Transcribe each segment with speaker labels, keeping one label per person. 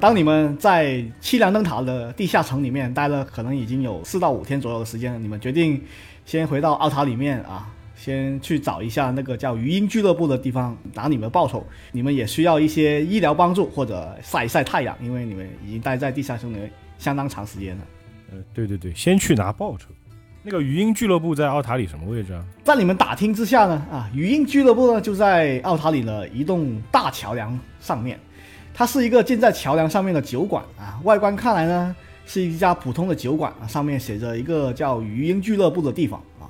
Speaker 1: 当你们在西凉灯塔的地下城里面待了可能已经有四到五天左右的时间，你们决定先回到奥塔里面啊，先去找一下那个叫鱼鹰俱乐部的地方拿你们的报酬。你们也需要一些医疗帮助或者晒一晒太阳，因为你们已经待在地下城里面相当长时间了。
Speaker 2: 呃，对对对，先去拿报酬。那个鱼鹰俱乐部在奥塔里什么位置啊？
Speaker 1: 在你们打听之下呢，啊，鱼鹰俱乐部呢就在奥塔里的一栋大桥梁上面，它是一个建在桥梁上面的酒馆啊，外观看来呢是一家普通的酒馆啊，上面写着一个叫鱼鹰俱乐部的地方啊。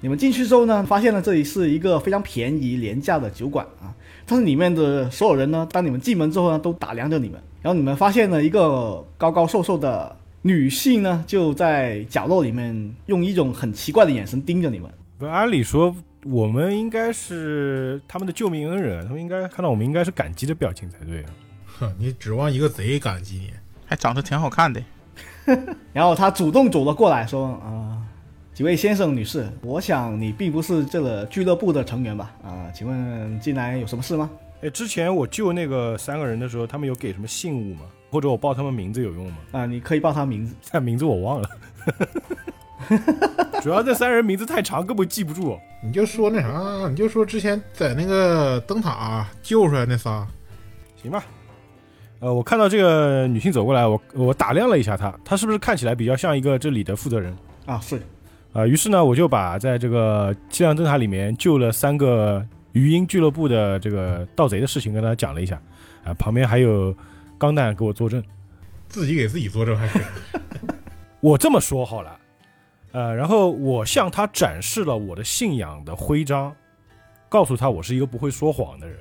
Speaker 1: 你们进去之后呢，发现了这里是一个非常便宜廉价的酒馆啊，但是里面的所有人呢，当你们进门之后呢，都打量着你们，然后你们发现了一个高高瘦瘦的女性呢，就在角落里面用一种很奇怪的眼神盯着你们。
Speaker 2: 不是，按理说我们应该是他们的救命恩人，他们应该看到我们应该是感激的表情才对啊。
Speaker 3: 哼，你指望一个贼感激你？
Speaker 4: 还长得挺好看的。
Speaker 1: 然后他主动走了过来，说：“啊、几位先生、女士，我想你并不是这个俱乐部的成员吧？啊、请问进来有什么事吗？
Speaker 2: 哎，之前我救那个三个人的时候，他们有给什么信物吗？或者我报他们名字有用吗？
Speaker 1: 啊、你可以报他名字。
Speaker 2: 但名字我忘了， 主要这三人名字太长，根本记不住。哦
Speaker 3: 你就说那啥，你就说之前在那个灯塔救出来那仨，
Speaker 2: 行吧。呃，我看到这个女性走过来，我我打量了一下她，她是不是看起来比较像一个这里的负责人？
Speaker 1: 啊，是
Speaker 2: 啊，于是呢，我就把在这个气量灯塔里面救了三个鱼鹰俱乐部的这个盗贼的事情跟他讲了一下，啊，旁边还有钢蛋给我作证。
Speaker 3: 自己给自己作证还是？
Speaker 2: 我这么说好了，呃，然后我向他展示了我的信仰的徽章，告诉他我是一个不会说谎的人。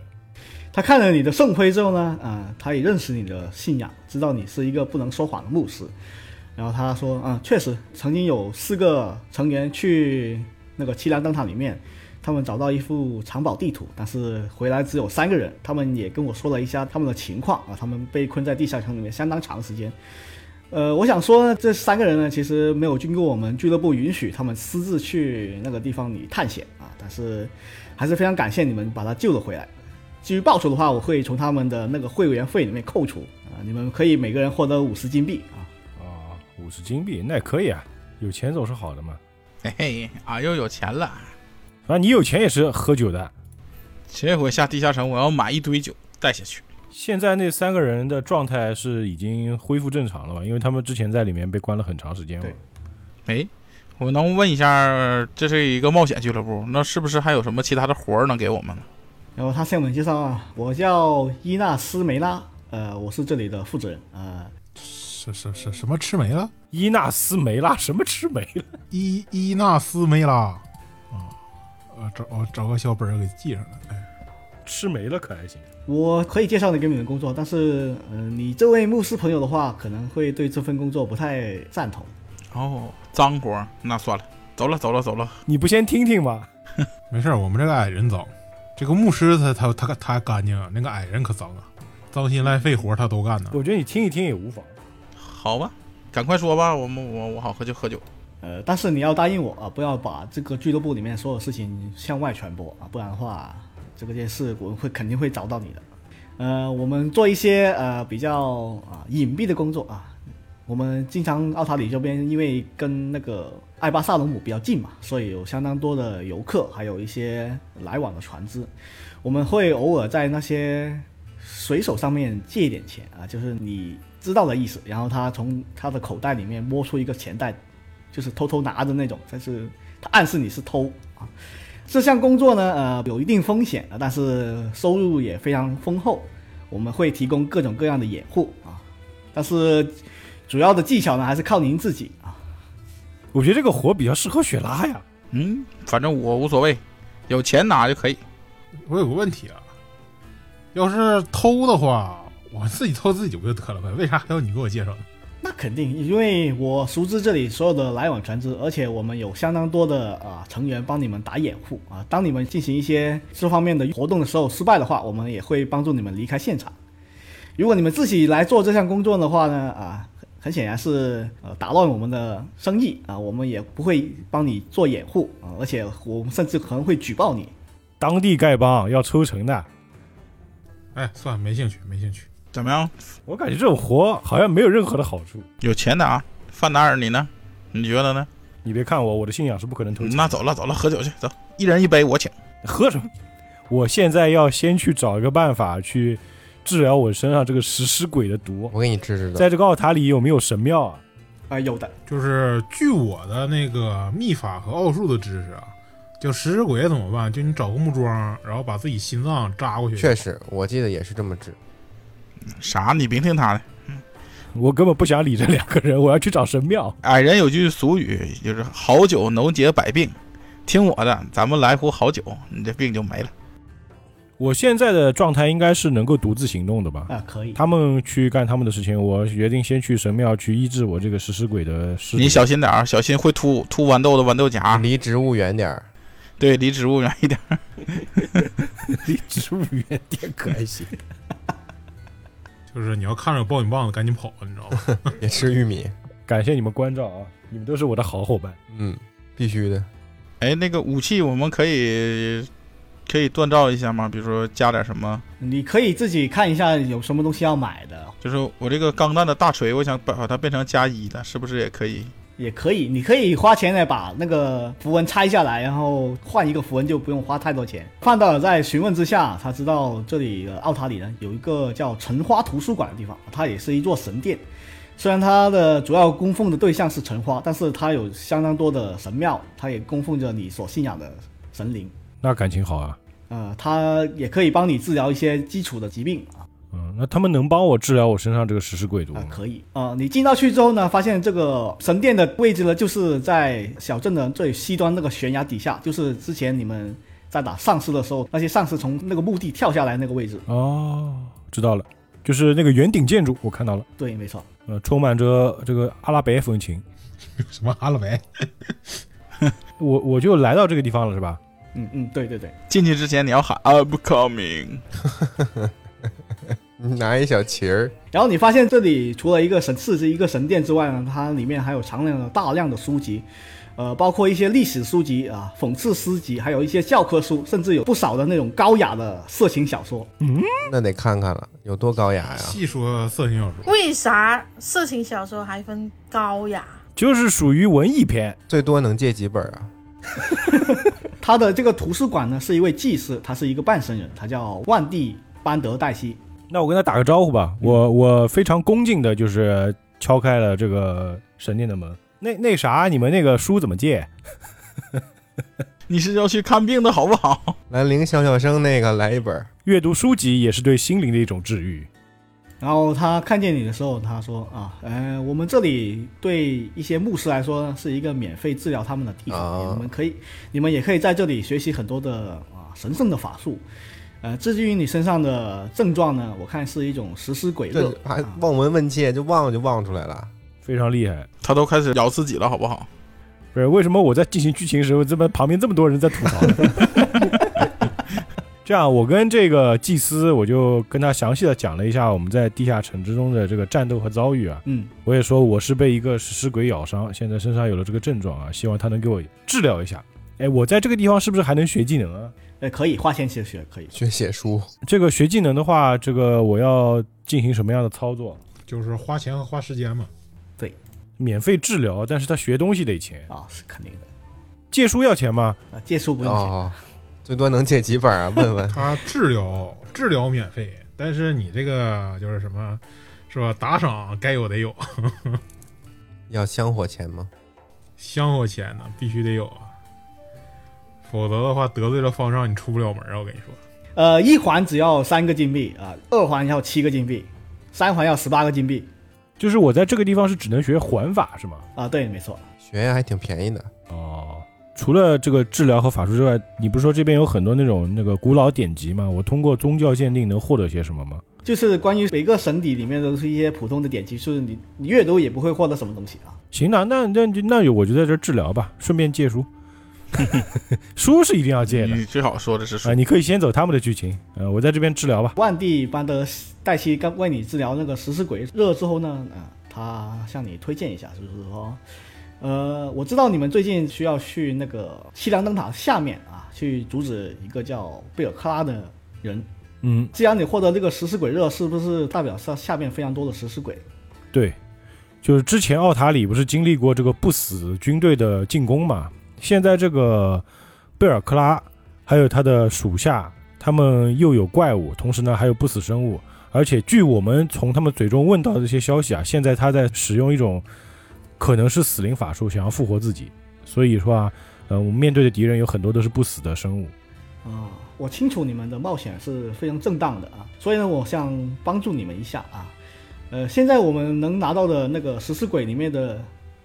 Speaker 1: 他看了你的圣徽之后呢，啊、他也认识你的信仰，知道你是一个不能说谎的牧师。然后他说：“啊、确实，曾经有四个成员去那个凄凉灯塔里面，他们找到一幅藏宝地图，但是回来只有三个人。他们也跟我说了一下他们的情况啊，他们被困在地下城里面相当长时间。呃，我想说呢，这三个人呢，其实没有经过我们俱乐部允许，他们私自去那个地方里探险啊。但是还是非常感谢你们把他救了回来。”至于报酬的话，我会从他们的那个会员费里面扣除啊、你们可以每个人获得五十金币啊。
Speaker 2: 啊，五十金币那也可以啊，有钱总是好的嘛。
Speaker 4: 嘿嘿，俺、又有钱了。
Speaker 2: 啊，你有钱也是喝酒的。
Speaker 4: 这回下地下城，我要买一堆酒带下去。
Speaker 2: 现在那三个人的状态是已经恢复正常了吧？因为他们之前在里面被关了很长时间嘛
Speaker 1: 对。
Speaker 4: 哎，我能问一下，这是一个冒险俱乐部，那是不是还有什么其他的活儿能给我们呢？
Speaker 1: 然后他向我们介绍啊，我叫伊纳斯梅拉，呃，我是这里的负责人，呃，
Speaker 3: 什什什什么吃没了？
Speaker 2: 伊纳斯梅拉什么吃没了？
Speaker 3: 伊伊纳斯梅拉啊，我找我找个小本儿给记上了。哎，
Speaker 2: 吃没了可还行？
Speaker 1: 我可以介绍你给你们工作，但是呃，你这位牧师朋友的话，可能会对这份工作不太赞同。
Speaker 4: 哦，脏活儿，那算了，走了走了走了。
Speaker 2: 你不先听听吗？
Speaker 3: 没事儿，我们这个矮人脏，这个牧师他他他他干净啊，那个矮人可脏啊，脏心赖肺活儿他都干呢。
Speaker 2: 我觉得你听一听也无妨。
Speaker 4: 好吧，赶快说吧，我们我我好喝就喝酒。
Speaker 1: 呃，但是你要答应我啊，不要把这个俱乐部里面所有事情向外传播啊，不然的话，这个件事我们会肯定会找到你的。呃，我们做一些呃比较啊隐蔽的工作啊。我们经常奥塔里这边因为跟那个艾巴萨隆姆比较近嘛，所以有相当多的游客，还有一些来往的船只。我们会偶尔在那些水手上面借一点钱啊，就是你知道的意思。然后他从他的口袋里面摸出一个钱袋，就是偷偷拿着那种，但是他暗示你是偷啊。这项工作呢，呃，有一定风险啊，但是收入也非常丰厚。我们会提供各种各样的掩护啊，但是主要的技巧呢，还是靠您自己啊。
Speaker 2: 我觉得这个活比较适合雪拉呀。
Speaker 4: 嗯，反正我无所谓，有钱拿就可以。
Speaker 3: 我有个问题啊，要是偷的话，我自己偷自己不就得了呗？为啥还要你给我介绍呢？
Speaker 1: 那肯定，因为我熟知这里所有的来往船只，而且我们有相当多的啊、成员帮你们打掩护啊。当你们进行一些这方面的活动的时候失败的话，我们也会帮助你们离开现场。如果你们自己来做这项工作的话呢，啊，很很显然是呃打乱我们的生意啊，我们也不会帮你做掩护啊，而且我们甚至可能会举报你。
Speaker 2: 当地丐帮要抽成的，
Speaker 3: 哎，算了，没兴趣，没兴趣。
Speaker 4: 怎么样？
Speaker 2: 我感觉这种活好像没有任何的好处。
Speaker 4: 有钱拿，范达尔，你呢？你觉得呢？
Speaker 2: 你别看我，我的信仰是不可能投钱。
Speaker 4: 那走了，走了，喝酒去，走，一人一杯，我请。
Speaker 2: 喝什么？我现在要先去找一个办法去治疗我身上这个食尸鬼的毒。
Speaker 5: 我给你治治的。
Speaker 2: 在这个奥塔里有没有神庙啊？
Speaker 1: 啊，有的，
Speaker 3: 就是据我的那个秘法和奥术的知识啊，就食尸鬼怎么办？就你找个木桩，然后把自己心脏扎过去。
Speaker 5: 确实，我记得也是这么治。
Speaker 4: 啥？你别听他的。
Speaker 2: 我根本不想理这两个人，我要去找神庙。
Speaker 4: 矮人有句俗语，就是“好酒能解百病”，听我的，咱们来壶好酒，你这病就没了。
Speaker 2: 我现在的状态应该是能够独自行动的吧？
Speaker 1: 啊，可以。
Speaker 2: 他们去干他们的事情，我决定先去神庙去医治我这个食嗯尸鬼的尸毒。
Speaker 4: 你小心点儿，小心会秃秃豌豆的豌豆荚。
Speaker 5: 离植物远点儿，
Speaker 4: 对，离植物远一点。
Speaker 2: 离植物远点可还行？
Speaker 3: 就是你要看着有爆米棒子，赶紧跑，你知道吗？
Speaker 5: 也吃玉米。
Speaker 2: 感谢你们关照啊，你们都是我的好伙伴。
Speaker 5: 嗯，必须的。
Speaker 4: 哎，那个武器我们可以呃可以锻造一下吗？比如说加点什么？
Speaker 1: 你可以自己看一下有什么东西要买的，
Speaker 4: 就是我这个钢弹的大锤，我想把把它变成加一的，是不是也可以？
Speaker 1: 也可以。你可以花钱来把那个符文拆下来，然后换一个符文，就不用花太多钱。范德尔在询问之下，他知道这里的奥塔里呢有一个叫橙花图书馆的地方，它也是一座神殿。虽然它的主要供奉的对象是橙花，但是它有相当多的神庙，它也供奉着你所信仰的神灵。
Speaker 2: 那感情好啊，
Speaker 1: 呃，它也可以帮你治疗一些基础的疾病啊、
Speaker 2: 嗯，那他们能帮我治疗我身上这个食尸鬼毒
Speaker 1: 啊
Speaker 2: 吗？
Speaker 1: 可以啊、呃你进到去之后呢，发现这个神殿的位置呢，就是在小镇的最西端那个悬崖底下，就是之前你们在打丧尸的时候，那些丧尸从那个墓地跳下来那个位置。
Speaker 2: 哦，知道了，就是那个圆顶建筑，我看到了，
Speaker 1: 对，没错。
Speaker 2: 呃，充满着这个阿拉伯风情。
Speaker 3: 什么阿拉伯？
Speaker 2: 我我就来到这个地方了，是吧？
Speaker 1: 嗯嗯，对对对，
Speaker 4: 进去之前你要喊啊 “I'm coming”，
Speaker 5: 你拿一小旗儿，
Speaker 1: 然后你发现这里除了一个神寺是一个神殿之外呢，它里面还有常量的大量的书籍，呃，包括一些历史书籍啊、讽刺诗集，还有一些教科书，甚至有不少的那种高雅的色情小说。
Speaker 5: 那得看看了，有多高雅呀、
Speaker 3: 细说色情小说，
Speaker 6: 为啥色情小说还分高雅？
Speaker 2: 就是属于文艺片，
Speaker 5: 最多能借几本啊？
Speaker 1: 他的这个图书馆呢，是一位技师，他是一个半神人，他叫万蒂班德黛西。
Speaker 2: 那我跟他打个招呼吧。我我非常恭敬的，就是敲开了这个神殿的门。那那啥，你们那个书怎么借？
Speaker 4: 你是要去看病的好不好？
Speaker 5: 兰陵小小生那个来一本，
Speaker 2: 阅读书籍也是对心灵的一种治愈。
Speaker 1: 然后他看见你的时候，他说啊，呃，我们这里对一些牧师来说是一个免费治疗他们的地方，
Speaker 5: 啊
Speaker 1: 你们可以，你们也可以在这里学习很多的啊神圣的法术。呃，至于你身上的症状呢，我看是一种食尸鬼
Speaker 5: 这
Speaker 1: 热，
Speaker 5: 还
Speaker 1: 啊
Speaker 5: 望闻问切，就望就望出来了。
Speaker 2: 非常厉害，
Speaker 4: 他都开始咬自己了，好不好？
Speaker 2: 不是为什么我在进行剧情时候，这么旁边这么多人在吐槽呢？ 这样，我跟这个祭司，我就跟他详细的讲了一下我们在地下城之中的这个战斗和遭遇啊。
Speaker 1: 嗯，
Speaker 2: 我也说我是被一个食尸鬼咬伤，现在身上有了这个症状啊，希望他能给我治疗一下。哎，我在这个地方是不是还能学技能啊？
Speaker 1: 呃，可以花钱学学，可以。
Speaker 5: 学写书，
Speaker 2: 这个学技能的话，这个我要进行什么样的操作？
Speaker 3: 就是花钱和花时间嘛。
Speaker 2: 免费治疗，但是他学东西得钱，
Speaker 1: 啊，是肯定的。
Speaker 2: 借书要钱吗？
Speaker 1: 啊，借书不用钱，
Speaker 5: 哦，最多能借几本啊？ 问问
Speaker 3: 他治疗治疗免费，但是你这个就是什么，是吧？打赏该有得有，
Speaker 5: 要香火钱吗？
Speaker 3: 香火钱呢必须得有啊，否则的话得罪了方丈你出不了门啊！我跟你说，
Speaker 1: 呃，一环只要三个金币啊、二环要七个金币，三环要十八个金币
Speaker 2: 就是我在这个地方是只能学环法是吗？
Speaker 1: 啊、对，没错，
Speaker 5: 学还挺便宜的，
Speaker 2: 哦，除了这个治疗和法术之外，你不是说这边有很多那种那个古老典籍吗？我通过宗教鉴定能获得些什么吗？
Speaker 1: 就是关于每个神邸里面都是一些普通的典籍，就是你你阅读也不会获得什么东西啊。
Speaker 2: 行那那那就那我就在这儿治疗吧，顺便借书，书是一定要借的
Speaker 4: 你最好说的是
Speaker 2: 啊、
Speaker 4: 说，
Speaker 2: 你可以先走他们的剧情，呃，我在这边治疗吧。
Speaker 1: 万地班德黛西刚为你治疗那个食尸鬼热之后呢，啊、他向你推荐一下，就是说，呃，我知道你们最近需要去那个西凉灯塔下面啊，去阻止一个叫贝尔克拉的人。
Speaker 2: 嗯，
Speaker 1: 既然你获得这个食尸鬼热，是不是代表下下面非常多的食尸鬼？
Speaker 2: 对，就是之前奥塔里不是经历过这个不死军队的进攻嘛？现在这个贝尔克拉还有他的属下，他们又有怪物，同时呢还有不死生物，而且据我们从他们嘴中问到的这些消息啊，现在他在使用一种可能是死灵法术，想要复活自己。所以说啊，呃，我们面对的敌人有很多都是不死的生物。
Speaker 1: 啊，我清楚你们的冒险是非常正当的啊，所以呢，我想帮助你们一下啊。呃，现在我们能拿到的那个食尸鬼里面的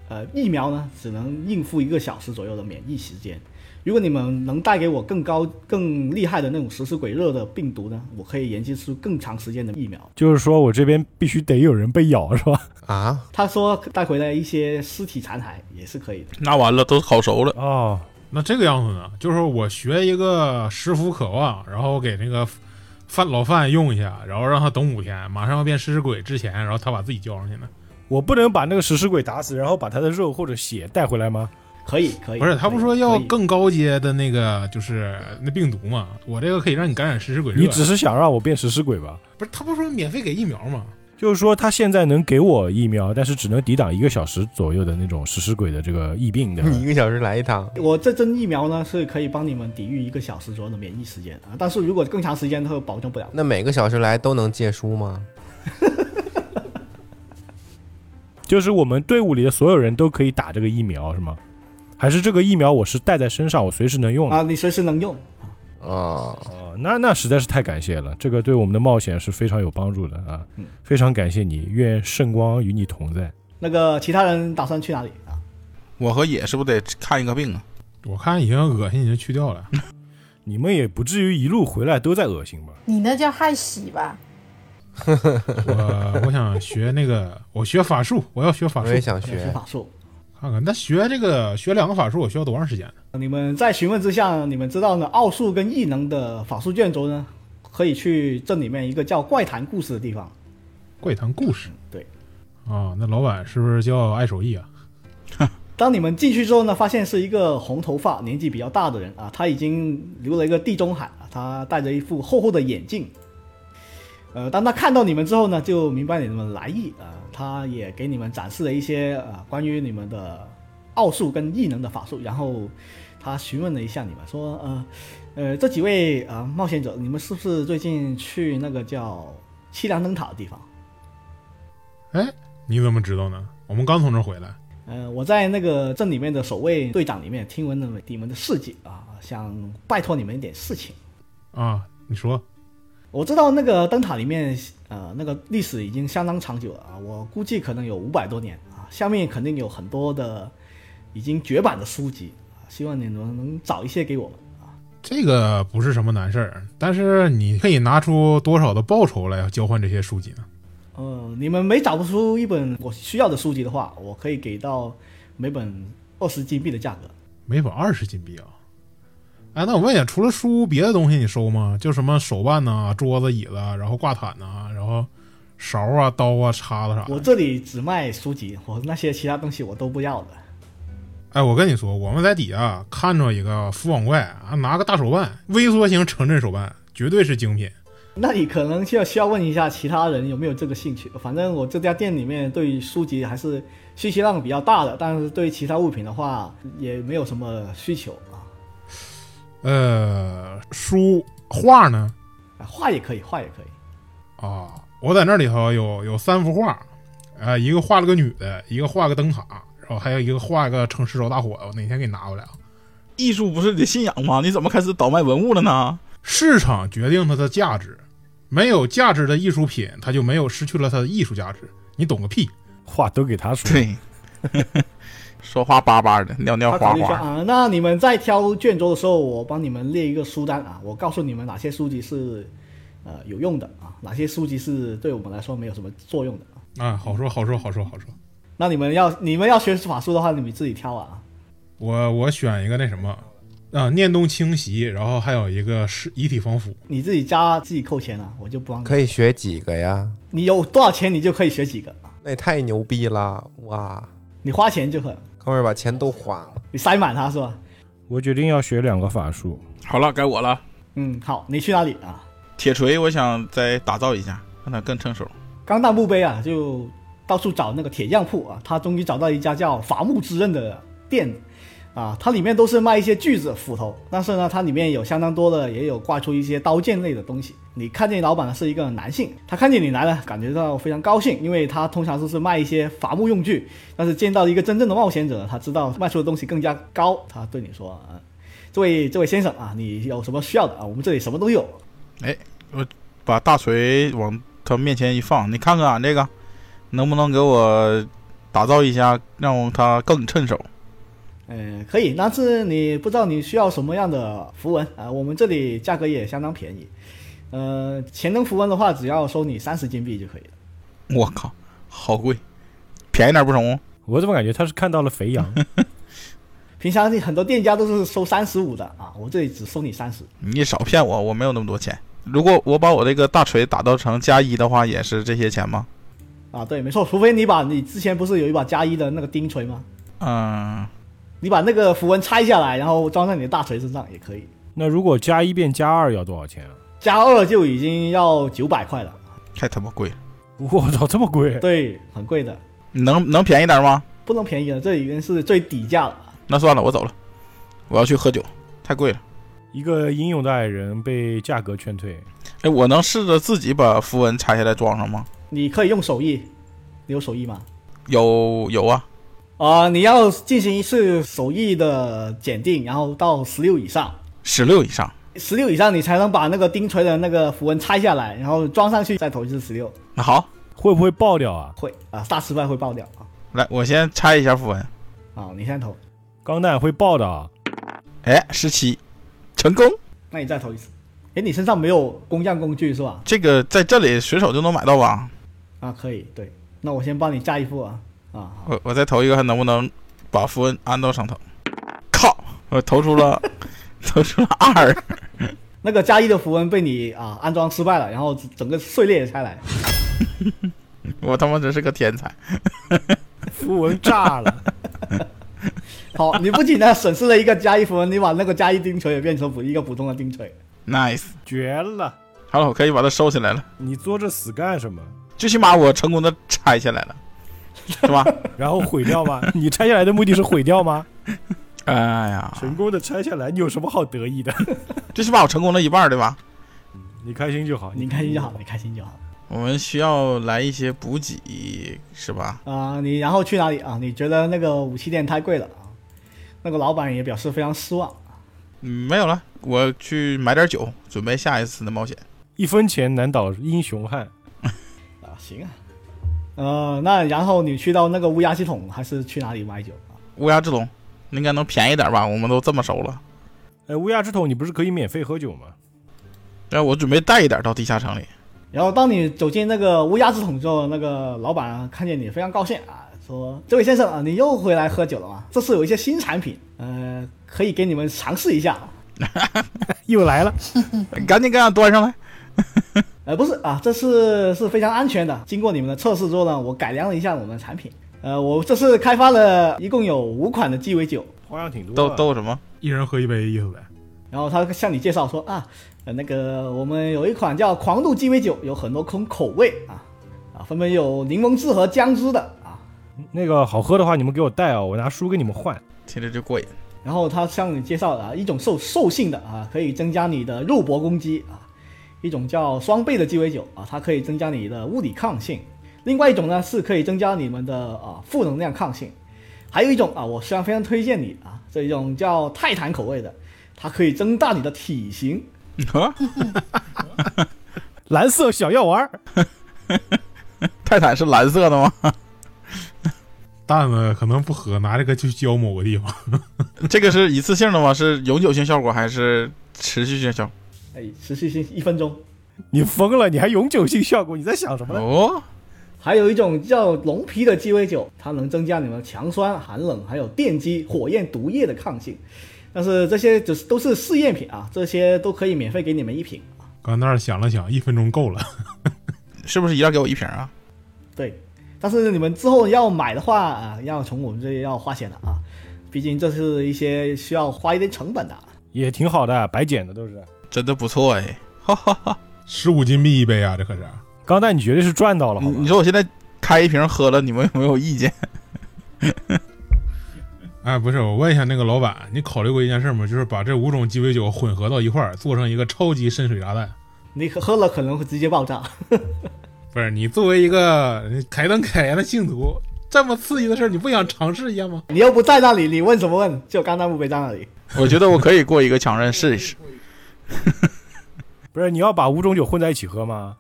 Speaker 1: 呃疫苗呢，只能应付一个小时左右的免疫时间。如果你们能带给我更高、更厉害的那种食尸鬼热的病毒呢，我可以研制出更长时间的疫苗。
Speaker 2: 就是说我这边必须得有人被咬，是吧？
Speaker 5: 啊，
Speaker 1: 他说带回来一些尸体残骸也是可以的。
Speaker 4: 那完了都烤熟了，
Speaker 2: 哦，
Speaker 3: 那这个样子呢，就是我学一个食服渴望，然后给那个范老范用一下，然后让他等五天，马上要变食尸鬼之前，然后他把自己交上去呢。
Speaker 2: 我不能把那个食尸鬼打死，然后把他的肉或者血带回来吗？
Speaker 1: 可以，可以。
Speaker 3: 不是，他不
Speaker 1: 可以
Speaker 3: 说要
Speaker 1: 可以
Speaker 3: 更高阶的那个，就是那病毒嘛？我这个可以让你感染食尸鬼热。
Speaker 2: 你只是想让我变食尸鬼吧？
Speaker 3: 不是他不是说免费给疫苗吗？
Speaker 2: 就是说他现在能给我疫苗，但是只能抵挡一个小时左右的那种食尸鬼的这个疫病的。
Speaker 1: 嗯
Speaker 5: 你一个小时来一趟，
Speaker 1: 我这针疫苗呢是可以帮你们抵御一个小时左右的免疫时间啊，但是如果更长时间，它会保证不了。
Speaker 5: 那每个小时来都能借书吗？
Speaker 2: 就是我们队伍里的所有人都可以打这个疫苗是吗？还是这个疫苗我是带在身上，我随时能用的？
Speaker 1: 啊，你随时能用。
Speaker 5: 哦，
Speaker 2: 哦，那那实在是太感谢了，这个对我们的冒险是非常有帮助的啊！
Speaker 1: 嗯
Speaker 2: 非常感谢你，愿圣光与你同在。
Speaker 1: 那个其他人打算去哪里啊？
Speaker 4: 我和野是不是得看一个病啊？
Speaker 3: 我看已经恶心，已经去掉 了。
Speaker 2: 你们也不至于一路回来都在恶心吧？
Speaker 6: 你那叫害喜吧？
Speaker 3: 我我想学那个，我学法术，我要学法
Speaker 5: 我
Speaker 3: 术
Speaker 5: 也，想
Speaker 1: 学
Speaker 5: 学。
Speaker 1: 法术。
Speaker 3: 看看那学这个学两个法术，我需要多长时间呢？
Speaker 1: 你们在询问之下，你们知道呢，奥数跟异能的法术卷轴呢，可以去镇里面一个叫怪谈故事的地方。
Speaker 3: 怪谈故事
Speaker 1: 嗯对，
Speaker 3: 啊，那老板是不是叫爱手艺啊？
Speaker 1: 当你们进去之后呢，发现是一个红头发、年纪比较大的人啊，他已经留了一个地中海啊，他戴着一副厚厚的眼镜。呃，当他看到你们之后呢，就明白你们的来意啊、他也给你们展示了一些啊关于你们的奥术跟异能的法术，然后他询问了一下你们，说呃呃这几位啊、冒险者，你们是不是最近去那个叫凄凉灯塔的地方？
Speaker 3: 你怎么知道呢？我们刚从这儿回来，
Speaker 1: 呃，我在那个镇里面的守卫队长里面听闻了你们的事迹啊，想拜托你们一点事情。
Speaker 3: 啊，你说
Speaker 1: 我知道那个灯塔里面，呃，那个历史已经相当长久了啊，我估计可能有五百多年啊，下面肯定有很多的已经绝版的书籍啊，希望你们能找一些给我们。
Speaker 3: 这个不是什么难事儿，但是你可以拿出多少的报酬来交换这些书籍呢？
Speaker 1: 呃，你们没找不出一本我需要的书籍的话，我可以给到每本二十金币的价格。
Speaker 3: 每本二十金币啊！哎，那我问一下，除了书，别的东西你收吗？就什么手办呐、桌子、椅子，然后挂毯呐、然后勺啊、刀啊、叉子啥
Speaker 1: 我
Speaker 3: 的。
Speaker 1: 这里只卖书籍，我那些其他东西我都不要的。
Speaker 3: 哎，我跟你说，我们在底下看着一个福网怪啊，拿个大手办，微缩型城镇手办，绝对是精品。
Speaker 1: 那你可能需要需要问一下其他人有没有这个兴趣。反正我这家店里面对书籍还是需求量比较大的，但是对其他物品的话也没有什么需求啊。
Speaker 3: 呃，书画呢？
Speaker 1: 啊画也可以，画也可以。
Speaker 3: 啊，我在那里头有有三幅画，啊、一个画了个女的，一个画个灯塔，然后还有一个画个城市着大火。我哪天给你拿回来啊？
Speaker 4: 艺术不是得信仰吗？你怎么开始倒卖文物了呢？
Speaker 3: 市场决定它的价值，没有价值的艺术品，它就没有失去了它的艺术价值。你懂个屁！
Speaker 2: 话都给他说，
Speaker 4: 对， 说话巴巴的，尿尿
Speaker 1: 他
Speaker 4: 花
Speaker 1: 考虑一下
Speaker 4: 花。
Speaker 1: 啊。那你们在挑卷轴的时候，我帮你们列一个书单啊，我告诉你们哪些书籍是呃有用的啊，哪些书籍是对我们来说没有什么作用的啊。
Speaker 3: 啊，好说好说好说好说。
Speaker 1: 那你们要你们要学法术的话，你们自己挑啊。
Speaker 3: 我我选一个那什么，啊，念动清袭，然后还有一个是遗体防腐。
Speaker 1: 你自己加自己扣钱啊，我就不帮你。
Speaker 5: 可以学几个呀？
Speaker 1: 你有多少钱，你就可以学几个。
Speaker 5: 那也太牛逼了！哇，
Speaker 1: 你花钱就很，
Speaker 5: 哥们儿把钱都花了，
Speaker 1: 你塞满它是吧？
Speaker 2: 我决定要学两个法术。
Speaker 4: 好了，该我了。
Speaker 1: 嗯，好，你去哪里啊？
Speaker 4: 铁锤我想再打造一下，让它更趁手。
Speaker 1: 刚到墓碑啊，就到处找那个铁匠铺啊，他终于找到一家叫伐木之刃的店啊，它里面都是卖一些锯子、斧头，但是呢，它里面有相当多的，也有挂出一些刀剑类的东西。你看见老板呢是一个男性，他看见你来了，感觉到非常高兴，因为他通常都是卖一些伐木用具，但是见到一个真正的冒险者，他知道卖出的东西更加高，他对你说啊，这位这位先生啊，你有什么需要的啊？我们这里什么都有。
Speaker 4: 把大锤往他面前一放，你看看俺这个，能不能给我打造一下，让它更趁手？
Speaker 1: 嗯，可以，但是你不知道你需要什么样的符文啊？我们这里价格也相当便宜，呃，潜能符文的话，只要收你三十金币就可以了。
Speaker 4: 我靠，好贵，便宜点不成吗？
Speaker 2: 我怎么感觉他是看到了肥羊？
Speaker 1: 平常很多店家都是收三十五的啊，我这里只收你三十。
Speaker 4: 你少骗我，我没有那么多钱。如果我把我这个大锤打造成加一的话，也是这些钱吗？
Speaker 1: 啊，对，没错，除非你把你之前不是有一把加一的那个钉锤吗？
Speaker 4: 嗯，
Speaker 1: 你把那个符文拆下来，然后装在你的大锤身上也可以。
Speaker 2: 那如果加一变加二要多少钱 啊？
Speaker 1: 加二就已经要九百块了，
Speaker 4: 太他妈贵了，
Speaker 2: 我操，这么贵！
Speaker 1: 对，很贵的，
Speaker 4: 能能便宜点吗？
Speaker 1: 不能便宜了，这已经是最底价了。
Speaker 4: 那算了，我走了，我要去喝酒，太贵了。
Speaker 2: 一个英勇的矮人被价格劝退，
Speaker 4: 哎，我能试着自己把符文拆下来装上吗？
Speaker 1: 你可以用手艺，你有手艺吗？
Speaker 4: 有有啊，
Speaker 1: 啊、你要进行一次手艺的检定，然后到十六以上，
Speaker 4: 十六以上，
Speaker 1: 十六以上你才能把那个钉锤的那个符文拆下来，然后装上去，再投一次十六，
Speaker 4: 那好，
Speaker 2: 会不会爆掉啊？
Speaker 1: 会啊，大失败会爆掉啊！
Speaker 4: 来，我先拆一下符文。
Speaker 1: 啊，你先投，
Speaker 2: 钢弹会爆的 啊！
Speaker 4: 哎，十七，成功。
Speaker 1: 那你再投一次。哎，你身上没有工匠工具是吧？
Speaker 4: 这个在这里随手就能买到吧？
Speaker 1: 啊，可以，对，那我先帮你加一副啊啊，好
Speaker 4: 我我再投一个，看能不能把符文安到上头？靠！我投出了， 投出了二。
Speaker 1: 那个加一的符文被你啊安装失败了，然后整个碎裂开来，
Speaker 4: 我他妈真是个天才！
Speaker 2: 符文炸了，
Speaker 1: 好，你不仅呢损失了一个加一符文，你把那个加一钉锤也变成普一个普通的钉锤。
Speaker 4: Nice，
Speaker 2: 绝了！
Speaker 4: 好了，我可以把它收起来了。
Speaker 2: 你做这死干什么？
Speaker 4: 最起码我成功的拆下来了，是吧？
Speaker 2: 然后毁掉吗？ 你拆下来的目的是毁掉吗？
Speaker 4: 哎呀，
Speaker 2: 成功的拆下来，你有什么好得意的？
Speaker 4: 最起码我成功了一半儿，对吧？
Speaker 2: 你开心就好，
Speaker 1: 你开心就好，你开心就好。
Speaker 4: 我们需要来一些补给，是吧？
Speaker 1: 啊、你然后去哪里啊？你觉得那个武器店太贵了啊？那个老板也表示非常失望。
Speaker 4: 嗯，没有了，我去买点酒，准备下一次的冒险。
Speaker 2: 一分钱难倒英雄汉。
Speaker 1: 啊，行啊，呃，那然后你去到那个乌鸦系统还是去哪里买酒啊？
Speaker 4: 乌鸦之龙应该能便宜点吧？我们都这么熟了。
Speaker 2: 哎，乌鸦之头，你不是可以免费喝酒吗？
Speaker 4: 然后哎我准备带一点到地下城里。
Speaker 1: 然后当你走进那个乌鸦之桶之后，那个老板啊看见你非常高兴啊，说：“这位先生啊，你又回来喝酒了吗？这次有一些新产品，呃，可以给你们尝试一下。
Speaker 2: 又来了，
Speaker 4: 赶紧给俺端上来。
Speaker 1: 呃，不是啊，这次是非常安全的。经过你们的测试之后呢，我改良了一下我们的产品。呃，我这次开发了一共有五款的鸡尾酒，
Speaker 2: 花样挺多啊
Speaker 4: 都
Speaker 2: 的。
Speaker 4: 都有什么？
Speaker 3: 一人喝一杯意思呗。
Speaker 1: 然后他向你介绍说啊，呃，那个我们有一款叫狂怒鸡尾酒，有很多种口味啊，啊，分别有柠檬汁和姜汁的啊。
Speaker 2: 那个好喝的话，你们给我带啊，我拿书给你们换。
Speaker 4: 听着就过瘾。
Speaker 1: 然后他向你介绍了啊，一种受兽性的啊，可以增加你的肉搏攻击啊，一种叫双倍的鸡尾酒啊，它可以增加你的物理抗性。另外一种呢是可以增加你们的啊负能量抗性，还有一种啊，我虽然非常推荐你啊，这一种叫泰坦口味的，它可以增大你的体型。
Speaker 4: 啊，
Speaker 2: 蓝色小药丸儿，
Speaker 4: 泰坦是蓝色的吗？
Speaker 3: 蛋子可能不喝，拿这个去浇某个地方。
Speaker 4: 这个是一次性的吗？是永久性效果还是持续性效果？
Speaker 1: 哎，持续性一分钟。
Speaker 2: 你疯了？你还永久性效果？你在想什么呢？
Speaker 4: 哦，
Speaker 1: 还有一种叫龙皮的鸡尾酒，它能增加你们强酸、寒冷，还有电击、火焰、毒液的抗性。但是这些只是都是试验品啊，这些都可以免费给你们一瓶啊。
Speaker 3: 刚那儿想了想，一分钟够了。
Speaker 4: 是不是一样给我一瓶啊？
Speaker 1: 对，但是你们之后要买的话啊，要从我们这里要花钱的啊，毕竟这是一些需要花一点成本的啊。
Speaker 2: 也挺好的，白捡的都是。
Speaker 4: 真的不错哎，哈哈哈！
Speaker 3: 十五金币一杯啊，这可是
Speaker 2: 钢蛋，你绝对是赚到了，好
Speaker 4: 你
Speaker 2: 吧
Speaker 4: 你？说我现在开一瓶喝了，你们有没有意见？
Speaker 3: 哎，不是，我问一下那个老板，你考虑过一件事吗？就是把这五种鸡尾酒混合到一块儿，做成一个超级深水炸弹。
Speaker 1: 你喝喝了可能会直接爆炸。
Speaker 3: 不是，你作为一个凯登凯岩的信徒，这么刺激的事儿，你不想尝试一下吗？
Speaker 1: 你又不在那里，你问什么问？就刚刚墓碑在那里。
Speaker 4: 我觉得我可以过一个强韧试一试。
Speaker 2: 不是你要把五种酒混在一起喝吗？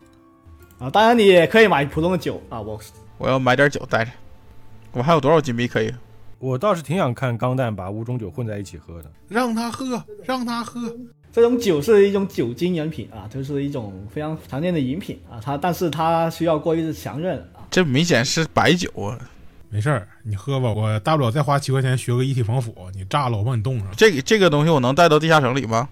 Speaker 1: 啊，当然你也可以买普通的酒啊，我
Speaker 4: 我要买点酒带着。我还有多少金币可以？
Speaker 2: 我倒是挺想看钢蛋把五种酒混在一起喝的。
Speaker 3: 让他喝，让他喝。
Speaker 1: 这种酒是一种酒精饮品啊，就是一种非常常见的饮品啊。它但是它需要过于的强韧啊。
Speaker 4: 这明显是白酒啊！
Speaker 3: 没事儿，你喝吧，我大不了再花七块钱学个一体防腐，你炸了我帮你冻上。
Speaker 4: 这个这个东西我能带到地下城里吗？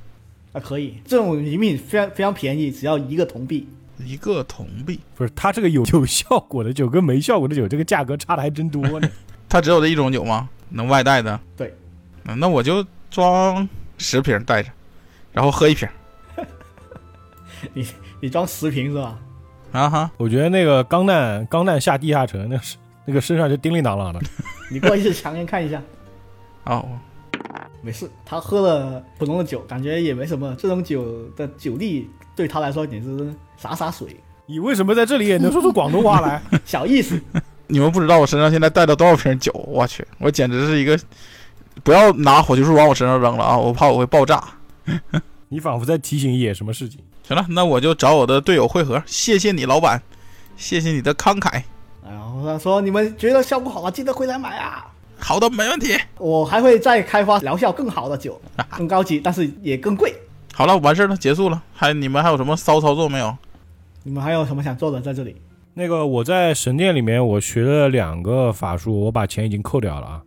Speaker 1: 啊，可以，这种饮品非常非常便宜，只要一个铜币。
Speaker 4: 一个铜币，
Speaker 2: 不是，它这个有有效果的酒跟没效果的酒，这个价格差的还真多呢。
Speaker 4: 它只有这一种酒吗？能外带的？
Speaker 1: 对
Speaker 4: 嗯，那我就装十瓶带着，然后喝一瓶
Speaker 1: 你装十瓶是吧？
Speaker 4: 啊哈。
Speaker 2: 我觉得那个钢蛋钢蛋下地下城，那是那个身上就叮铃当啷的。
Speaker 1: 你过一次强人看一下，
Speaker 4: 哦，
Speaker 1: 没事。他喝了普通的酒，感觉也没什么。这种酒的酒力对他来说简直是洒洒水，
Speaker 2: 你为什么在这里也能说出广东话来？
Speaker 1: 小意思。
Speaker 4: 你们不知道我身上现在带了多少瓶酒，我去，我简直是一个，不要拿火炬树往我身上扔了啊，我怕我会爆炸。
Speaker 2: 你仿佛在提醒野什么事情。
Speaker 4: 行了，那我就找我的队友会合，谢谢你老板，谢谢你的慷慨。
Speaker 1: 然后他啊说：“你们觉得效果好啊，记得回来买啊！
Speaker 4: 好的，没问题。
Speaker 1: 我还会再开发疗效更好的酒，更高级，但是也更贵。
Speaker 4: 好了，完事儿了，结束了。还你们还有什么骚操作没有？
Speaker 1: 你们还有什么想做的在这里？
Speaker 2: 那个我在神殿里面，我学了两个法术，我把钱已经扣掉了啊。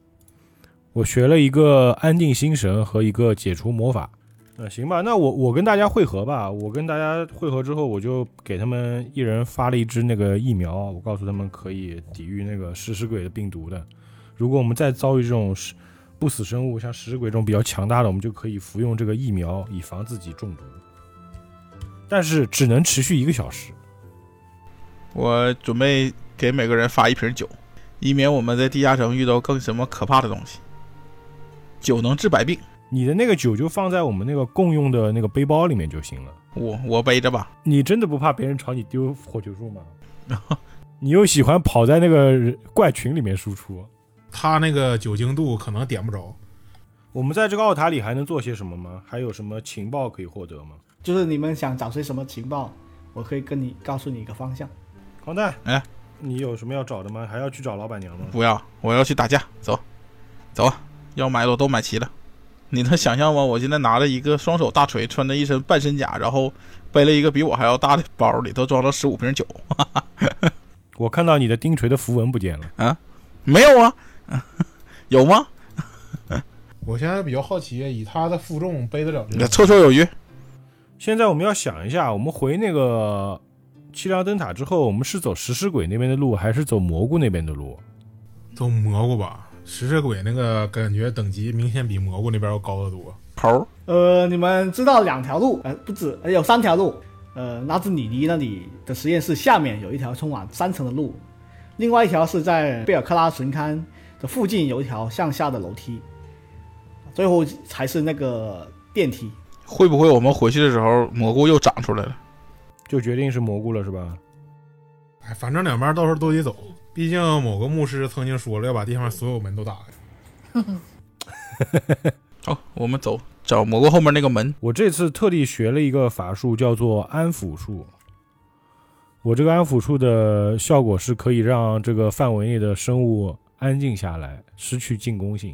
Speaker 2: 我学了一个安定心神和一个解除魔法。呃，行吧，那我我跟大家汇合吧。我跟大家汇合之后，我就给他们一人发了一支那个疫苗，啊我告诉他们可以抵御那个食尸鬼的病毒的。如果我们再遭遇这种食不死生物，像食尸鬼这种比较强大的，我们就可以服用这个疫苗，以防自己中毒。但是只能持续一个小时。
Speaker 4: 我准备给每个人发一瓶酒，以免我们在地下城遇到更什么可怕的东西。酒能治百病，
Speaker 2: 你的那个酒就放在我们那个共用的那个背包里面就行了。
Speaker 4: 我我背着吧。
Speaker 2: 你真的不怕别人朝你丢火球术吗？你又喜欢跑在那个人怪群里面输出。
Speaker 3: 他那个酒精度可能点不着。
Speaker 2: 我们在这个奥塔里还能做些什么吗？还有什么情报可以获得吗？
Speaker 1: 就是你们想找些什么情报，我可以跟你告诉你一个方向。
Speaker 2: 黄蛋，
Speaker 4: 哎，
Speaker 2: 你有什么要找的吗？还要去找老板娘吗？
Speaker 4: 不要，我要去打架。走，走啊，要买的我都买齐了。你能想象吗？我现在拿着一个双手大锤，穿着一身半身甲，然后背了一个比我还要大的包，里头装了十五瓶酒。
Speaker 2: 我看到你的钉锤的符文不见了。
Speaker 4: 没有啊， 有吗？
Speaker 3: 我现在比较好奇，以他的负重背得了这
Speaker 4: 那
Speaker 3: 个？
Speaker 4: 绰绰有余。
Speaker 2: 现在我们要想一下，我们回那个七亮灯塔之后，我们是走食尸鬼那边的路，还是走蘑菇那边的路？
Speaker 3: 都蘑菇吧，食尸鬼那个感觉等级明显比蘑菇那边要高得多。
Speaker 4: 猴，
Speaker 1: 呃，你们知道两条路，呃，不止，呃有三条路。呃，拉兹里尼那里的实验室下面有一条通往三层的路，另外一条是在贝尔克拉神龛的附近有一条向下的楼梯，最后才是那个电梯。
Speaker 4: 会不会我们回去的时候蘑菇又长出来了？
Speaker 2: 就决定是蘑菇了，是吧？
Speaker 3: 哎，反正两边到时候都得走，毕竟某个牧师曾经说了要把地方所有门都打开。
Speaker 4: 好，我们走，找蘑菇后面那个门。
Speaker 2: 我这次特地学了一个法术，叫做安抚术。我这个安抚术的效果是可以让这个范围内的生物安静下来，失去进攻性。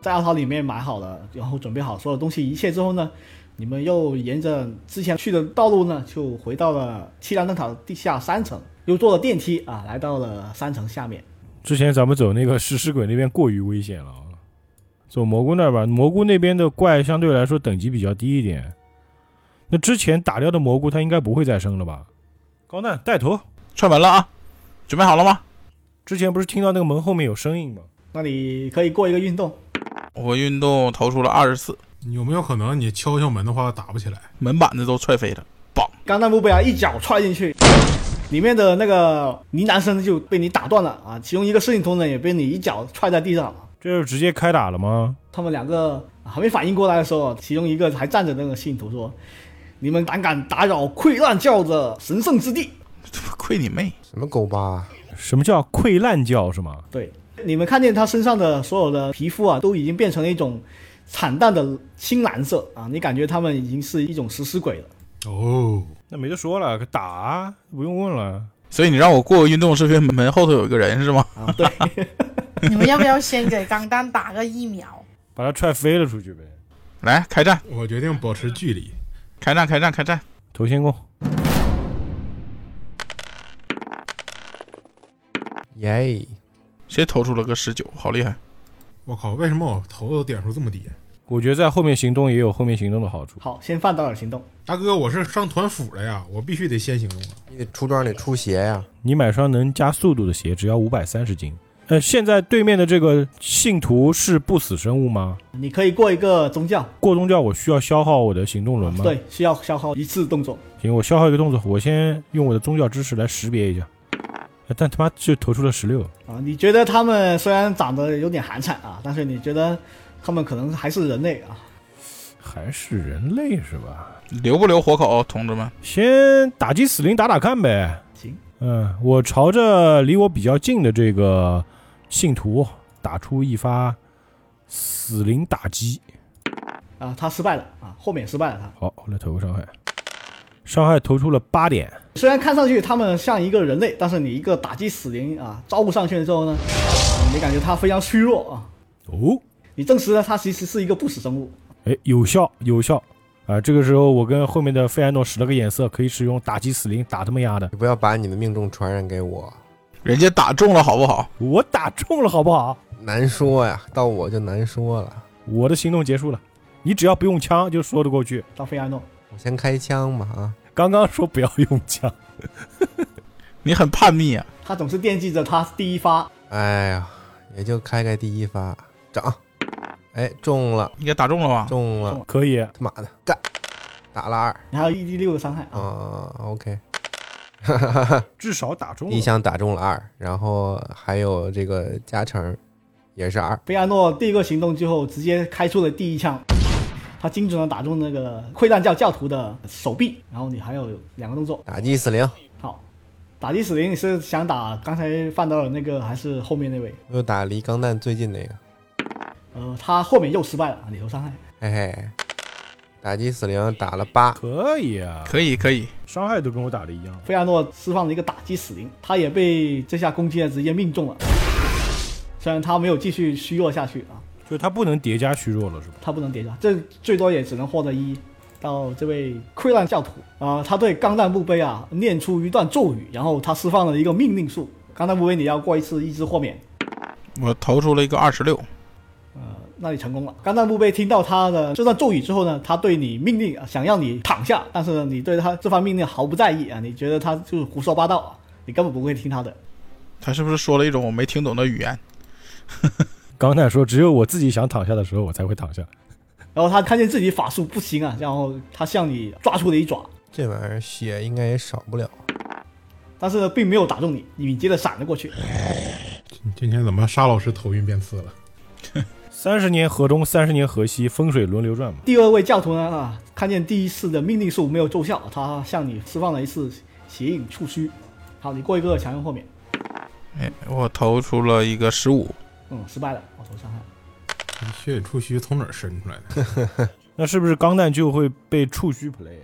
Speaker 1: 在奥陶里面买好了，然后准备好所有东西一切之后呢，你们又沿着之前去的道路呢，就回到了七兰灯塔的地下三层，又坐了电梯啊，来到了三层下面。
Speaker 2: 之前咱们走那个 食尸鬼那边过于危险了啊，走蘑菇那儿吧。蘑菇那边的怪相对来说等级比较低一点。那之前打掉的蘑菇，它应该不会再生了吧？高难带头，
Speaker 4: 串门了啊！准备好了吗？
Speaker 2: 之前不是听到那个门后面有声音吗？
Speaker 1: 那你可以过一个运动，
Speaker 4: 我运动投出了二十四，
Speaker 3: 有没有可能你敲敲门的话打不起来？
Speaker 4: 门板子都踹飞了。
Speaker 1: 钢弹目标啊一脚踹进去，里面的那个呢喃声就被你打断了啊！其中一个摄影头呢也被你一脚踹在地上了。
Speaker 2: 这是直接开打了吗？
Speaker 1: 他们两个啊还没反应过来的时候，其中一个还站着那个信徒说：“你们胆敢打扰溃烂教的神圣之地！
Speaker 4: 亏你妹！
Speaker 5: 什么狗吧？
Speaker 2: 什么叫溃烂叫是吗？
Speaker 1: 对，你们看见他身上的所有的皮肤啊，都已经变成了一种惨淡的青蓝色啊！你感觉他们已经是一种食尸鬼了。
Speaker 3: 哦，
Speaker 2: 那没得说了，打啊不用问了。
Speaker 4: 所以你让我过运动是因为门后头有一个人是吗？
Speaker 1: 啊，对，
Speaker 6: 你们要不要先给钢蛋打个疫苗？
Speaker 2: 把他踹飞了出去呗。
Speaker 4: 来开战，
Speaker 3: 我决定保持距离。
Speaker 4: 开战，开战，开战！
Speaker 2: 头先攻，
Speaker 5: 耶！
Speaker 4: 谁投出了个十九？好厉害！
Speaker 3: 我靠，为什么我投的点数这么低？
Speaker 2: 我觉得在后面行动也有后面行动的好处。
Speaker 1: 好，先放倒点行动。
Speaker 3: 大哥，我是上团辅的呀，我必须得先行动啊！
Speaker 5: 你得出装得出鞋呀、
Speaker 2: 你买双能加速度的鞋，只要五百三十斤。呃，现在对面的这个信徒是不死生物吗？
Speaker 1: 你可以过一个宗教，
Speaker 2: 过宗教我需要消耗我的行动轮吗？，
Speaker 1: 对，需要消耗一次动作。
Speaker 2: 行，我消耗一个动作，我先用我的宗教知识来识别一下。呃但他妈就投出了十六，
Speaker 1: 啊，你觉得他们虽然长得有点寒碜啊，但是你觉得他们可能还是人类啊？
Speaker 2: 还是人类是吧？
Speaker 4: 留不留活口，同志们？
Speaker 2: 先打击死灵打打看呗。
Speaker 1: 行，
Speaker 2: 嗯，我朝着离我比较近的这个信徒打出一发死灵打击。
Speaker 1: 啊，他失败了啊，后面也失败了他。
Speaker 2: 好，我来投个伤害，伤害投出了八点。
Speaker 1: 虽然看上去他们像一个人类，但是你一个打击死灵啊，招呼上去了之后呢，你感觉他非常虚弱啊。
Speaker 2: 哦，
Speaker 1: 你证实了他其实是一个不死生物。
Speaker 2: 哎，有效有效啊、这个时候我跟后面的费安诺使了个眼色，可以使用打击死灵打他们丫的。
Speaker 5: 你不要把你的命中传染给我，
Speaker 4: 人家打中了好不好？
Speaker 2: 我打中了好不好？
Speaker 5: 难说呀，到我就难说了。
Speaker 2: 我的行动结束了，你只要不用枪就说得过去。
Speaker 1: 到费安诺，
Speaker 5: 我先开枪吧啊！
Speaker 2: 刚刚说不要用枪，
Speaker 4: 你很叛逆啊！
Speaker 1: 他总是惦记着他第一发，
Speaker 5: 哎呀，也就开开第一发，长，哎，中了，
Speaker 4: 应该打中了吧？
Speaker 5: 中了，
Speaker 2: 可以。啊
Speaker 5: 他妈的，干，打了二
Speaker 1: 然后一 d 六的伤害啊，
Speaker 5: 啊，OK，
Speaker 2: 至少打中
Speaker 5: 一枪打中了二，然后还有这个加成，也是二，
Speaker 1: 费安诺第一个行动之后，直接开出了第一枪，他精准的打中那个溃烂教教徒的手臂，然后你还有两个动作。
Speaker 5: 打击死灵，
Speaker 1: 好，打击死灵你是想打刚才放到的那个，还是后面那位？
Speaker 5: 又打离钢弹最近那个，
Speaker 1: 呃，他后面又失败了，啊，你头伤害。
Speaker 5: 嘿嘿，打击死灵打了八，
Speaker 2: 可以啊，
Speaker 4: 可以，可以，
Speaker 2: 伤害都跟我打的一样。
Speaker 1: 费亚诺释放了一个打击死灵，他也被这下攻击呢直接命中了。虽然他没有继续虚弱下去啊，
Speaker 2: 就他不能叠加虚弱了，是吧？
Speaker 1: 他不能叠加，这最多也只能获得一。到这位溃烂教徒啊、他对钢弹墓碑啊念出一段咒语，然后他释放了一个命令术。钢弹墓碑你要过一次意志豁免，
Speaker 4: 我投出了一个二十六，
Speaker 1: 呃，那你成功了。钢弹墓碑听到他的这段咒语之后呢，他对你命令啊想让你躺下，但是呢，你对他这番命令毫不在意啊，你觉得他就是胡说八道啊，你根本不会听他的。
Speaker 4: 他是不是说了一种我没听懂的语言？
Speaker 2: 刚才说只有我自己想躺下的时候，我才会躺下。
Speaker 1: 然后他看见自己法术不行啊，然后他向你抓出了一爪，
Speaker 5: 这玩意儿血应该也少不了，
Speaker 1: 但是呢，并没有打中你，你敏捷的闪了过去。
Speaker 3: 今天怎么沙老师头晕变刺了？
Speaker 2: 三十年河东，三十年河西，风水轮流转嘛。
Speaker 1: 第二位教徒呢啊，看见第一次的命令术没有奏效，他向你释放了一次邪影触须。好，你过一个强用豁免，
Speaker 4: 哎，我投出了一个十五，
Speaker 1: 嗯，失败了，我头伤害。
Speaker 3: 这血影触须从哪儿伸出来的？
Speaker 2: 那是不是钢弹就会被触须 play？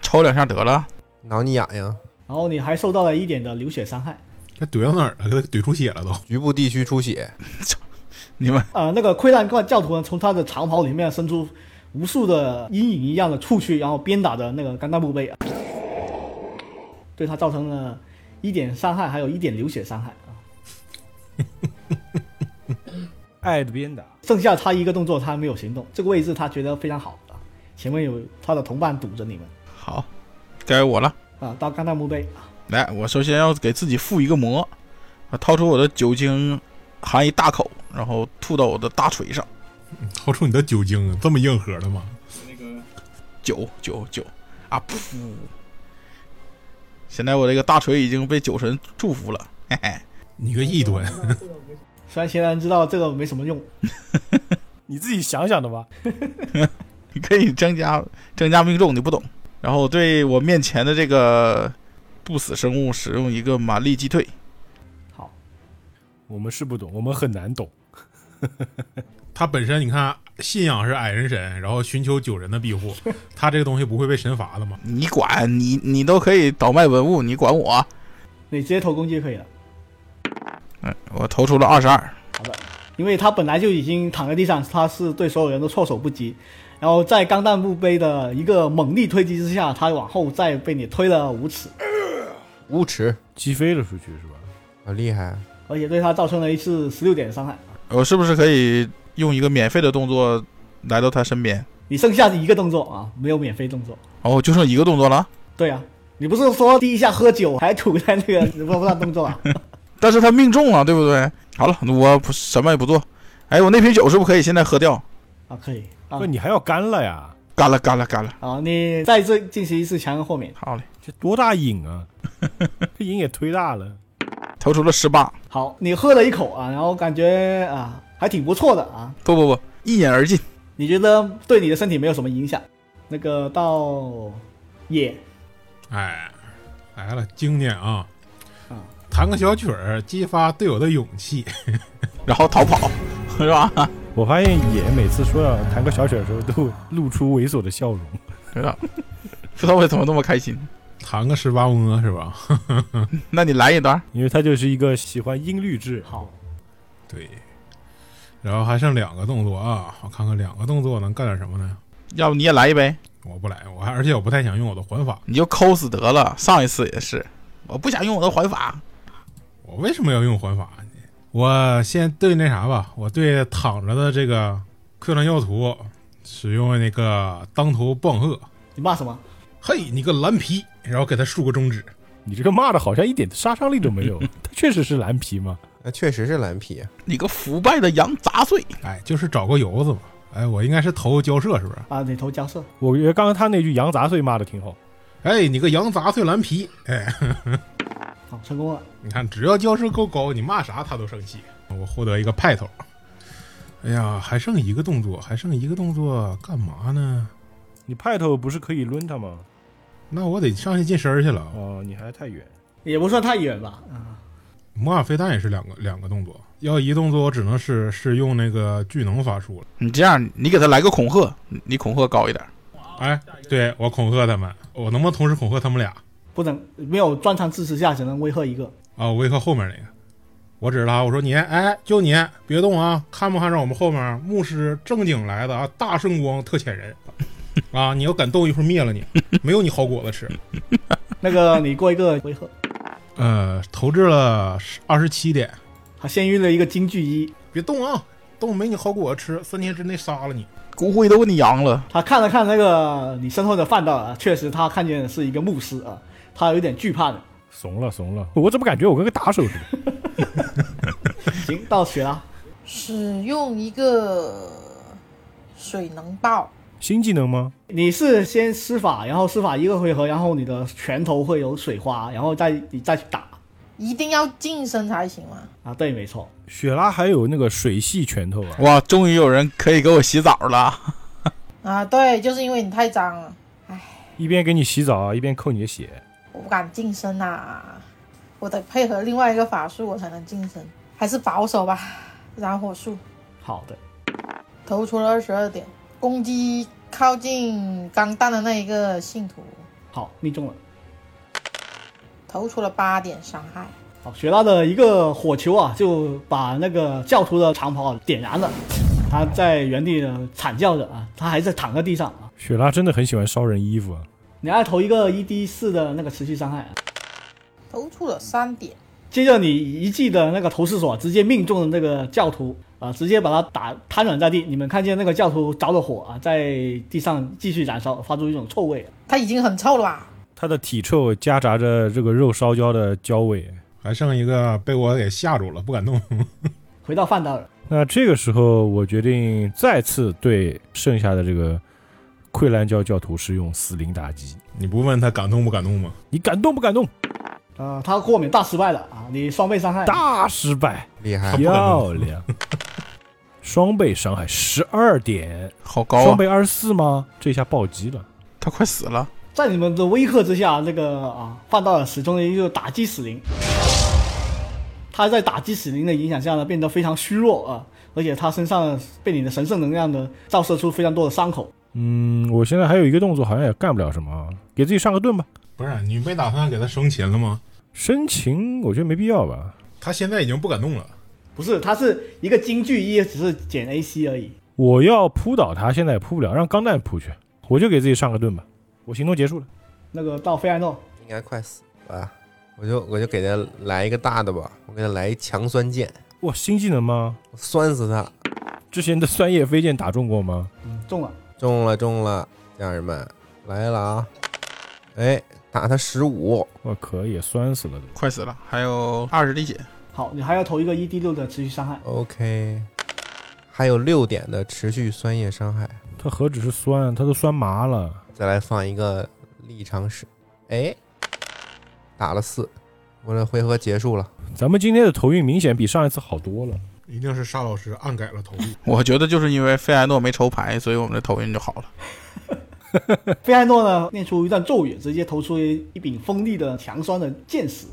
Speaker 4: 抽两下得了。
Speaker 5: 挠你痒痒，
Speaker 1: 然后你还哦受到了一点的流血伤害。
Speaker 3: 这怼到哪儿了？给他怼出血了都！
Speaker 5: 局部地区出血，
Speaker 4: 你们
Speaker 1: 呃，那个溃烂怪教徒呢，从他的长袍里面伸出无数的阴影一样的触须，然后鞭打着那个甘大墓碑，啊对他造成了一点伤害，还有一点流血伤害啊。
Speaker 2: 爱的鞭打，
Speaker 1: 剩下他一个动作，他没有行动。这个位置他觉得非常好啊，前面有他的同伴堵着你们
Speaker 4: 好，该我了。
Speaker 1: 啊，到甘大墓碑啊，
Speaker 4: 来，我首先要给自己附一个魔，啊掏出我的酒精，含一大口，然后吐到我的大锤上。
Speaker 3: 掏出你的酒精，这么硬核的吗？
Speaker 4: 九九九啊！噗！现在我这个大锤已经被酒神祝福了，嘿嘿。
Speaker 3: 你个异端！
Speaker 1: 虽然现在知道这个没什么用，
Speaker 2: 你自己想想的吧。
Speaker 4: 你可以增加增加命中，你不懂。然后对我面前的这个不死生物使用一个蛮力击退，
Speaker 1: 好，
Speaker 2: 我们是不懂，我们很难懂。
Speaker 3: 他本身你看信仰是矮人神，然后寻求九人的庇护，他这个东西不会被神罚的吗？
Speaker 4: 你管你你都可以倒卖文物，你管我？
Speaker 1: 你直接投攻击就可以了。
Speaker 4: 嗯，我投出了二十二，
Speaker 1: 因为他本来就已经躺在地上，他是对所有人都措手不及，然后在钢弹墓碑的一个猛力推击之下，他往后再被你推了五尺，
Speaker 5: 五尺，
Speaker 2: 击飞了出去是吧？
Speaker 5: 好哦厉害！啊
Speaker 1: 而且对他造成了一次十六点的伤害。
Speaker 4: 我是不是可以用一个免费的动作来到他身边？
Speaker 1: 你剩下一个动作啊，没有免费动作。
Speaker 4: 哦，就剩一个动作了。
Speaker 1: 对啊，你不是说第一下喝酒还吐在那个直播不上动作啊？
Speaker 4: 但是他命中了，对不对？好了，我不什么也不做。哎，我那瓶酒是不是可以现在喝掉？
Speaker 1: 啊，可以啊
Speaker 2: 不，你还要干了呀？
Speaker 4: 干了，干了，干了！
Speaker 1: 啊，你再这进行一次强豁免。
Speaker 4: 好嘞，
Speaker 2: 这多大瘾啊！这瘾也忒大了。
Speaker 4: 投出了十八。
Speaker 1: 好，你喝了一口啊，然后感觉啊还挺不错的啊，
Speaker 4: 不不不，一饮而尽。
Speaker 1: 你觉得对你的身体没有什么影响？那个到野
Speaker 3: 哎，来了，经典啊
Speaker 1: 嗯！
Speaker 3: 弹个小曲儿，激发队友的勇气。
Speaker 4: 然后逃跑， 是吧？
Speaker 2: 我发现野每次说要弹个小曲儿的时候，都露出猥琐的笑容。
Speaker 4: 知道，不知道为什么那么开心。
Speaker 3: 弹个十八摸是吧？
Speaker 4: 那你来一段，
Speaker 2: 因为他就是一个喜欢音律制。
Speaker 1: 好，
Speaker 3: 对。然后还剩两个动作啊，我看看两个动作能干点什么呢？
Speaker 4: 要不你也来一杯，
Speaker 3: 我不来，我还而且我不太想用我的环法。
Speaker 4: 你就抠死得了。上一次也是，我不想用我的环法，
Speaker 3: 我为什么要用环法呢？我先对那啥吧，我对躺着的这个溃烂药徒使用那个当头棒喝，
Speaker 1: 你骂什么？
Speaker 3: 嘿，你个蓝皮，然后给他竖个中指。
Speaker 2: 你这个骂的好像一点杀伤力都没有。 他确实是蓝皮嘛，
Speaker 5: 那确实是蓝皮，啊
Speaker 4: 你个腐败的羊杂碎！
Speaker 3: 哎，就是找个由子嘛。哎，我应该是投交涉是不是？
Speaker 1: 啊，你投交涉，
Speaker 2: 我觉得刚刚他那句“羊杂碎”骂的挺好。
Speaker 3: 哎，你个羊杂碎蓝皮！哎，
Speaker 1: 好，成功了。
Speaker 3: 你看，只要交涉够高，你骂啥他都生气。我获得一个派头。哎呀，还剩一个动作，还剩一个动作，干嘛呢？
Speaker 2: 你派头不是可以抡他吗？
Speaker 3: 那我得上去近身儿去了啊。
Speaker 2: 哦，你还太远。
Speaker 1: 也不算太远吧，啊，
Speaker 3: 魔法飞弹也是两个两个动作，要一动作我只能是是用那个聚能法术了。
Speaker 4: 你这样，你给他来个恐吓，你恐吓高一点。
Speaker 3: 哎，对我恐吓他们，我能不能同时恐吓他们俩
Speaker 1: 不能没有专长支持下，只能威吓一个。
Speaker 3: 啊？我威吓后面那个，我指着他我说你哎，就你别动啊，看不看着我们后面牧师正经来的啊，大圣光特遣人啊，你要敢动一会儿灭了你，没有你好果子吃。
Speaker 1: 那个你过一个威吓，
Speaker 3: 呃，投掷了二十七点，
Speaker 1: 他先晕了一个金巨一，
Speaker 3: 别动啊，动没你好果子吃，三天之内杀了你。
Speaker 4: 骨灰都给你扬了，
Speaker 1: 他看了看那个你身后的范道啊，确实他看见的是一个牧师啊，他有点惧怕的。
Speaker 2: 怂了，怂了！我怎么感觉我跟个打手似的？
Speaker 1: 行，到血了，
Speaker 6: 使用一个水能爆，
Speaker 2: 新技能吗？
Speaker 1: 你是先施法，然后施法一个回合，然后你的拳头会有水花，然后再你再去打
Speaker 6: 一定要近身才行吗？
Speaker 1: 啊，对，没错，
Speaker 2: 雪拉还有那个水系拳头啊！
Speaker 4: 哇，终于有人可以给我洗澡了。
Speaker 6: 啊，对，就是因为你太脏了，
Speaker 2: 一边给你洗澡啊，一边扣你的血。
Speaker 6: 我不敢近身啊，我得配合另外一个法术我才能近身，还是保守吧。燃火术
Speaker 1: 好的，
Speaker 6: 投出了二十二点，攻击靠近钢弹的那一个信徒，
Speaker 1: 好，命中了。
Speaker 6: 投出了八点伤害。
Speaker 1: 好，雪拉的一个火球啊，就把那个教徒的长袍啊点燃了，他在原地呢惨叫着啊，他还在躺在地上啊。
Speaker 2: 雪拉真的很喜欢烧人衣服啊！
Speaker 1: 你要投一个一 d 四的那个持续伤害啊，
Speaker 6: 投出了三点，
Speaker 1: 接着你一记的那个投石锁直接命中了那个教徒啊，直接把他打瘫软在地。你们看见那个教徒着了火啊，在地上继续燃烧，发出一种臭味啊。
Speaker 6: 他已经很臭了吧？
Speaker 2: 它的体臭夹杂着这个肉烧焦的焦味。
Speaker 3: 还剩一个被我给吓住了，不敢动。
Speaker 1: 回到范大人，
Speaker 2: 那这个时候，我决定再次对剩下的这个溃烂教教徒施用死灵打击。
Speaker 3: 你不问他感动不感动吗？
Speaker 2: 你敢动不敢动？
Speaker 1: 呃，他过敏大失败了啊，你双倍伤害，
Speaker 2: 大失败，
Speaker 5: 厉害
Speaker 3: 他不！敢动
Speaker 2: 漂亮，哎双倍伤害十二点，
Speaker 4: 好高
Speaker 2: 双
Speaker 4: 啊！
Speaker 2: 倍二十四吗？这下暴击了。
Speaker 4: 他快死了，
Speaker 1: 在你们的威吓之下，那个啊，范道尔始终依旧打击死灵。他在打击死灵的影响下呢，变得非常虚弱啊，而且他身上被你的神圣能量呢照射出非常多的伤口。
Speaker 2: 嗯，我现在还有一个动作，好像也干不了什么啊，给自己上个盾吧。
Speaker 3: 不是啊你没打算给他生擒了吗？
Speaker 2: 深情，我觉得没必要吧。
Speaker 3: 他现在已经不敢动了。
Speaker 1: 不是，他是一个京剧一，只是减 AC 而已。
Speaker 2: 我要扑倒他，现在也扑不了，让钢蛋扑去，我就给自己上个盾吧。我行动结束了，
Speaker 1: 那个到菲艾诺，
Speaker 5: 应该快死了吧，我就我就给他来一个大的吧，我给他来一强酸剑，
Speaker 2: 哇，新技能吗？
Speaker 5: 我酸死他！
Speaker 2: 之前的酸液飞剑打中过吗？
Speaker 1: 嗯，中了，
Speaker 5: 中了中了，家人们来了啊！哎，打他十五，
Speaker 2: 我可以，酸死了都。
Speaker 4: 快死了，还有二十滴血，
Speaker 1: 好，你还要投一个 ED 6的持续伤害。
Speaker 5: OK，还有六点的持续酸液伤害，
Speaker 2: 他何止是酸，他都酸麻了。
Speaker 5: 再来放一个立场史。哎，打了四，我的回合结束了。
Speaker 2: 咱们今天的头晕明显比上一次好多了。
Speaker 3: 一定是沙老师暗改了头路。
Speaker 4: 我觉得就是因为费埃诺没抽牌，所以我们的头晕就好了。
Speaker 1: 菲艾诺呢，念出一段咒语，直接投出一柄锋利的强酸的剑矢，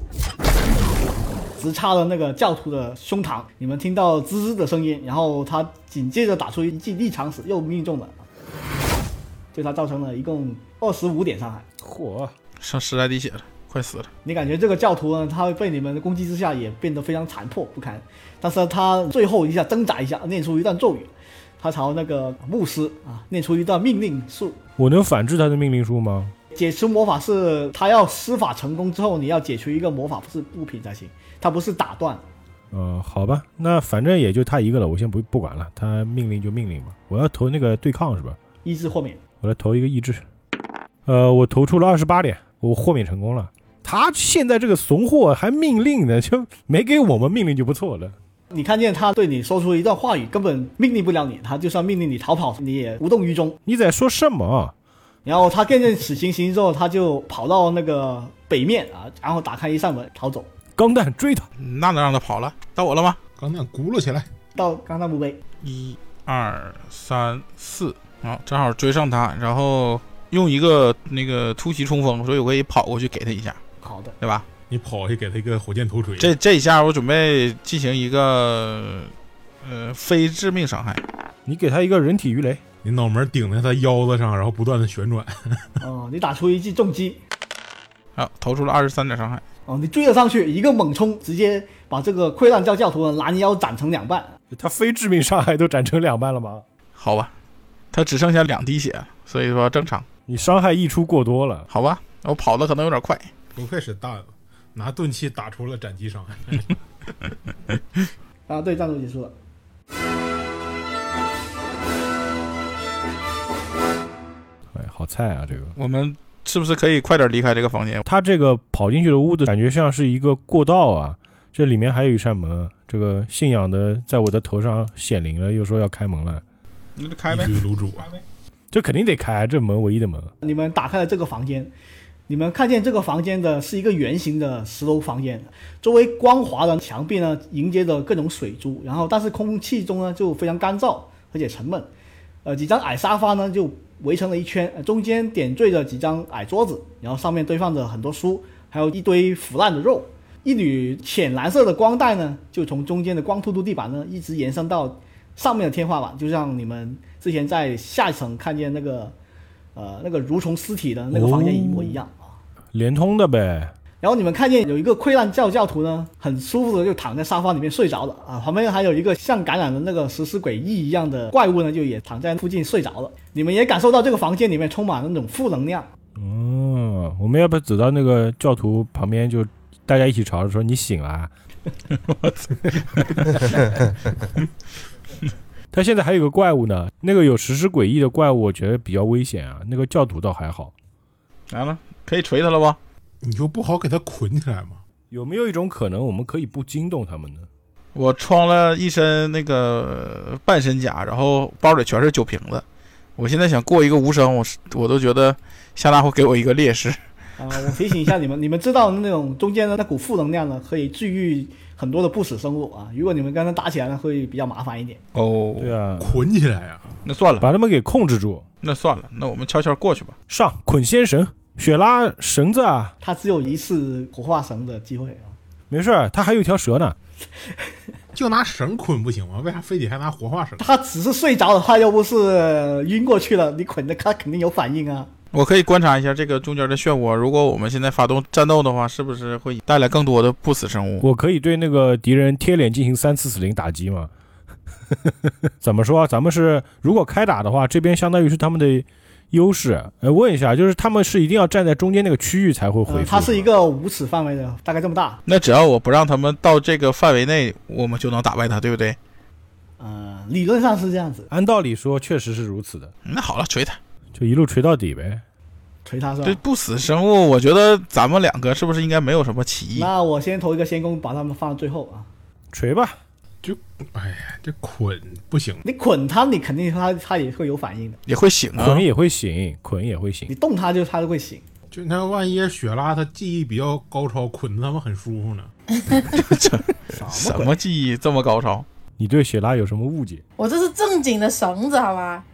Speaker 1: 直插了那个教徒的胸膛。你们听到滋滋的声音，然后他紧接着打出一记立长矢，又命中了，对他造成了一共二十五点伤害。
Speaker 2: 嚯，
Speaker 4: 剩十来滴血了，快死了！
Speaker 1: 你感觉这个教徒呢，他被你们的攻击之下也变得非常残破不堪，但是他最后一下挣扎一下，念出一段咒语，他朝那个牧师啊念出一段命令术，
Speaker 2: 我能反制他的命令书吗？
Speaker 1: 解除魔法是他要施法成功之后，你要解除一个魔法是物品才行，他不是打断。
Speaker 2: 呃，好吧，那反正也就他一个了，我先不不管了，他命令就命令吧。我要投那个对抗是吧？
Speaker 1: 医治豁免，
Speaker 2: 我来投一个意志。呃，我投出了二十八点，我豁免成功了。他现在这个怂货还命令呢，就没给我们命令就不错了。
Speaker 1: 你看见他对你说出一段话语，根本命令不了你，他就算命令你逃跑，你也无动于衷。
Speaker 2: 你在说什么？啊
Speaker 1: 然后他看见此情形之后，他就跑到那个北面啊，然后打开一扇门逃走，
Speaker 2: 钢蛋追他！
Speaker 4: 那能让他跑了？到我了吗？
Speaker 3: 钢蛋咕噜起来，
Speaker 1: 到冈纳墓碑。
Speaker 4: 一、二、三、四，啊，正好追上他，然后用一个那个突袭冲锋，所以我可以跑过去给他一下，
Speaker 1: 好的，
Speaker 4: 对吧？
Speaker 3: 你跑去给他一个火箭头锤。
Speaker 4: 这这一下我准备进行一个呃非致命伤害，
Speaker 2: 你给他一个人体鱼雷，
Speaker 3: 你脑门顶在他腰子上，然后不断的旋转。
Speaker 1: 哦、你打出一记重击，
Speaker 4: 啊，投出了二十三点伤害，
Speaker 1: 哦、你追了上去，一个猛冲，直接把这个溃烂教教徒呢拦腰斩成两半。
Speaker 2: 他非致命伤害都斩成两半了吗？
Speaker 4: 好吧，他只剩下两滴血了，所以说正常，
Speaker 2: 你伤害溢出过多了，
Speaker 4: 好吧，我跑的可能有点快，
Speaker 3: 不愧是蛋，拿钝器打出了斩击伤害。
Speaker 1: 啊，对，战斗结束了。
Speaker 2: 哎，好菜啊这个。
Speaker 4: 我们是不是可以快点离开这个房间？
Speaker 2: 他这个跑进去的屋子，感觉像是一个过道啊，这里面还有一扇门。这个信仰的在我的头上显灵了，又说要开门了，
Speaker 4: 那就开
Speaker 3: 一
Speaker 4: 呗。
Speaker 3: 堆卤煮，
Speaker 2: 这肯定得开，这门唯一的门。
Speaker 1: 你们打开了这个房间，你们看见这个房间的是一个圆形的石楼房间，周围光滑的墙壁呢迎接着各种水珠，然后但是空气中呢就非常干燥而且沉闷，呃，几张矮沙发呢就围成了一圈，呃中间点缀着几张矮桌子，然后上面堆放着很多书，还有一堆腐烂的肉。一缕浅蓝色的光带呢，就从中间的光秃秃地板呢，一直延伸到上面的天花板，就像你们之前在下层看见那个呃那个蠕虫尸体的那个房间一模一样啊。
Speaker 2: 联通的呗，
Speaker 1: 然后你们看见有一个溃烂教教徒呢，很舒服的就躺在沙发里面睡着了啊，旁边还有一个像感染了那个食尸鬼疫一样的怪物呢，就也躺在附近睡着了。你们也感受到这个房间里面充满了那种负能量。
Speaker 2: 嗯，我们要不走到那个教徒旁边，就大家一起吵着说你醒了 啊。他现在还有个怪物呢，那个有实施诡异的怪物，我觉得比较危险啊。那个教徒倒还好，
Speaker 4: 来了，可以锤他了吧？
Speaker 3: 你就不好给他捆起来吗？
Speaker 2: 有没有一种可能，我们可以不惊动他们呢？
Speaker 4: 我穿了一身那个半身甲，然后包里全是酒瓶子。我现在想过一个无声，我是我都觉得夏娜会给我一个劣势。
Speaker 1: 啊、我提醒一下你们，你们知道那种中间的那股负能量呢，可以治愈很多的不死生物啊。如果你们跟他打起来呢，会比较麻烦一点。
Speaker 4: 哦
Speaker 2: 对啊，
Speaker 3: 捆起来呀、
Speaker 4: 那算了，
Speaker 2: 把他们给控制住，
Speaker 4: 那算了，那我们悄悄过去吧。
Speaker 2: 上捆仙绳，雪拉绳子啊，
Speaker 1: 他只有一次火化绳的机会啊。
Speaker 2: 没事儿，他还有一条蛇呢。
Speaker 3: 就拿绳捆不行吗？为啥非得还拿活化绳？
Speaker 1: 他只是睡着的话，又不是晕过去了，你捆着他肯定有反应啊。
Speaker 4: 我可以观察一下这个中间的漩涡，如果我们现在发动战斗的话，是不是会带来更多的不死生物？
Speaker 2: 我可以对那个敌人贴脸进行三次死灵打击吗？ 怎么说？咱们是如果开打的话，这边相当于是他们的优势。呃，问一下，就是他们是一定要站在中间那个区域才会回
Speaker 1: 呃
Speaker 2: 复。
Speaker 1: 它是一个五尺范围的，大概这么大。
Speaker 4: 那只要我不让他们到这个范围内，我们就能打败他，对不对？
Speaker 1: 呃，理论上是这样子，
Speaker 2: 按道理说确实是如此的，
Speaker 4: 那好了，锤他。
Speaker 2: 就一路锤到底呗。
Speaker 1: 锤他是
Speaker 4: 对
Speaker 1: 吧？
Speaker 4: 不死生物，我觉得咱们两个是不是应该没有什么歧义？
Speaker 1: 那我先投一个先攻，把他们放到最后啊。
Speaker 2: 锤吧，
Speaker 3: 哎呀，这捆不行，
Speaker 1: 你捆他，你肯定他他也会有反应的。
Speaker 4: 也会醒啊
Speaker 2: 捆。也会醒，捆也会醒
Speaker 1: 你。动他就他就会醒。
Speaker 3: 就那万一雪拉她技艺比较高超，捆他们很舒服呢。
Speaker 1: 什
Speaker 4: 什
Speaker 1: 么
Speaker 4: 么技艺这么高超？
Speaker 2: 你对雪拉有什么误解？
Speaker 6: 我这是正经的绳子，好吧？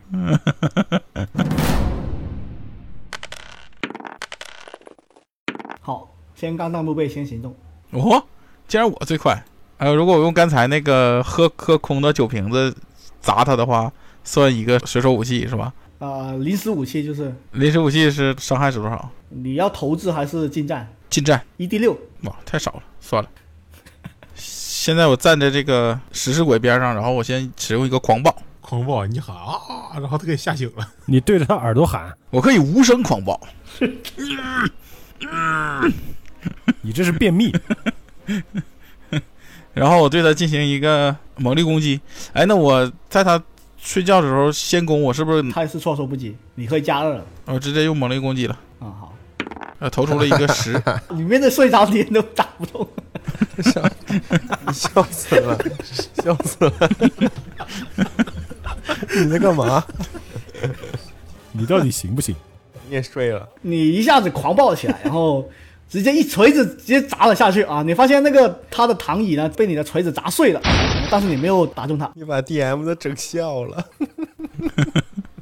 Speaker 1: 鬼？好，先刚当不备，先行动。
Speaker 4: 哦，竟然我最快。还有，如果我用刚才那个喝喝空的酒瓶子砸他的话，算一个随手武器是吧？
Speaker 1: 呃，临时武器就是
Speaker 4: 临时武器是伤害是多少？
Speaker 1: 你要投掷还是近战？
Speaker 4: 近战。
Speaker 1: 一 d 六，
Speaker 4: 哇，太少了，算了。现在我站在这个食尸鬼边上，然后我先使用一个狂暴，
Speaker 3: 狂暴，你喊啊，然后他给吓醒了。
Speaker 2: 你对着他耳朵喊，
Speaker 4: 我可以无声狂暴，
Speaker 2: 你这是便秘。
Speaker 4: 然后我对他进行一个猛力攻击。哎，那我在他睡觉的时候先攻，我是不是
Speaker 1: 他也是措手不及，你可以加二了。
Speaker 4: 我直接用猛力攻击了？
Speaker 1: 啊、好，
Speaker 4: 呃，投出了一个 十，
Speaker 1: 里面的睡着点都打不动。
Speaker 5: 笑死了，笑死了！ 你在干嘛？
Speaker 2: 你到底行不行？
Speaker 5: 你也睡了？
Speaker 1: 你一下子狂暴起来，然后直接一锤子直接砸了下去啊！你发现那个他的躺椅呢被你的锤子砸碎了，但是你没有打中他。
Speaker 5: 你把 DM 都整笑了。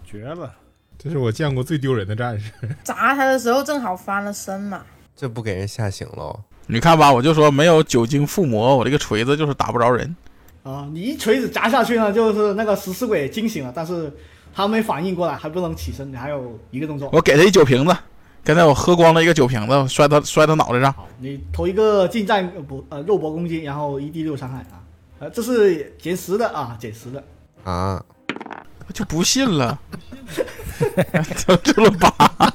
Speaker 2: 绝了！
Speaker 3: 这是我见过最丢人的战士。
Speaker 6: 砸他的时候正好翻了身嘛。
Speaker 5: 这不给人吓醒哦喽？
Speaker 4: 你看吧，我就说没有酒精附魔，我这个锤子就是打不着人。
Speaker 1: 啊！你一锤子砸下去呢，就是那个食尸鬼惊醒了，但是他没反应过来，还不能起身，你还有一个动作。
Speaker 4: 我给他一酒瓶子，刚才我喝光了一个酒瓶子，我摔他摔他脑袋上。
Speaker 1: 好，你投一个近战呃不呃肉搏攻击，然后一 d 六伤害啊，呃这是减十的啊，减十的。
Speaker 5: 啊，
Speaker 4: 我就不信了， 投出了八，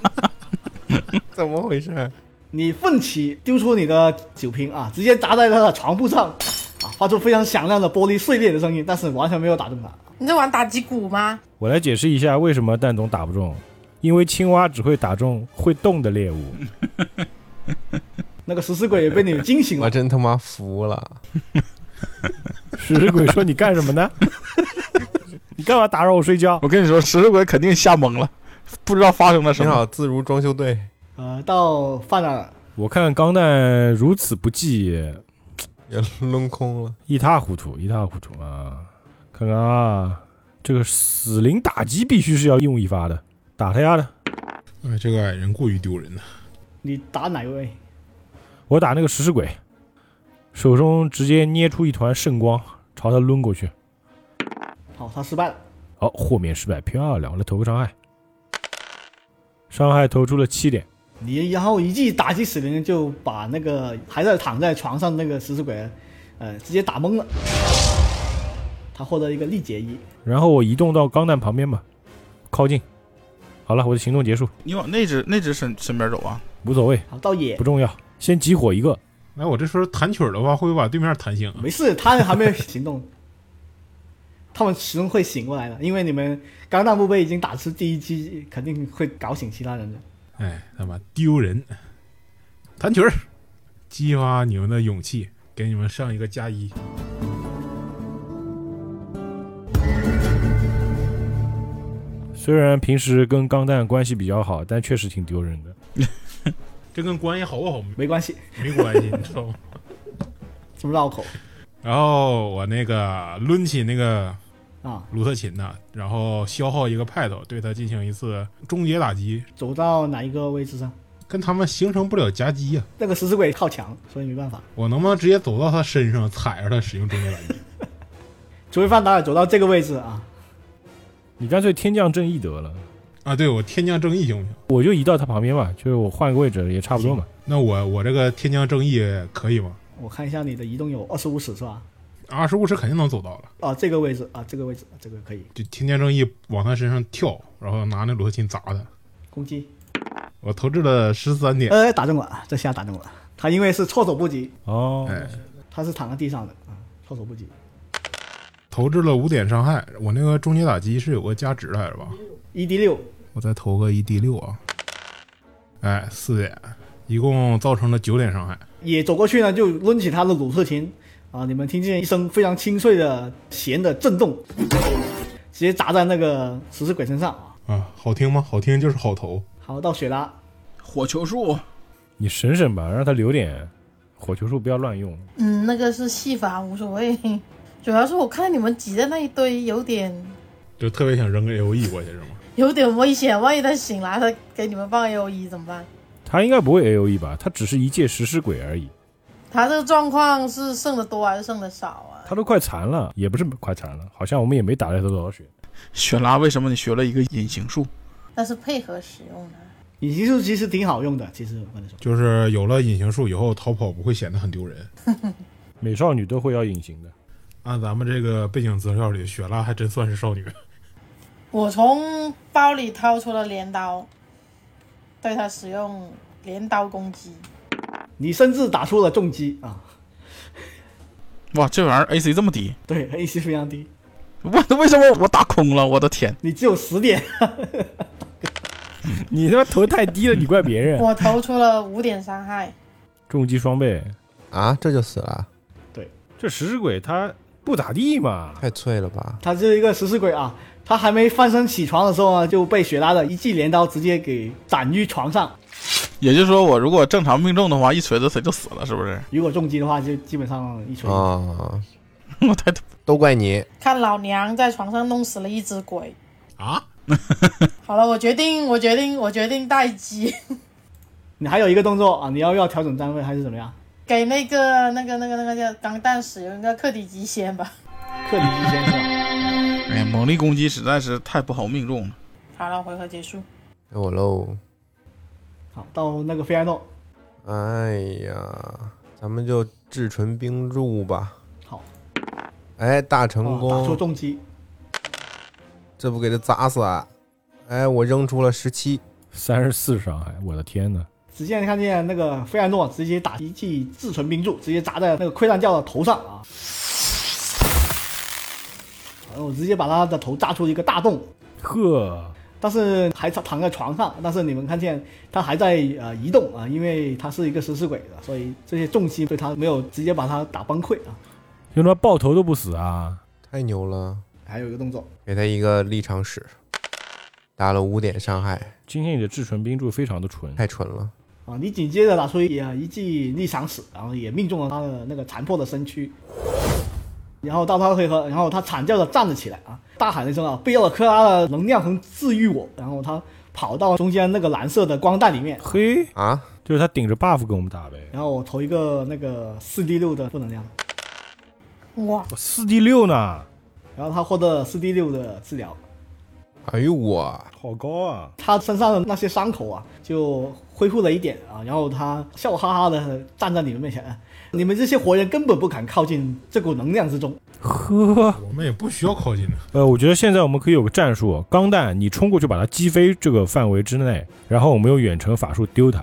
Speaker 5: 怎么回事？
Speaker 1: 你奋起丢出你的酒瓶啊，直接砸在他的床铺上，啊，发出非常响亮的玻璃碎裂的声音，但是完全没有打中他。
Speaker 6: 你在玩打击鼓吗？
Speaker 2: 我来解释一下为什么蛋总打不中，因为青蛙只会打中会动的猎物。
Speaker 1: 那个食尸鬼也被你惊 醒
Speaker 5: 我
Speaker 1: 了，
Speaker 5: 真他妈服了！
Speaker 2: 食尸鬼说：“你干什么呢？ 你干嘛打扰我睡觉
Speaker 4: 我跟你说，食尸鬼肯定吓懵了，不知道发生了什
Speaker 5: 你
Speaker 4: 么。
Speaker 5: 好，自如装修队
Speaker 1: 呃，到犯了，？”
Speaker 2: 我看钢蛋如此不济，
Speaker 5: 也抡空了。
Speaker 2: 一塌糊涂，一塌糊涂啊！看看啊，这个死灵打击必须是要用一发的，打他丫的！
Speaker 3: 哎，这个矮人过于丢人了。
Speaker 1: 你打哪位？
Speaker 2: 我打那个食尸鬼，手中直接捏出一团圣光，朝他抡过去。
Speaker 1: 好，他失败了。
Speaker 2: 好、豁免失败，漂亮！我来投个伤害，伤害投出了七点。
Speaker 1: 你然后一记打击死灵，就把那个还在躺在床上那个食尸鬼，呃，直接打懵了。他获得一个力竭一，
Speaker 2: 然后我移动到钢弹旁边吧，靠近。好了，我的行动结束，
Speaker 4: 你往那只那只身身边走啊！
Speaker 2: 无所谓，
Speaker 1: 好到野
Speaker 2: 不重要。先集火一个，
Speaker 3: 哎，我这时候弹曲儿的话，会不会把对面弹醒啊？
Speaker 1: 没事，他还没有行动，他们始终会醒过来的，因为你们钢弹部队已经打出第一击，肯定会搞醒其他人的。
Speaker 3: 哎，他妈丢人！弹曲儿，激发你们的勇气，给你们上一个加一。
Speaker 2: 虽然平时跟钢蛋关系比较好，但确实挺丢人的。
Speaker 3: 这跟关系好不好
Speaker 1: 没关系，
Speaker 3: 没关系，你知道吗？
Speaker 1: 这么绕口
Speaker 3: 然后我那个抡起那个
Speaker 1: 啊！
Speaker 3: 鲁特琴呐，然后消耗一个派头，对他进行一次终结打击，
Speaker 1: 走到哪一个位置上？
Speaker 3: 跟他们形成不了夹击呀、
Speaker 1: 那个食尸鬼靠墙，所以没办法。
Speaker 3: 我能不能直接走到他身上，踩着他使用终结打击？
Speaker 1: 除非范达尔走到这个位置啊，
Speaker 2: 你干脆天降正义得了，
Speaker 3: 啊，对我天降正义行不行？
Speaker 2: 我就移到他旁边嘛，就是我换个位置也差不多嘛。
Speaker 3: 那我我这个天降正义可以吗？
Speaker 1: 我看一下你的移动有二十五尺是吧？
Speaker 3: 二十五尺肯定能走到了，
Speaker 1: 啊，这个位置啊，这个位置，啊这个可以
Speaker 3: 就天降正义往他身上跳，然后拿那鲁特琴砸他。
Speaker 1: 攻击。
Speaker 3: 我投掷了十三点，
Speaker 1: 呃，打中了，啊，这下打中了。他因为是措手不及，
Speaker 2: 哦，
Speaker 3: 哎，
Speaker 1: 他是躺在地上的啊，措手不及。
Speaker 3: 投掷了五点伤害。我那个终结打击是有个加值来着吧？
Speaker 1: 一 E d 六，
Speaker 3: 我再投个一 d 六啊，哎，四点，一共造成了九点伤害。
Speaker 1: 也走过去呢，就抡起他的鲁特琴啊，你们听见一声非常清脆的弦的震动，直接砸在那个食尸鬼身上啊。
Speaker 3: 啊，好听吗？好听就是好投。
Speaker 1: 好，到雪拉，
Speaker 4: 火球术，
Speaker 2: 你省省吧，让他留点火球术，不要乱用。
Speaker 6: 嗯，那个是戏法，无所谓。主要是我看你们挤在那一堆，有点
Speaker 3: 就特别想扔个 A O E 过去是吗？
Speaker 6: 有点危险，万一他醒来，他给你们放 A O E 怎么办？
Speaker 2: 他应该不会 A O E 吧？他只是一介食尸鬼而已，
Speaker 6: 他这个状况是剩的多还是剩的少啊？
Speaker 2: 他都快残了，也不是快残了，好像我们也没打掉他多少血。
Speaker 4: 雪拉，为什么你学了一个隐形术？
Speaker 6: 但是配合使用的，
Speaker 1: 隐形术其实挺好用的，其实我跟你说，
Speaker 3: 就是有了隐形术以后，逃跑不会显得很丢人。
Speaker 2: 美少女都会要隐形的，
Speaker 3: 按咱们这个背景资料里，雪拉还真算是少女。
Speaker 6: 我从包里掏出了镰刀，对他使用镰刀攻击。
Speaker 1: 你甚至打出了重击啊，
Speaker 4: 哇，这玩意儿 AC 这么低，
Speaker 1: 对，AC 非常低，
Speaker 4: 我 为什么我打空了？我的天！
Speaker 1: 你只有十点，
Speaker 2: 你他妈头太低了，你怪别人。
Speaker 6: 我投出了五点伤害，
Speaker 2: 重击双倍，
Speaker 5: 啊，这就死了啊，
Speaker 2: 这食尸鬼他不咋地嘛，
Speaker 5: 太脆了吧？
Speaker 1: 他是一个食尸鬼啊，他还没翻身起床的时候呢，就被雪拉的一记镰刀直接给斩于床上。
Speaker 4: 也就是说，我如果正常命中的话，一锤子谁就死了，是不是？
Speaker 1: 如果重击的话，就基本上一锤。
Speaker 5: 啊，
Speaker 4: 我太
Speaker 5: 都怪你，哎
Speaker 6: 看老娘在床上弄死了一只鬼。
Speaker 3: 啊，
Speaker 6: 好了，我决定，我决定，我决定待机，
Speaker 1: 你还有一个动作啊，你要要调整站位还是怎么样？
Speaker 6: 给那个那个那个那个叫钢弹使用一个克敌极限吧。
Speaker 1: 克敌极限是 吧？
Speaker 4: 哎呀，猛力攻击实在是太不好命中了。
Speaker 6: 好了，回合结束。
Speaker 5: 该我喽。
Speaker 1: 好，到那个菲埃诺，
Speaker 5: 哎呀，咱们就至纯冰柱吧。
Speaker 1: 好，
Speaker 5: 哎，大成
Speaker 1: 哦打出
Speaker 5: 功，
Speaker 1: 重击，
Speaker 5: 这不给他砸死啊？哎，我扔出了十七，
Speaker 2: 三十四伤害，我的天呐！
Speaker 1: 只见看见那个菲埃诺直接打一记至纯冰柱，直接砸在那个溃烂教的头上啊！然后直接把他的头炸出一个大洞，
Speaker 2: 呵，
Speaker 1: 但是还躺躺在床上，但是你们看见他还在呃移动啊，因为他是一个食尸鬼的，所以这些重击对他没有直接把他打崩溃啊。
Speaker 2: 就他妈爆头都不死啊！
Speaker 5: 太牛了！
Speaker 1: 还有一个动作，
Speaker 5: 给他一个立场史，打了五点伤害，
Speaker 2: 今天你的至纯冰柱非常的纯，
Speaker 5: 太蠢了。
Speaker 1: 啊，你紧接着打出一啊一记逆伤死，然后也命中了他的那个残破的身躯，然后到他回合，然后他惨叫着站了起来啊，大喊了一声啊，贝奥克拉的能量能治愈我，然后他跑到中间那个蓝色的光带里面，
Speaker 2: 嘿，
Speaker 5: 啊，
Speaker 2: 就是他顶着 buff 跟我们打呗。
Speaker 1: 然后我投一个那个四 D 六的负能量，
Speaker 6: 哇，
Speaker 2: 四 D 六呢，
Speaker 1: 然后他获得四 D 六的治疗，
Speaker 5: 哎呦我，
Speaker 2: 好高啊！
Speaker 1: 他身上的那些伤口啊就恢复了一点啊，然后他笑哈哈的站在你们面前，啊你们这些活人根本不敢靠近这股能量之中。
Speaker 2: 呵，
Speaker 3: 我们也不需要靠近的。
Speaker 2: 呃，我觉得现在我们可以有个战术，钢弹你冲过去把它击飞这个范围之内，然后我们用远程法术丢它。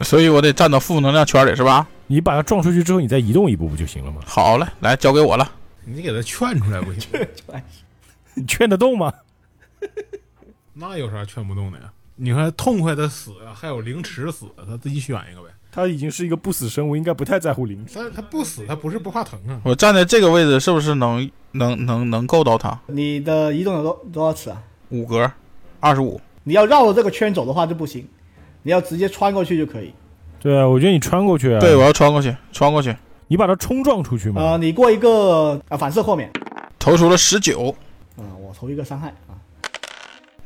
Speaker 4: 所以我得站到负能量圈里，是吧？
Speaker 2: 你把它撞出去之后，你再移动一步不就行 了吗？
Speaker 4: 好嘞，来交给我了。
Speaker 3: 你给他劝出来不
Speaker 1: 哎
Speaker 3: 行？
Speaker 2: 你劝得动吗？
Speaker 3: 那有啥劝不动的呀？你看痛快的死，还有凌迟死，他自己选一个呗。
Speaker 2: 他已经是一个不死生物，应该不太在乎灵体。
Speaker 3: 他他不死，他不是不怕疼啊。
Speaker 4: 我站在这个位置，是不是能能能能够到他？
Speaker 1: 你的移动有多多少尺啊？
Speaker 4: 五格，二十五。
Speaker 1: 你要绕着这个圈走的话就不行，你要直接穿过去就可以。
Speaker 2: 对啊，我觉得你穿过去，
Speaker 4: 对，我，要穿过去，穿过去，
Speaker 2: 你把它冲撞出去嘛。
Speaker 1: 呃，你过一个啊、反射豁免，
Speaker 4: 投出了十九。
Speaker 1: 嗯、我投一个伤害啊，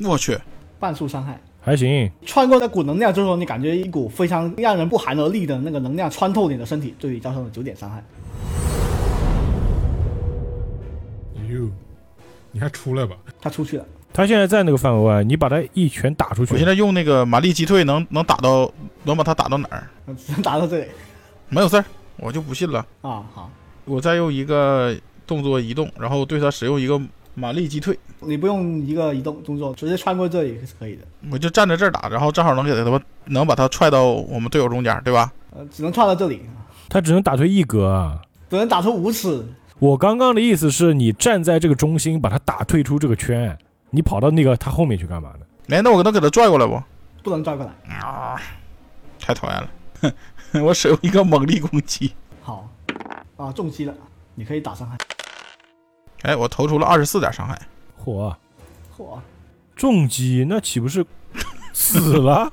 Speaker 4: 我去，
Speaker 1: 半数伤害。
Speaker 2: 还行，
Speaker 1: 穿过那股能量之后，你感觉一股非常让人不寒而栗的那个能量穿透你的身体，对你造成了九点伤害。
Speaker 3: 哟，哎你还出来吧？
Speaker 1: 他出去了，
Speaker 2: 他现在在那个范围外，你把他一拳打出
Speaker 4: 我
Speaker 2: 去
Speaker 4: 现，在用那个蛮力击退能能打到，能把他打到哪儿？
Speaker 1: 嗯只能打到这里
Speaker 4: 没有事儿，我就不信了。
Speaker 1: 啊。好，
Speaker 4: 我再用一个动作移动，然后对他使用一个蛮力击退，
Speaker 1: 你不用一个移动动作，直接穿过这里是可以的。
Speaker 4: 我就站在这儿打，然后正好能给他他妈能把他踹到我们队友中间，对吧？
Speaker 1: 呃，只能穿到这里，啊
Speaker 2: 他只能打退一格啊。
Speaker 1: 只能打出五尺。
Speaker 2: 我刚刚的意思是你站在这个中心，把他打退出这个圈，你跑到那个他后面去干嘛呢？
Speaker 4: 哎，那我能给他拽过来不？
Speaker 1: 不能转过来。
Speaker 4: 啊，太讨厌了！我使用一个猛力攻击，
Speaker 1: 好，啊，中击了，你可以打伤害。
Speaker 4: 哎，我投出了二十四点伤害。
Speaker 2: 嚯，
Speaker 1: 嚯，
Speaker 2: 重击那岂不是死 了？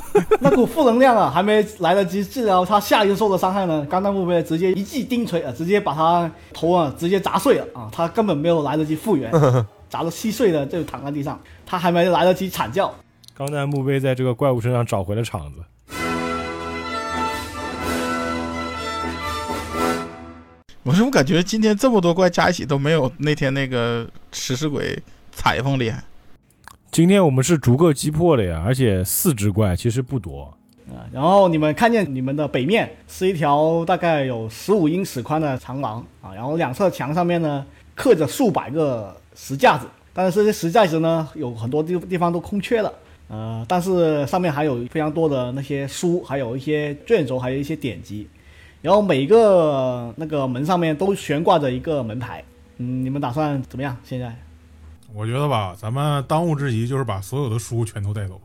Speaker 1: 那股负能量啊，还没来得及治疗他下一个受的伤害呢，钢弹墓碑直接一记钉锤啊，直接把他头啊直接砸碎了啊，他根本没有来得及复原，砸得稀碎了就躺在地上，他还没来得及惨叫。
Speaker 2: 钢弹墓碑在这个怪物身上找回了场子。
Speaker 4: 我怎么感觉今天这么多怪加一起都没有那天那个食尸鬼裁缝厉害？
Speaker 2: 今天我们是逐个击破的呀，而且四只怪其实不多，
Speaker 1: 啊，然后你们看见你们的北面是一条大概有十五英尺宽的长廊啊，然后两侧墙上面呢刻着数百个石架子，但是这些石架子呢有很多地地方都空缺了，呃，但是上面还有非常多的那些书，还有一些卷轴，还有一些典籍，然后每个那个门上面都悬挂着一个门牌，嗯，你们打算怎么样？现在
Speaker 3: 我觉得吧，咱们当务之急就是把所有的书全都带走。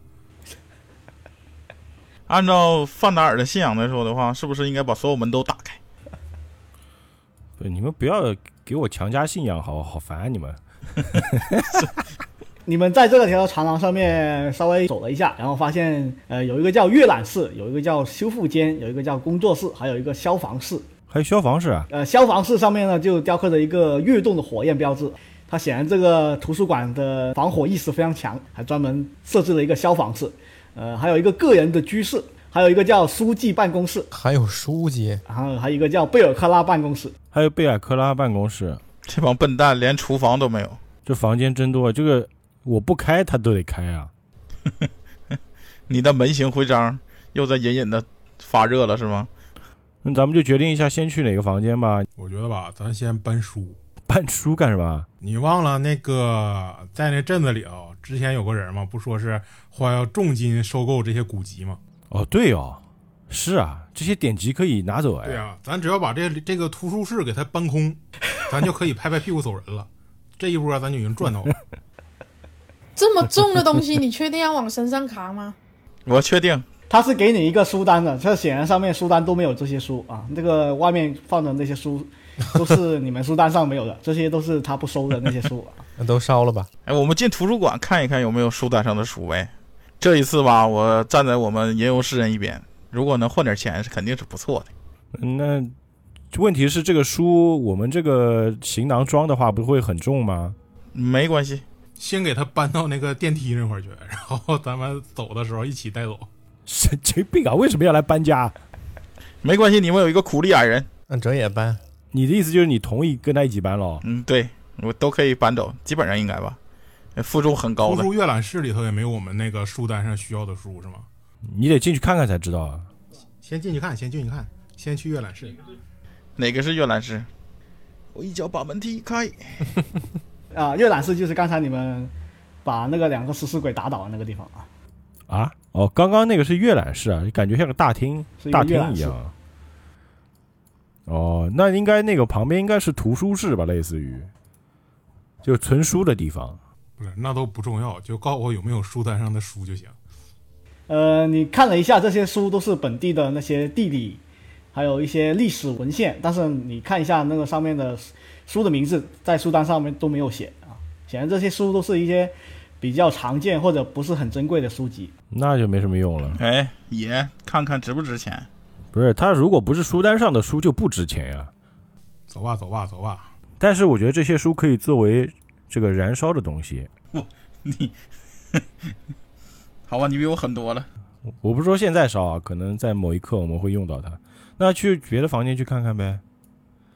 Speaker 4: 按照范达尔的信仰来说的话，是不是应该把所有门都打开？
Speaker 2: 不是你们不要给我强加信仰，好好烦、啊、你们。
Speaker 1: 你们在这条长廊上面稍微走了一下，然后发现，呃，有一个叫阅览室，有一个叫修复间，有一个叫工作室，还有一个消防室。
Speaker 2: 还有消防室啊，
Speaker 1: 呃，消防室上面呢就雕刻着一个跃动的火焰标志。它显然这个图书馆的防火意识非常强，还专门设置了一个消防室，呃，还有一个个人的居室，还有一个叫书记办公室，
Speaker 5: 还有书记，
Speaker 1: 然后还有一个叫贝 尔克拉办公室。
Speaker 2: 还有贝尔克拉办公室，
Speaker 4: 这帮笨蛋连厨房都没有。
Speaker 2: 这房间真多，这个我不开他都得开啊。
Speaker 4: 你的门型徽章又在隐隐的发热了，是吗？
Speaker 2: 那咱们就决定一下，先去哪个房间吧。
Speaker 3: 我觉得吧，咱先搬书。
Speaker 2: 搬书干什么？啊
Speaker 3: 你忘了那个在那镇子里啊，之前有个人嘛，不说是花要重金收购这些古籍嘛？
Speaker 2: 哦，对哦，是啊，这些典籍可以拿走哎。
Speaker 3: 对啊，咱只要把这这个图书室给它搬空，咱就可以拍拍屁股走人了。这一波咱就已经赚到了。
Speaker 6: 这么重的东西，你确定要往身上扛吗？
Speaker 4: 我确定，
Speaker 1: 它是给你一个书单的，这显然上面书单都没有这些书啊，这个外面放的那些书 都是你们书单上没有的，这些都是他不收的那些书啊。
Speaker 5: 那都烧了吧？
Speaker 4: 哎，我们进图书馆看一看有没有书单上的书呗。这一次吧，我站在我们吟游诗人一边，如果能换点钱，是肯定是不错的。
Speaker 2: 那问题是这个书，我们这个行囊装的话，不会很重吗？
Speaker 4: 没关系，
Speaker 3: 先给它搬到那个电梯那块儿去， 然后咱们走的时候一起带走。
Speaker 2: 神经病啊！为什么要来搬家？
Speaker 4: 没关系，你们有一个苦力矮人，
Speaker 5: 按哲也搬，
Speaker 2: 你的意思就是你同意跟他一起搬喽？
Speaker 4: 嗯，对我都可以搬走，基本上应该吧。负重很高
Speaker 3: 图
Speaker 4: 的，
Speaker 3: 书阅览室里头也没有我们那个书单上需要的书是吗？
Speaker 2: 你得进去看看才知道啊。
Speaker 3: 先进去看，先进去看，先去阅览室。
Speaker 4: 哪个是阅览室？我一脚把门踢开。
Speaker 1: 啊，阅览室就是刚才你们把那个两个食尸鬼打倒的那个地方啊。
Speaker 2: 啊？哦，刚刚那个是阅览室啊，感觉像个大厅
Speaker 1: 是，一个
Speaker 2: 大
Speaker 1: 阅
Speaker 2: 厅
Speaker 1: 览
Speaker 2: 一
Speaker 1: 室
Speaker 2: 样。哦，那应该那个旁边应该是图书室吧，类似于就存书的地方。
Speaker 3: 不是，那都不重要，就告诉我有没有书单上的书就行。
Speaker 1: 呃，你看了一下，这些书都是本地的那些地理，还有一些历史文献，但是你看一下那个上面的书的名字，在书单上面都没有写啊。显然这些书都是一些比较常见或者不是很珍贵的书籍。
Speaker 2: 那就没什么用了。
Speaker 4: 哎，也看看值不值钱。
Speaker 2: 不是，它如果不是书单上的书就不值钱呀、
Speaker 3: 走吧，走吧，走吧。
Speaker 2: 但是我觉得这些书可以作为这个燃烧的东西。
Speaker 4: 你，好吧，你比我狠多了。
Speaker 2: 我不是说现在烧啊，可能在某一刻我们会用到它。那去别的房间去看看呗。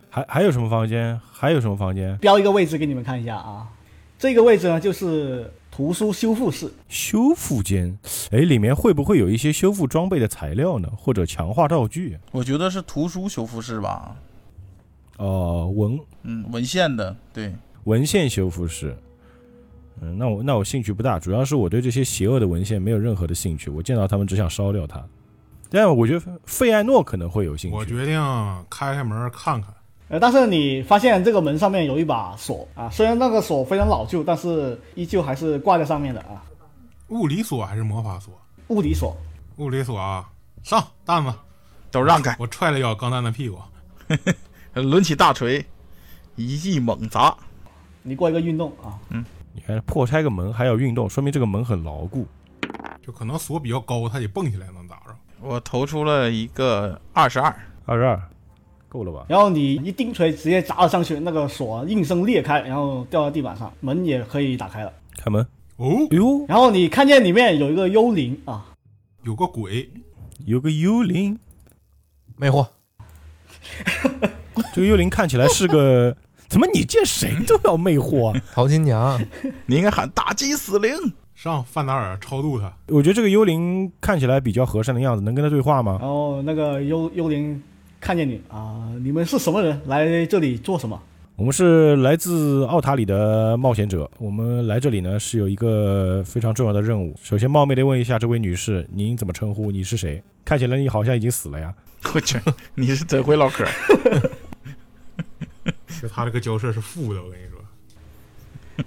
Speaker 2: 还还有什么房间？还有什么房间？
Speaker 1: 标一个位置给你们看一下啊，这个位置呢就是图书修复室，
Speaker 2: 修复间，哎，里面会不会有一些修复装备的材料呢？或者强化道具？
Speaker 4: 我觉得是图书修复室吧，
Speaker 2: 哦、文
Speaker 4: 嗯，文献的，对，
Speaker 2: 文献修复室。嗯，那我那我兴趣不大，主要是我对这些邪恶的文献没有任何的兴趣，我见到他们只想烧掉它。但我觉得费艾诺可能会有兴趣。
Speaker 3: 我决定开开门看看。
Speaker 1: 呃，但是你发现这个门上面有一把锁啊，虽然那个锁非常老旧，但是依旧还是挂在上面的啊，
Speaker 3: 物理锁还是魔法锁？
Speaker 1: 物理锁。
Speaker 3: 物理锁啊！上蛋子，
Speaker 4: 都让开，
Speaker 3: 我踹了一脚钢蛋的屁股。
Speaker 4: 抡起大锤，一记猛砸。
Speaker 1: 你过一个运动啊，
Speaker 2: 你看破拆个门还要运动，说明这个门很牢固。
Speaker 3: 就可能锁比较高，它得蹦起来能打着。
Speaker 4: 我投出了一个二十二，
Speaker 2: 二十二，够了吧？
Speaker 1: 然后你一钉锤直接砸了上去，那个锁应声裂开，然后掉到地板上，门也可以打开了。
Speaker 2: 开门。
Speaker 3: 哦，
Speaker 2: 哎呦，
Speaker 1: 然后你看见里面有一个幽灵啊，
Speaker 3: 有个鬼，
Speaker 2: 有个幽灵，
Speaker 5: 魅惑，
Speaker 2: 这个幽灵看起来是个， 怎么你见谁都要魅惑啊？
Speaker 5: 淘金娘，
Speaker 4: 你应该喊打击死灵。
Speaker 3: 上范达尔超度他。
Speaker 2: 我觉得这个幽灵看起来比较和善的样子，能跟他对话吗？
Speaker 1: 然后那个幽幽灵看见你啊，你们是什么人？来这里做什么？
Speaker 2: 我们是来自奥塔里的冒险者，我们来这里呢是有一个非常重要的任务。首先冒昧的问一下这位女士，您怎么称呼？你是谁？看起来你好像已经死了呀。
Speaker 4: 我去，你是真会唠嗑。
Speaker 3: 就他这个交涉是负的，我跟你说。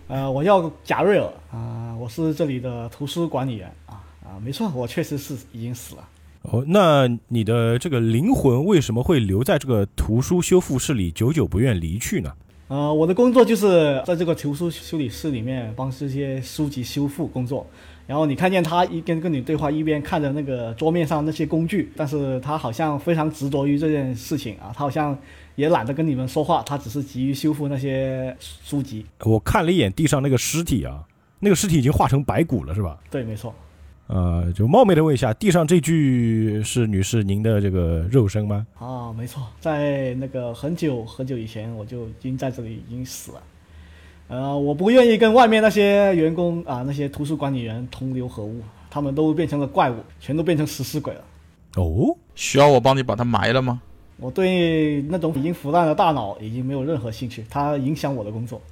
Speaker 1: 呃，我叫贾瑞尔啊，我是这里的图书管理员啊啊，没错，我确实是已经死了。
Speaker 2: 哦，那你的这个灵魂为什么会留在这个图书修复室里，久久不愿离去呢？
Speaker 1: 呃，我的工作就是在这个图书修理室里面帮这些书籍修复工作。然后你看见他一边跟你对话，一边看着那个桌面上那些工具，但是他好像非常执着于这件事情啊，他好像也懒得跟你们说话，他只是急于修复那些书籍。
Speaker 2: 我看了一眼地上那个尸体啊，那个尸体已经化成白骨了，是吧？
Speaker 1: 对，没错，
Speaker 2: 呃，就冒昧的问一下，地上这具是女士您的这个肉身吗？
Speaker 1: 啊，没错，在那个很久很久以前，我就已经在这里已经死了。呃，我不愿意跟外面那些员工啊，那些图书管理员同流合污，他们都变成了怪物，全都变成食尸鬼了。
Speaker 2: 哦，
Speaker 4: 需要我帮你把它埋了吗？
Speaker 1: 我对那种已经腐烂的大脑已经没有任何兴趣，它影响我的工作。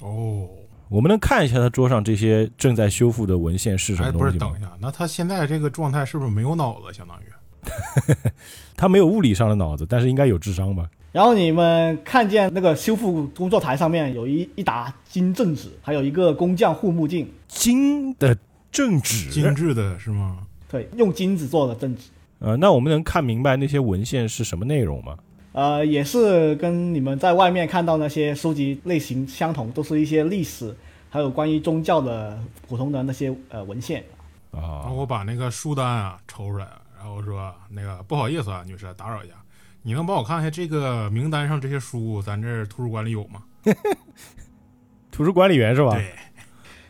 Speaker 3: 哦，
Speaker 2: 我们能看一下他桌上这些正在修复的文献是什
Speaker 3: 哎，
Speaker 2: 么
Speaker 3: 不
Speaker 2: 东西
Speaker 3: 是，
Speaker 2: 吗？
Speaker 3: 等一下，那他现在这个状态是不是没有脑子？相当于
Speaker 2: 他没有物理上的脑子，但是应该有智商吧？
Speaker 1: 然后你们看见那个修复工作台上面有一一沓金镇纸，还有一个工匠护目镜，
Speaker 2: 金的正纸，
Speaker 3: 精致的是吗？
Speaker 1: 对，用金子做的镇纸，
Speaker 2: 呃，那我们能看明白那些文献是什么内容吗？
Speaker 1: 呃，也是跟你们在外面看到那些书籍类型相同，都是一些历史，还有关于宗教的普通的那些呃文献。
Speaker 3: 然
Speaker 2: 啊
Speaker 3: 后，我把那个书单啊抽出来，然后说那个不好意思啊，女士，打扰一下，你能帮我看一下这个名单上这些书，咱这儿图书馆里有吗？
Speaker 2: 图书管理员是吧？
Speaker 3: 对，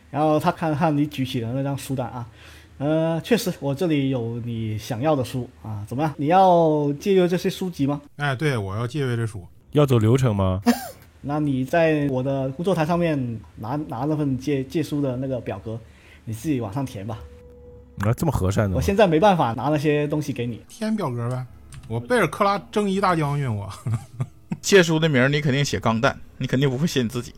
Speaker 1: 然后他看看你举起的那张书单啊，呃，确实我这里有你想要的书啊，怎么样？你要借阅这些书籍吗？
Speaker 3: 哎，对，我要借阅这书。
Speaker 2: 要走流程 吗？
Speaker 1: 那你在我的工作台上面拿拿那份借借书的那个表格，你自己往上填吧。
Speaker 2: 啊，这么和善的
Speaker 1: 我
Speaker 2: 吗？
Speaker 1: 现在没办法拿那些东西给你。
Speaker 3: 填表格呗。我贝尔克拉征一大将军，我
Speaker 4: 借书的名儿你肯定写钢蛋，你肯定不会写你自己。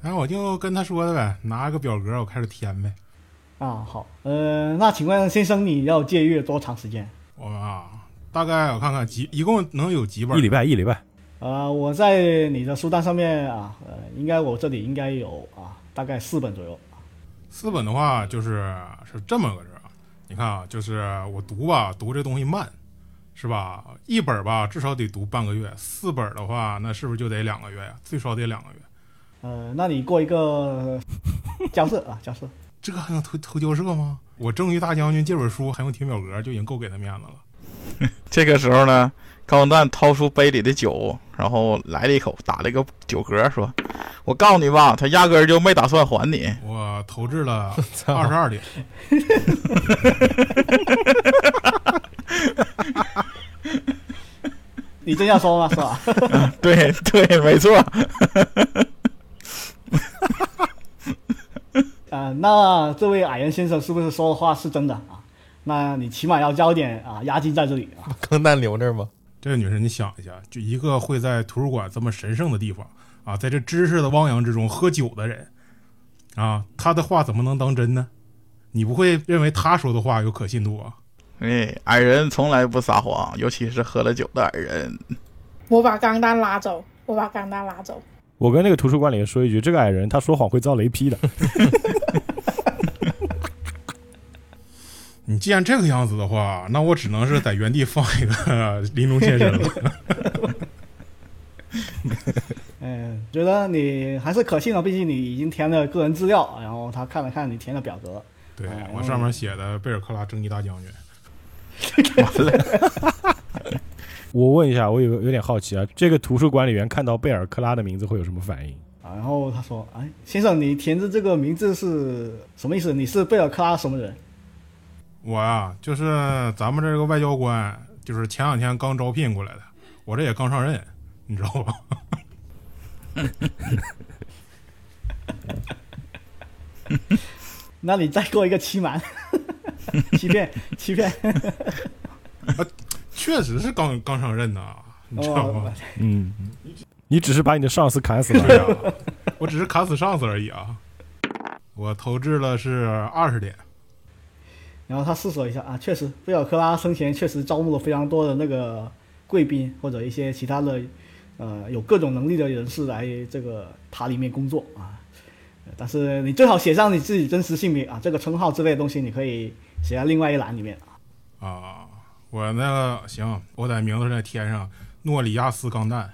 Speaker 3: 然哎后我就跟他说的呗，拿个表格我开始填呗。
Speaker 1: 啊，好，呃，那请问先生，你要借阅多长时间？
Speaker 3: 我啊，大概我看看几，一共能有几本？
Speaker 2: 一礼拜，一礼拜，
Speaker 1: 呃，我在你的书单上面啊，呃，应该我这里应该有啊，大概四本左右。
Speaker 3: 四本的话就是是这么个事儿啊，你看啊，就是我读吧，读这东西慢，是吧？一本吧至少得读半个月，四本的话那是不是就得两个月呀？最少得两个月，
Speaker 1: 呃，那你过一个交涉啊，交涉。
Speaker 3: 这还能投投交涉吗？我《正义大将军》这本书还用填表格就已经够给他面子了。
Speaker 4: 这个时候呢，高文蛋掏出杯里的酒，然后来了一口，打了一个酒嗝，说：“我告诉你吧，他压根儿就没打算还你。
Speaker 3: 我投掷了
Speaker 5: 操
Speaker 3: 二十二点，
Speaker 1: 你真要说吗？是吧？
Speaker 4: 对对，没错。
Speaker 1: 呃，那这位矮人先生是不是说的话是真的啊？那你起码要交点啊押金在这里啊。
Speaker 5: 钢蛋留那儿吗？
Speaker 3: 这位女士，你想一下，就一个会在图书馆这么神圣的地方啊，在这知识的汪洋之中喝酒的人啊，他的话怎么能当真呢？你不会认为他说的话有可信度啊？
Speaker 4: 哎，矮人从来不撒谎，尤其是喝了酒的矮人。
Speaker 6: 我把钢蛋拉走，我把钢蛋拉走。
Speaker 2: 我跟那个图书馆里人说一句，这个矮人他说谎会遭雷劈 的。
Speaker 3: 你既然这个样子的话，那我只能是在原地放一个 林中现身了。
Speaker 1: 嗯，觉得你还是可信啊的，毕竟你已经填了个人资料，然后他看了看你填的表格，
Speaker 3: 对我上面写的贝尔克拉征集大将军，
Speaker 4: 完了，
Speaker 2: 我问一下，我有有点好奇啊，这个图书管理员看到贝尔克拉的名字会有什么反应？
Speaker 1: 啊，然后他说：“哎，先生，你填的这个名字是什么意思？你是贝尔克拉什么人？
Speaker 3: 我啊，就是咱们这个外交官，就是前两天刚招聘过来的，我这也刚上任，你知道吧？
Speaker 1: 那你再给我一个欺 瞒，欺骗，欺骗。
Speaker 3: 确实是刚刚上任呐， 你知道吗
Speaker 1: 哦？
Speaker 2: 嗯，你只是把你的上司砍死
Speaker 3: 对
Speaker 2: 了。
Speaker 3: 啊， 我只是砍死上司而已啊。我投掷了是二十点，
Speaker 1: 然后他思索一下啊，确实，贝尔克拉生前确实招募了非常多的那个贵宾或者一些其他的，呃，有各种能力的人士来这个塔里面工作啊。呃但是你最好写上你自己真实姓名啊，这个称号之类的东西，你可以写在另外一栏里面啊。
Speaker 3: 啊，我那个行，我在名字上添上诺里亚斯钢弹。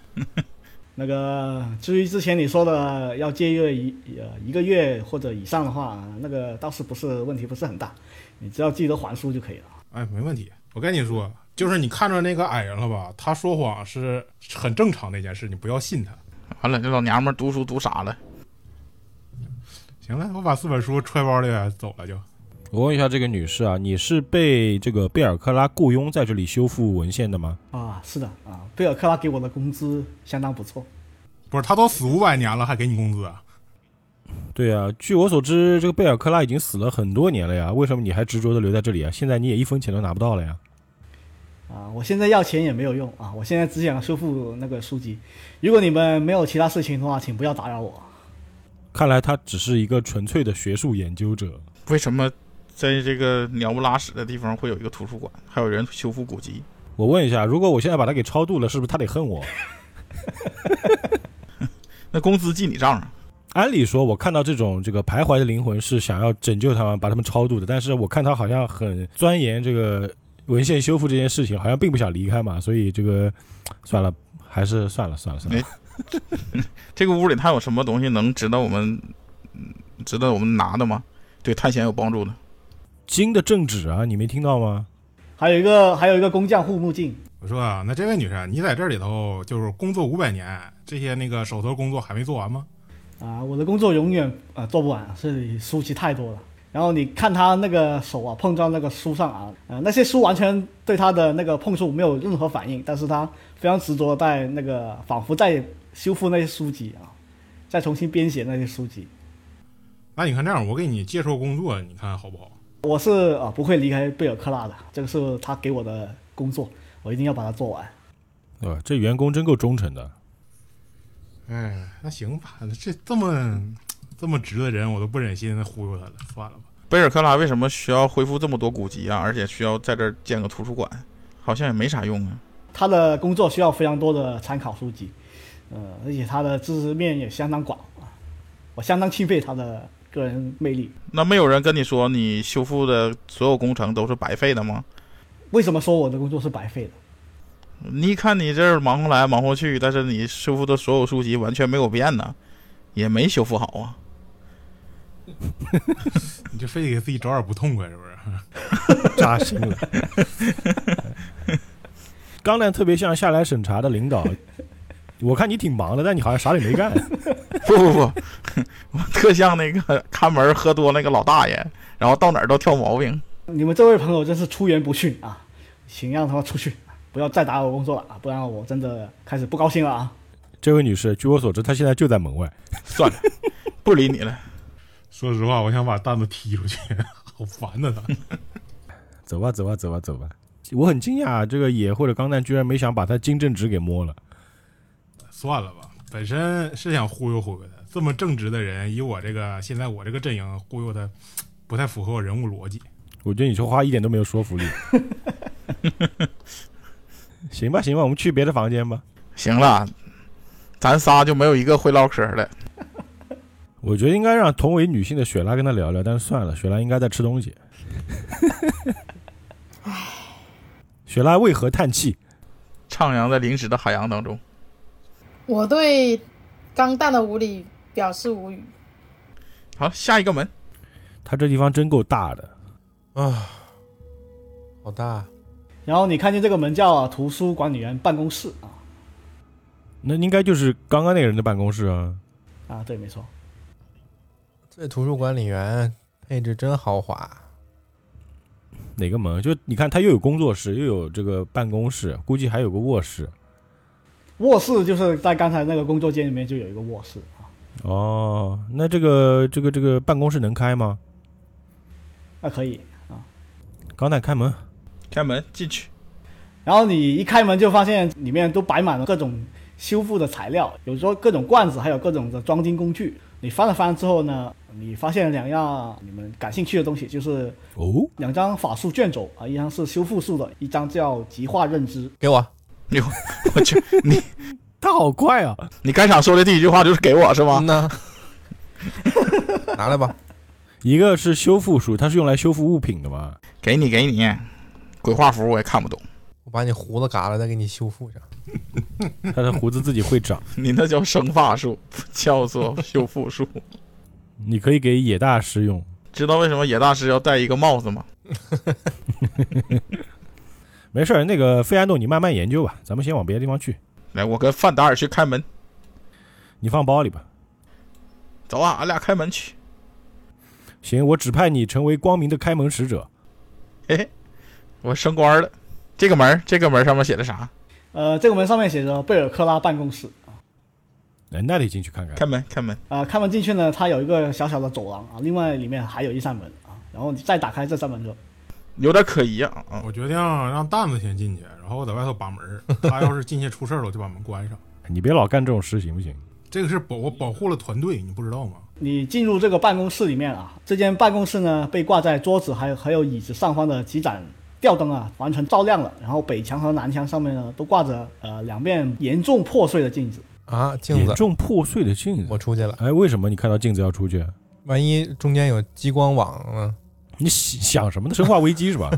Speaker 1: 那个至于之前你说的要借阅一呃一个月或者以上的话，那个倒是不是问题不是很大，你只要记得还书就可以了。
Speaker 3: 哎，没问题。我跟你说，就是你看着那个矮人了吧，他说谎是很正常的一件事，你不要信他。
Speaker 4: 完了，这老娘们儿读书读傻了。
Speaker 3: 行了，我把四本书揣包里走了就。
Speaker 2: 我问一下这个女士啊，你是被这个贝尔克拉雇佣在这里修复文献的吗？
Speaker 1: 啊，是的啊，贝尔克拉给我的工资相当不错。
Speaker 3: 不是，他都死五百年了，还给你工资啊？
Speaker 2: 对啊，据我所知，这个贝尔克拉已经死了很多年了呀，为什么你还执着的留在这里啊？现在你也一分钱都拿不到了呀。
Speaker 1: 啊，我现在要钱也没有用啊！我现在只想修复那个书籍。如果你们没有其他事情的话，请不要打扰我。
Speaker 2: 看来他只是一个纯粹的学术研究者。
Speaker 4: 为什么在这个鸟不拉屎的地方会有一个图书馆，还有人修复古籍？
Speaker 2: 我问一下，如果我现在把他给超度了，是不是他得恨我？
Speaker 4: 那工资记你账啊上。
Speaker 2: 按理说，我看到这种这个徘徊的灵魂是想要拯救他们，把他们超度的，但是我看他好像很钻研这个文献修复这件事情，好像并不想离开嘛，所以这个算了，还是算了算了算了
Speaker 4: 哎。这个屋里它有什么东西能值得我们，嗯值得我们拿的吗？对探险有帮助的。
Speaker 2: 金的正指啊，你没听到吗？
Speaker 1: 还有一个，还有一个工匠护目镜。
Speaker 3: 我说啊，那这位女士，你在这里头就是工作五百年，这些那个手头工作还没做完吗？
Speaker 1: 啊，我的工作永远啊做不完，这里书籍太多了。然后你看他那个手啊碰撞那个书上啊，呃，那些书完全对他的那个碰触没有任何反应，但是他非常执着地在那个仿佛在修复那些书籍啊，再重新编写那些书籍。
Speaker 3: 那你看这样，我给你介绍工作，你看好不好？
Speaker 1: 我是啊不会离开贝尔克拉的，这个是他给我的工作，我一定要把它做完。
Speaker 2: 呃，这员工真够忠诚的。
Speaker 3: 哎，那行吧，这这么这么直的人，我都不忍心忽悠他了，算了吧。
Speaker 4: 贝尔克拉为什么需要恢复这么多古籍啊？而且需要在这儿建个图书馆，好像也没啥用啊。
Speaker 1: 他的工作需要非常多的参考书籍，呃，而且他的知识面也相当广啊，我相当钦佩他的个人魅力。
Speaker 4: 那没有人跟你说你修复的所有工程都是白费的吗？
Speaker 1: 为什么说我的工作是白费的？
Speaker 4: 你一看你这儿忙活来忙活去，但是你修复的所有书籍完全没有变呢，也没修复好啊。
Speaker 3: 你就非得给自己找点不痛快，是不是？
Speaker 2: 扎心了。刚才特别像下来审查的领导，我看你挺忙的，但你好像啥也没干。
Speaker 4: 不不不， 我特像那个看门儿喝多那个老大爷，然后到哪儿都挑毛病。
Speaker 1: 你们这位朋友真是出言不逊啊，请让他出去，不要再打扰我工作了啊，不然我真的开始不高兴了啊。
Speaker 2: 这位女士，据我所知，她现在就在门外。
Speaker 4: 算了，不理你了。
Speaker 3: 说实话，我想把蛋子踢出去， 好烦呐、他。
Speaker 2: 走吧，走吧，走吧，走吧。我很惊讶，这个野或者钢蛋居然没想把他金正直给摸了。
Speaker 3: 算了吧，本身是想忽悠忽悠他，这么正直的人，以我这个现在我这个阵营忽悠他，不太符合我人物逻辑。
Speaker 2: 我觉得你说话一点都没有说服力。行吧，行吧，我们去别的房间吧。
Speaker 4: 行了，咱仨就没有一个会唠嗑的。
Speaker 2: 我觉得应该让同为女性的雪拉跟他聊聊，但是算了，雪拉应该在吃东西。 雪拉为何叹气？
Speaker 4: 徜徉在零食的海洋当中，
Speaker 6: 我对钢蛋的无理表示无语。
Speaker 4: 好，下一个门。
Speaker 2: 他这地方真够大的，
Speaker 5: 啊，好大，
Speaker 1: 然后你看见这个门叫、啊、图书管理员办公室啊
Speaker 2: 那应该就是刚刚那个人的办公室啊。
Speaker 1: 啊，对，没错，
Speaker 5: 这图书管理员配置真豪华。
Speaker 2: 哪个门？就你看，他又有工作室，又有这个办公室，估计还有个卧室。
Speaker 1: 卧室就是在刚才那个工作间里面就有一个卧室啊，
Speaker 2: 哦，那这个这个这个办公室能开吗？
Speaker 1: 那可以。
Speaker 2: 刚才开门，
Speaker 4: 开门进去，
Speaker 1: 然后你一开门就发现里面都摆满了各种修复的材料，有时候各种罐子，还有各种的装订工具。你翻了翻之后呢，你发现两样你们感兴趣的东西，就是
Speaker 2: 哦，
Speaker 1: 两张法术卷轴啊，一张是修复术的，一张叫极化认知。
Speaker 5: 给我，
Speaker 4: 哟，我去，你
Speaker 2: 他好快啊！
Speaker 4: 你开场说的第一句话就是给我是吗
Speaker 5: 嗯？呐， 拿来吧。
Speaker 2: 一个是修复书，它是用来修复物品的嘛。
Speaker 4: 给你给你，鬼画符我也看不懂，
Speaker 5: 我把你胡子嘎了，再给你修复上。
Speaker 2: 他的胡子自己会长，
Speaker 4: 你那叫生发术，不叫做修复 术。
Speaker 2: 你可以给野大师用。
Speaker 4: 知道为什么野大师要戴一个帽子吗？
Speaker 2: 没事儿，那个费安诺你慢慢研究吧，咱们先往别的地方去。
Speaker 4: 来，我跟范达尔去开门，
Speaker 2: 你放包里吧。
Speaker 4: 走啊，俺俩开门去。
Speaker 2: 行，我指派你成为光明的开门使者。
Speaker 4: 嘿嘿，我升官了。这个门儿，这个门儿上面写的啥？
Speaker 1: 呃，这个门上面写着贝尔克拉办公室。
Speaker 2: 哎，那得进去看看。
Speaker 4: 开门，开门。
Speaker 1: 啊，开门进去呢，它有一个小小的走廊啊，另外里面还有一扇门啊，然后你再打开这扇门之后，
Speaker 4: 有点可疑啊。啊
Speaker 3: 我决定让蛋子先进去，然后我在外头把门儿。他要是进去出事儿了，我就把门关上。
Speaker 2: 你别老干这种事，行不行？
Speaker 3: 这个是保我保护了团队，你不知道吗？
Speaker 1: 你进入这个办公室里面啊，这间办公室呢被挂在桌子还有还有椅子上方的几盏吊灯啊，完全照亮了。然后北墙和南墙上面呢都挂着呃两面严重破碎的镜子。
Speaker 5: 啊，镜
Speaker 2: 严
Speaker 5: 子，
Speaker 2: 重破碎的镜子。
Speaker 5: 我出去了。
Speaker 2: 哎，为什么你看到镜子要出去？
Speaker 5: 万一中间有激光网呢？
Speaker 2: 你喜想什么呢？生化危机 是吧？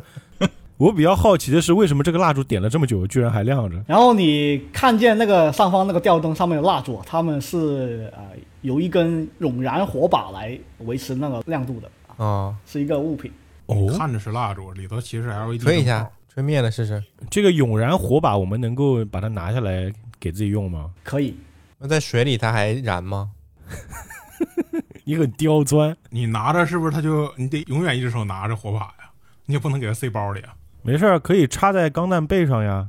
Speaker 2: 我比较好奇的是，为什么这个蜡烛点了这么久，居然还亮着？
Speaker 1: 然后你看见那个上方那个吊灯上面的蜡烛啊，它们是呃由一根冗燃火把来维持那个亮度的，
Speaker 5: 啊，
Speaker 1: 是一个物品。
Speaker 2: 哦，
Speaker 3: 看着是蜡烛，里头其实是 LED
Speaker 5: 吹一
Speaker 3: 灯
Speaker 5: 下
Speaker 3: 泡，
Speaker 5: 吹灭了试试。
Speaker 2: 这个永燃火把，我们能够把它拿下来给自己用吗？
Speaker 1: 可以，
Speaker 5: 那在水里它还燃吗？
Speaker 2: 你很刁钻，
Speaker 3: 你拿着是不是他就你得永远一只手拿着火把呀？你也不能给他塞包里啊。
Speaker 2: 没事儿，可以插在钢弹背上呀。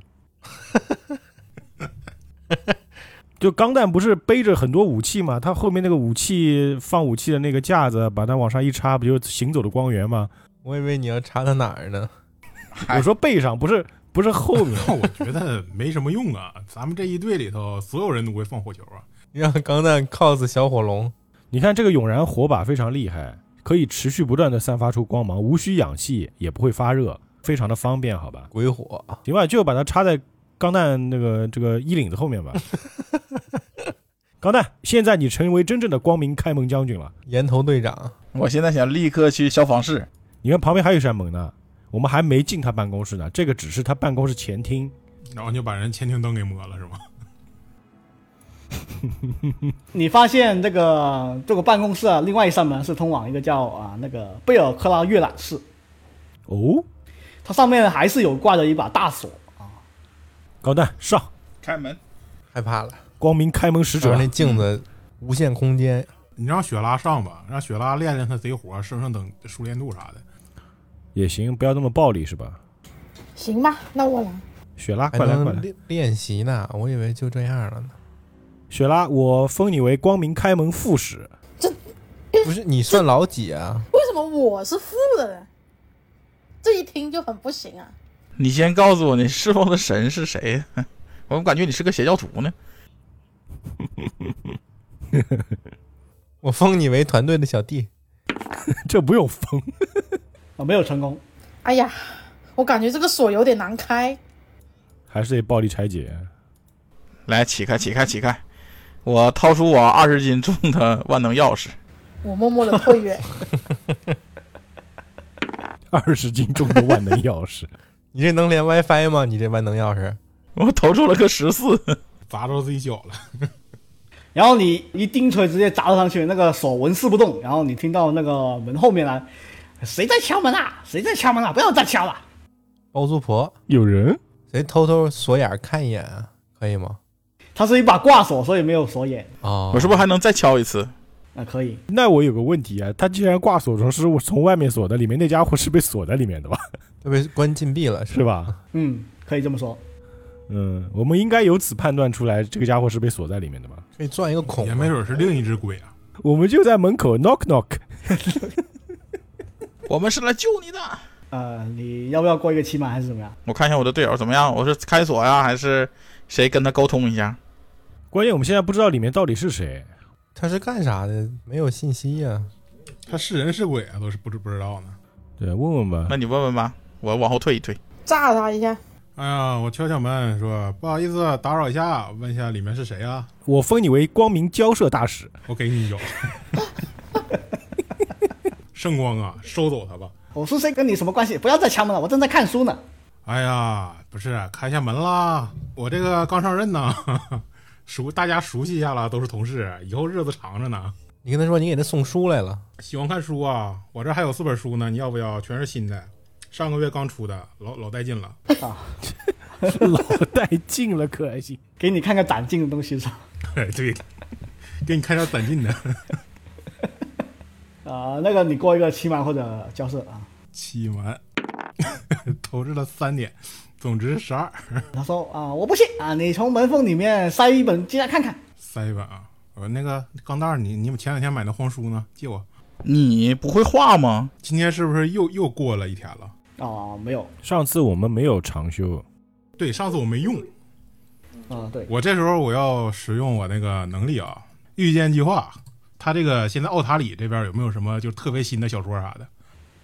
Speaker 2: 就钢弹不是背着很多武器嘛，它后面那个武器放武器的那个架子，把它往上一插，不就行走的光源吗？
Speaker 5: 我以为你要插到哪儿呢。
Speaker 4: 哎
Speaker 2: 我说背上，不是不是后面。
Speaker 3: 我觉得没什么用啊。咱们这一队里头，所有人都会放火球啊。
Speaker 5: 让钢蛋 cos 小火龙，
Speaker 2: 你看这个永燃火把非常厉害，可以持续不断的散发出光芒，无需氧气，也不会发热，非常的方便，好吧？
Speaker 5: 鬼火，
Speaker 2: 另外，就把它插在钢蛋那个这个衣领子后面吧。钢蛋，现在你成为真正的光明开门将军了。
Speaker 5: 岩头队长，
Speaker 4: 我现在想立刻去消防室，
Speaker 2: 你看旁边还有一扇门呢，我们还没进他办公室呢，这个只是他办公室前厅。
Speaker 3: 然后你就把人前厅灯给摸了是吗？
Speaker 1: 你发现这个这个办公室啊，另外一扇门是通往一个叫啊那个贝尔克拉阅览室，
Speaker 2: 哦，
Speaker 1: 它上面还是有挂着一把大锁。
Speaker 2: 钢蛋上，
Speaker 4: 开门。
Speaker 5: 害怕了，
Speaker 2: 光明开门使
Speaker 5: 主
Speaker 2: 者
Speaker 5: 啊要。那镜子无限空间，
Speaker 2: 嗯
Speaker 3: 你让雪拉上吧，让雪拉练练她贼活，升升等熟练度啥的。
Speaker 2: 也行，不要那么暴力是吧？
Speaker 6: 行吧，那我来。
Speaker 2: 雪拉，
Speaker 5: 还
Speaker 2: 快来快
Speaker 5: 能
Speaker 2: 来！
Speaker 5: 练练习呢。我以为就这样了呢。
Speaker 2: 雪拉，我封你为光明开门副使。
Speaker 5: 不是你算老几啊？
Speaker 6: 为什么我是负的呢？这一听就很不行啊！
Speaker 4: 你先告诉我，你侍奉的神是谁？ 我怎么感觉你是个邪教徒呢？
Speaker 5: 我封你为团队的小弟，
Speaker 2: 这不用封，
Speaker 1: 啊，没有成功。
Speaker 6: 哎呀，我感觉这个锁有点难开。
Speaker 2: 还是得暴力拆解。
Speaker 4: 来，起开，起开，起开！我掏出我二十斤重的万能钥匙，
Speaker 6: 我默默的退远，
Speaker 2: 二十斤重的万能钥匙，
Speaker 5: 你这能连 WiFi 吗？你这万能钥匙，
Speaker 4: 我投出了个十四。
Speaker 3: 砸着自己脚了，
Speaker 1: 然后你一钉锤直接砸了上去，那个锁纹丝不动。然后你听到那个门后面来，谁在敲门啊？谁在敲门啊？不要再敲了！
Speaker 5: 包租婆，
Speaker 2: 有人
Speaker 5: 谁偷偷锁眼看一眼啊？可以吗？
Speaker 1: 它是一把挂锁，所以没有锁眼。
Speaker 5: 哦，
Speaker 4: 我是不是还能再敲一次？
Speaker 1: 啊，可以。
Speaker 2: 那我有个问题啊，他既然挂锁从是从外面锁的，里面那家伙是被锁在里面的吧？
Speaker 5: 就被关禁闭 了，
Speaker 2: 是
Speaker 5: 吧？
Speaker 2: 吧？
Speaker 1: 嗯，可以这么说。
Speaker 2: 嗯，我们应该由此判断出来这个家伙是被锁在里面的吧？
Speaker 5: 可以钻一个孔
Speaker 3: 也
Speaker 5: 啊，
Speaker 3: 没准是另一只鬼啊。
Speaker 2: 我们就在门口 knock knock，
Speaker 4: 我们是来救你的。
Speaker 1: 呃，你要不要过一个期满还是怎么样？
Speaker 4: 我看一下我的队友怎么样，我是开锁呀，还是谁跟他沟通一下？
Speaker 2: 关键我们现在不知道里面到底是谁。
Speaker 5: 他是干啥的？没有信息呀、
Speaker 3: 他是人是鬼啊，都是不知不知道呢。
Speaker 2: 对，问问吧
Speaker 4: 那。你问问吧，我往后退一退。
Speaker 6: 炸他一下。
Speaker 3: 哎呀，我敲敲门说不好意思打扰一下，问一下里面是谁啊？
Speaker 2: 我封你为光明交涉大 使。
Speaker 3: 我给你一脚。圣光啊，收走他吧。
Speaker 1: 我是谁跟你什么关系？不要再敲门了，我正在看书呢。
Speaker 3: 哎呀，不是，开一下门啦！我这个刚上任呢， 熟大家熟悉一下啦，都是同事，以后日子长着呢。
Speaker 5: 你跟他说你给他送书来了，
Speaker 3: 喜欢看书啊，我这还有四本书呢，你要不要？全是新的，上个月刚出的，老老带劲了。
Speaker 2: 老带劲了，可还行？
Speaker 1: 给你看个长进的东西是吧？
Speaker 3: 对，给你看点攒 劲的。
Speaker 1: 啊、那个你过一个期满或者交涉啊。
Speaker 3: 七完， 投掷了三点，总值十二，
Speaker 1: 他说啊、我不信啊，你从门缝里面塞一本进来看看。
Speaker 3: 塞吧啊！我那个钢蛋儿，你你们前两天买那黄书呢？借我。
Speaker 4: 你不会画吗？
Speaker 3: 今天是不是又又过了一天了？
Speaker 1: 啊、没有，
Speaker 2: 上次我们没有长休，
Speaker 3: 对，上次我没用，
Speaker 1: 啊、对，
Speaker 3: 我这时候我要使用我那个能力啊，预见计划。他这个现在奥塔里这边有没有什么就是特别新的小说啥的？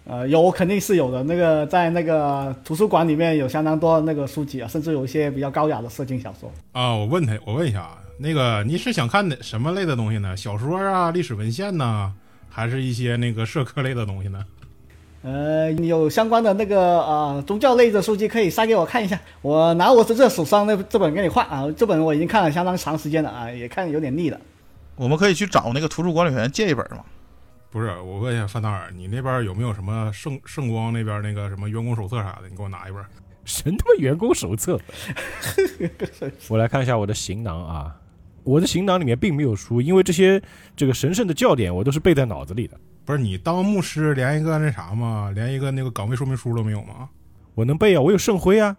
Speaker 1: 呃，有肯定是有的。那个在那个图书馆里面有相当多的那个书籍啊，甚至有一些比较高雅的色情小说。
Speaker 3: 啊，我问他，我问一下啊，那个你是想看哪什么类的东西呢？小说啊，历史文献呐、还是一些那个社科类的东西呢？
Speaker 1: 呃，你有相关的那个呃宗教类的书籍可以塞给我看一下，我拿我这这手上那这本给你换啊，这本我已经看了相当长时间了啊，也看有点腻了。
Speaker 4: 我们可以去找那个图书管理员借一本吗？
Speaker 3: 不是，我问一下范大尔，你那边有没有什么圣圣光那边那个什么员工手册啥的？你给我拿一本。
Speaker 2: 神他妈员工手册。我来看一下我的行囊啊，我的行囊里面并没有书，因为这些这个神圣的教典我都是背在脑子里的，
Speaker 3: 不是你当牧师连一个那啥吗？连一个那个岗位说明书都没有吗？
Speaker 2: 我能背啊，我有圣辉啊，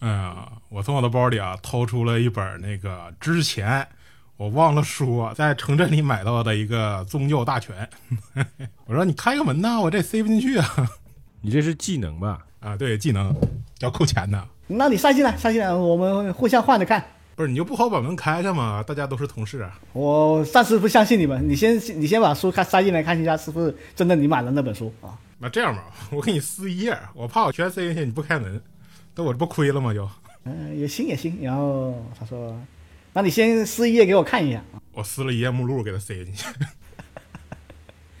Speaker 3: 哎呀，我从我的包里啊掏出了一本那个之前我忘了说在城镇里买到的一个宗教大全。 我说你开个门呐，我这塞不进去啊。
Speaker 2: 你这是技能吧？
Speaker 3: 啊，对，技能要扣钱的，
Speaker 1: 那你塞进来，塞进来，我们互相换着看。
Speaker 3: 不是你就不好把门开开嘛？大家都是同事啊。
Speaker 1: 我暂时不相信你们，你先你先把书看塞进来看一下，是不是真的你买了那本书啊？
Speaker 3: 那这样吧，我给你撕一页，我怕我全塞进去你不开门，那我这不亏了吗？就
Speaker 1: 嗯、也行也行。然后他说，那你先撕一页给我看一下。
Speaker 3: 我撕了一页目录给他塞进去，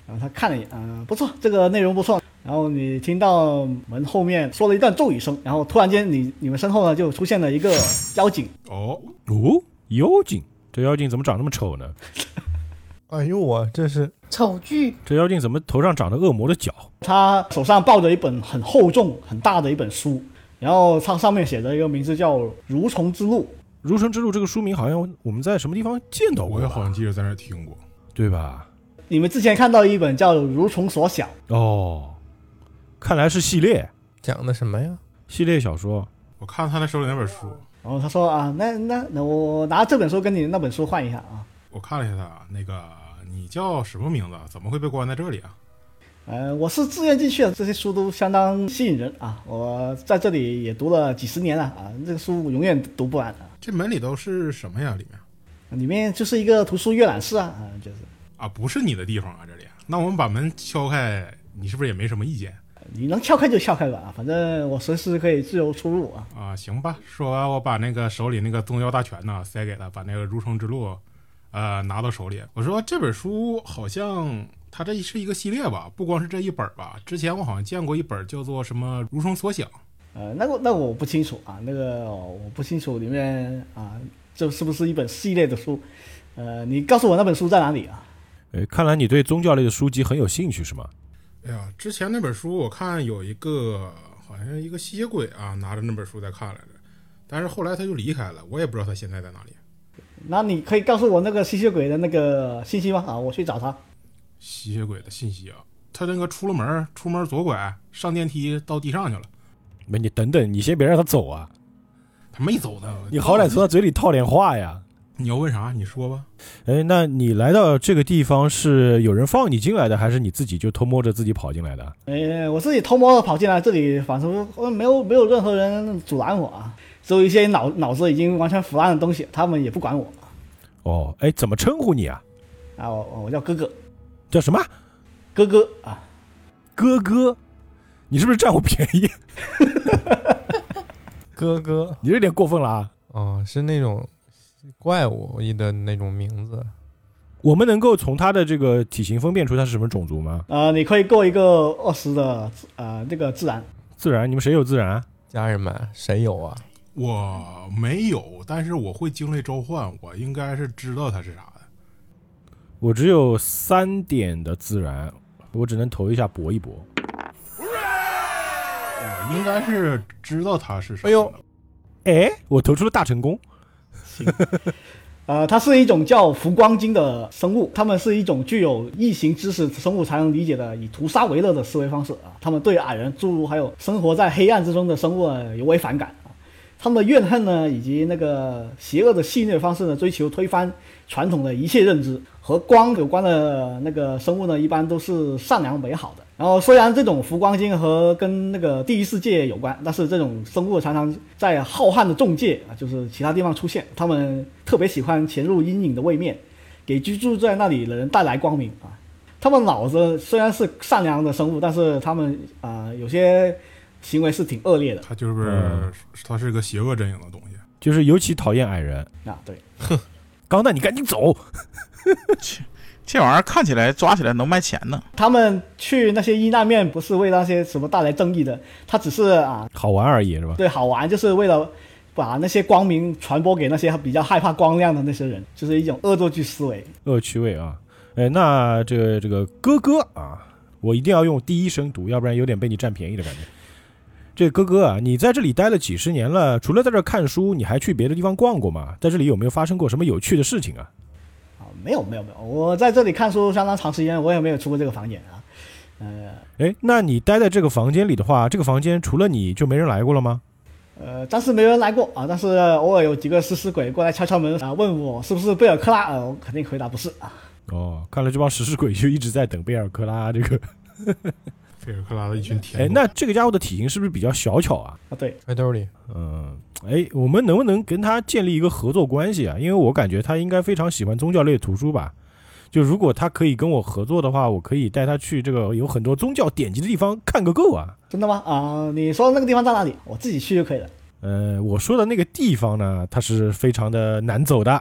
Speaker 1: 然后他看了一眼，嗯、不错，这个内容不错。然后你听到门后面说了一段咒语声，然后突然间你你们身后呢就出现了一个妖精，
Speaker 3: 哦，
Speaker 2: 哦，妖精，这妖精怎么长那么丑呢？
Speaker 7: 哎呦我这是
Speaker 6: 丑剧
Speaker 2: 这妖精怎么头上长着恶魔的角？
Speaker 1: 他手上抱着一本很厚重、很大的一本书，然后它上面写着一个名字叫《蠕虫之路》。
Speaker 2: 《如神之路》这个书名好像我们在什么地方见到过
Speaker 3: 我也好
Speaker 2: 吧，
Speaker 3: 像记得在那儿听过。
Speaker 2: 对吧？
Speaker 1: 你们之前看到一本叫《蠕虫所想》，
Speaker 2: 哦，看来是系列
Speaker 5: 讲的什么呀？
Speaker 2: 系列小说。
Speaker 3: 我看他那手里那本书，
Speaker 1: 然后他说啊，那那那我拿这本书跟你那本书换一下啊。
Speaker 3: 我看了一下他，那个你叫什么名字？怎么会被关在这里啊？
Speaker 1: 呃，我是自愿进去的，这些书都相当吸引人啊！我在这里也读了几十年了啊，这个书永远读不完啊。
Speaker 3: 这门里都是什么呀？里面
Speaker 1: 里面就是一个图书阅览室啊，啊，就是
Speaker 3: 啊，不是你的地方啊，这里。那我们把门敲开，你是不是也没什么意见
Speaker 1: 你能撬开就撬开吧啊，反正我随时可以自由出入啊。
Speaker 3: 啊？行吧。说完，我把那个手里那个宗教大全呢塞给他，把那个《如城之路》呃拿到手里。我说这本书好像它这是一个系列吧，不光是这一本吧。之前我好像见过一本叫做什么《如虫所想》。
Speaker 1: 呃，那个那我不清楚啊，那个我不清楚里面啊，这是不是一本系列的书？呃，你告诉我那本书在哪里啊？
Speaker 2: 哎，看来你对宗教类的书籍很有兴趣是吗？
Speaker 3: 哎呀，之前那本书我看有一个好像一个吸血鬼啊，拿着那本书在看来着，但是后来他就离开了，我也不知道他现在在哪里。
Speaker 1: 那你可以告诉我那个吸血鬼的那个信息吗？啊，我去找他。
Speaker 3: 吸血鬼的信息啊，他那个出了门，出门左拐，上电梯到地上去了，
Speaker 2: 没，你等等，你先别让他走啊！
Speaker 3: 他没走呢。
Speaker 2: 你好歹从他嘴里套点话呀。
Speaker 3: 你要问啥？你说吧。
Speaker 2: 哎，那你来到这个地方是有人放你进来的，还是你自己就偷摸着自己跑进来的？
Speaker 1: 呃，我自己偷摸的跑进来这里，仿佛呃没有没有任何人阻拦我啊，只有一些脑脑子已经完全腐烂的东西，他们也不管我
Speaker 2: 哦，哎，怎么称呼你啊？
Speaker 1: 啊。我我我叫哥哥，
Speaker 2: 叫什么？
Speaker 1: 哥哥啊，
Speaker 2: 哥哥？你是不是占我便宜？
Speaker 5: 哥哥
Speaker 2: 你这有点过分了啊！
Speaker 5: 哦，是那种怪物的那种名字。
Speaker 2: 我们能够从他的这个体型分辨出他是什么种族吗？
Speaker 1: 呃，你可以过一个二十的呃那个自然，
Speaker 2: 自然，你们谁有自然？啊
Speaker 5: 家人们，谁有啊？
Speaker 3: 我没有，但是我会经历召唤，我应该是知道他是啥的。
Speaker 2: 我只有三点的自然，我只能投一下搏一搏。
Speaker 3: 我应该是知道他是啥的。
Speaker 2: 哎呦哎，我投出了大成功。
Speaker 1: 呃，它是一种叫浮光晶的生物，它们是一种具有异形知识生物才能理解的以屠杀为乐的思维方式啊。它们对矮人、侏儒还有生活在黑暗之中的生物啊尤为反感啊。他们的怨恨呢，以及那个邪恶的戏谑方式呢，追求推翻传统的一切认知。和光有关的那个生物呢，一般都是善良美好的。然后虽然这种浮光晶和跟呃那个第一世界有关，但是这种生物常常在浩瀚的众界啊，就是其他地方出现。他们特别喜欢潜入阴影的位面，给居住在那里的人带来光明啊。他们脑子虽然是善良的生物，但是他们啊、有些行为是挺恶劣的
Speaker 3: 他就是不是
Speaker 2: 嗯
Speaker 3: 他是个邪恶阵营的东西。
Speaker 2: 就是尤其讨厌矮人。
Speaker 1: 啊。对，
Speaker 2: 钢蛋，你赶紧走！
Speaker 4: 这玩意儿看起来抓起来能卖钱呢。
Speaker 1: 他们去那些阴暗面不是为那些什么带来正义的，他只是啊
Speaker 2: 好玩而已是吧？
Speaker 1: 对，好玩就是为了把那些光明传播给那些比较害怕光亮的那些人，就是一种恶作剧思维。
Speaker 2: 恶趣味啊！哎，那这个这个哥哥啊，我一定要用第一声读，要不然有点被你占便宜的感觉。这哥哥啊，你在这里待了几十年了，除了在这儿看书，你还去别的地方逛过吗？在这里有没有发生过什么有趣的事情啊？
Speaker 1: 啊，没有没有没有，我在这里看书相当长时间，我也没有出过这个房间啊。呃
Speaker 2: 哎，那你待在这个房间里的话，这个房间除了你就没人来过了吗？
Speaker 1: 呃，暂时没人来过啊，但是偶尔有几个食尸鬼过来敲敲门啊，问我是不是贝尔克拉尔，我肯定回答不是啊。
Speaker 2: 哦，看来这帮食尸鬼就一直在等贝尔克拉这个。
Speaker 3: 菲尔克拉的一群天
Speaker 2: 哎，
Speaker 3: 狗。
Speaker 2: 那这个家伙的体型是不是比较小巧啊？
Speaker 1: 啊，对，
Speaker 5: 揣兜里。
Speaker 2: 嗯，哎，我们能不能跟他建立一个合作关系啊？因为我感觉他应该非常喜欢宗教类的图书吧。就如果他可以跟我合作的话，我可以带他去这个有很多宗教典籍的地方看个够啊。
Speaker 1: 真的吗？啊，你说那个地方在哪里？我自己去就可以了。
Speaker 2: 呃，我说的那个地方呢，它是非常的难走的。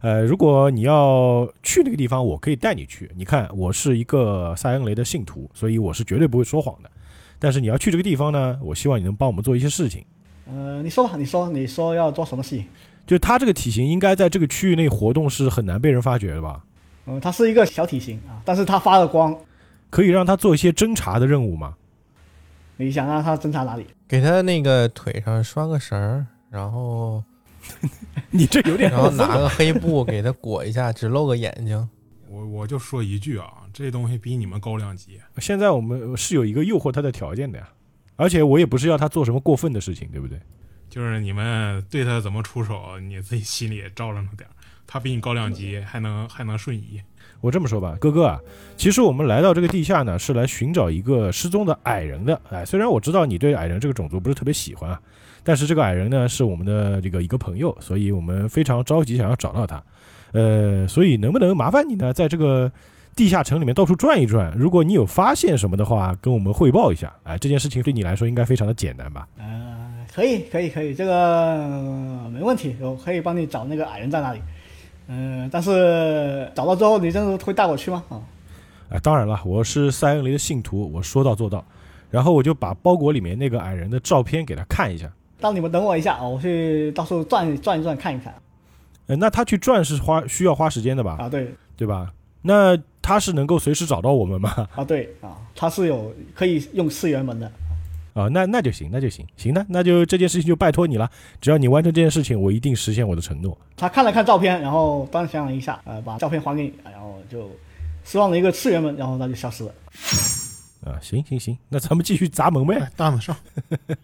Speaker 2: 呃，如果你要去那个地方，我可以带你去。你看，我是一个塞恩雷的信徒，所以我是绝对不会说谎的。但是你要去这个地方呢，我希望你能帮我们做一些事情。
Speaker 1: 呃，你说吧，你说，你说要做什么事情？
Speaker 2: 就他这个体型，应该在这个区域内活动是很难被人发觉的吧？
Speaker 1: 嗯、它是一个小体型啊，但是它发了光，
Speaker 2: 可以让他做一些侦查的任务吗？
Speaker 1: 你想让它侦查哪里？
Speaker 5: 给他那个腿上拴个绳儿，然后
Speaker 2: 你这有点
Speaker 5: 然后拿个黑布给他裹一下，只露个眼睛。
Speaker 3: 我我就说一句啊，这东西比你们高两级。
Speaker 2: 现在我们是有一个诱惑他的条件的呀，而且我也不是要他做什么过分的事情，对不对？
Speaker 3: 就是你们对他怎么出手，你自己心里也照着着点儿。他比你高两级，还能还能瞬移。
Speaker 2: 我这么说吧，哥哥啊，其实我们来到这个地下呢，是来寻找一个失踪的矮人的。哎，虽然我知道你对矮人这个种族不是特别喜欢啊，但是这个矮人呢是我们的这个一个朋友，所以我们非常着急想要找到他。呃，所以能不能麻烦你呢，在这个地下城里面到处转一转？如果你有发现什么的话，跟我们汇报一下。哎，这件事情对你来说应该非常的简单吧？
Speaker 1: 呃，可以，可以，可以，这个、呃没问题，我可以帮你找那个矮人在哪里。嗯、但是找到之后，你真的会带我去吗？啊，
Speaker 2: 啊，当然了，我是塞恩雷的信徒，我说到做到。然后我就把包裹里面那个矮人的照片给他看一下。
Speaker 1: 那你们等我一下啊，我去到处转转一转，看一看
Speaker 2: 呃，那他去转是花需要花时间的吧？
Speaker 1: 啊。对，
Speaker 2: 对吧？那他是能够随时找到我们吗？
Speaker 1: 啊对啊，它是有可以用四元门的。
Speaker 2: 啊，那那就行，那就行，行的，那就这件事情就拜托你了。只要你完成这件事情，我一定实现我的承诺。
Speaker 1: 他看了看照片，然后端详了一下，呃，把照片还给你，然后就释放了一个次元门，然后他就消失了。
Speaker 2: 啊，行行行，那咱们继续砸门呗，
Speaker 3: 哎，大子上，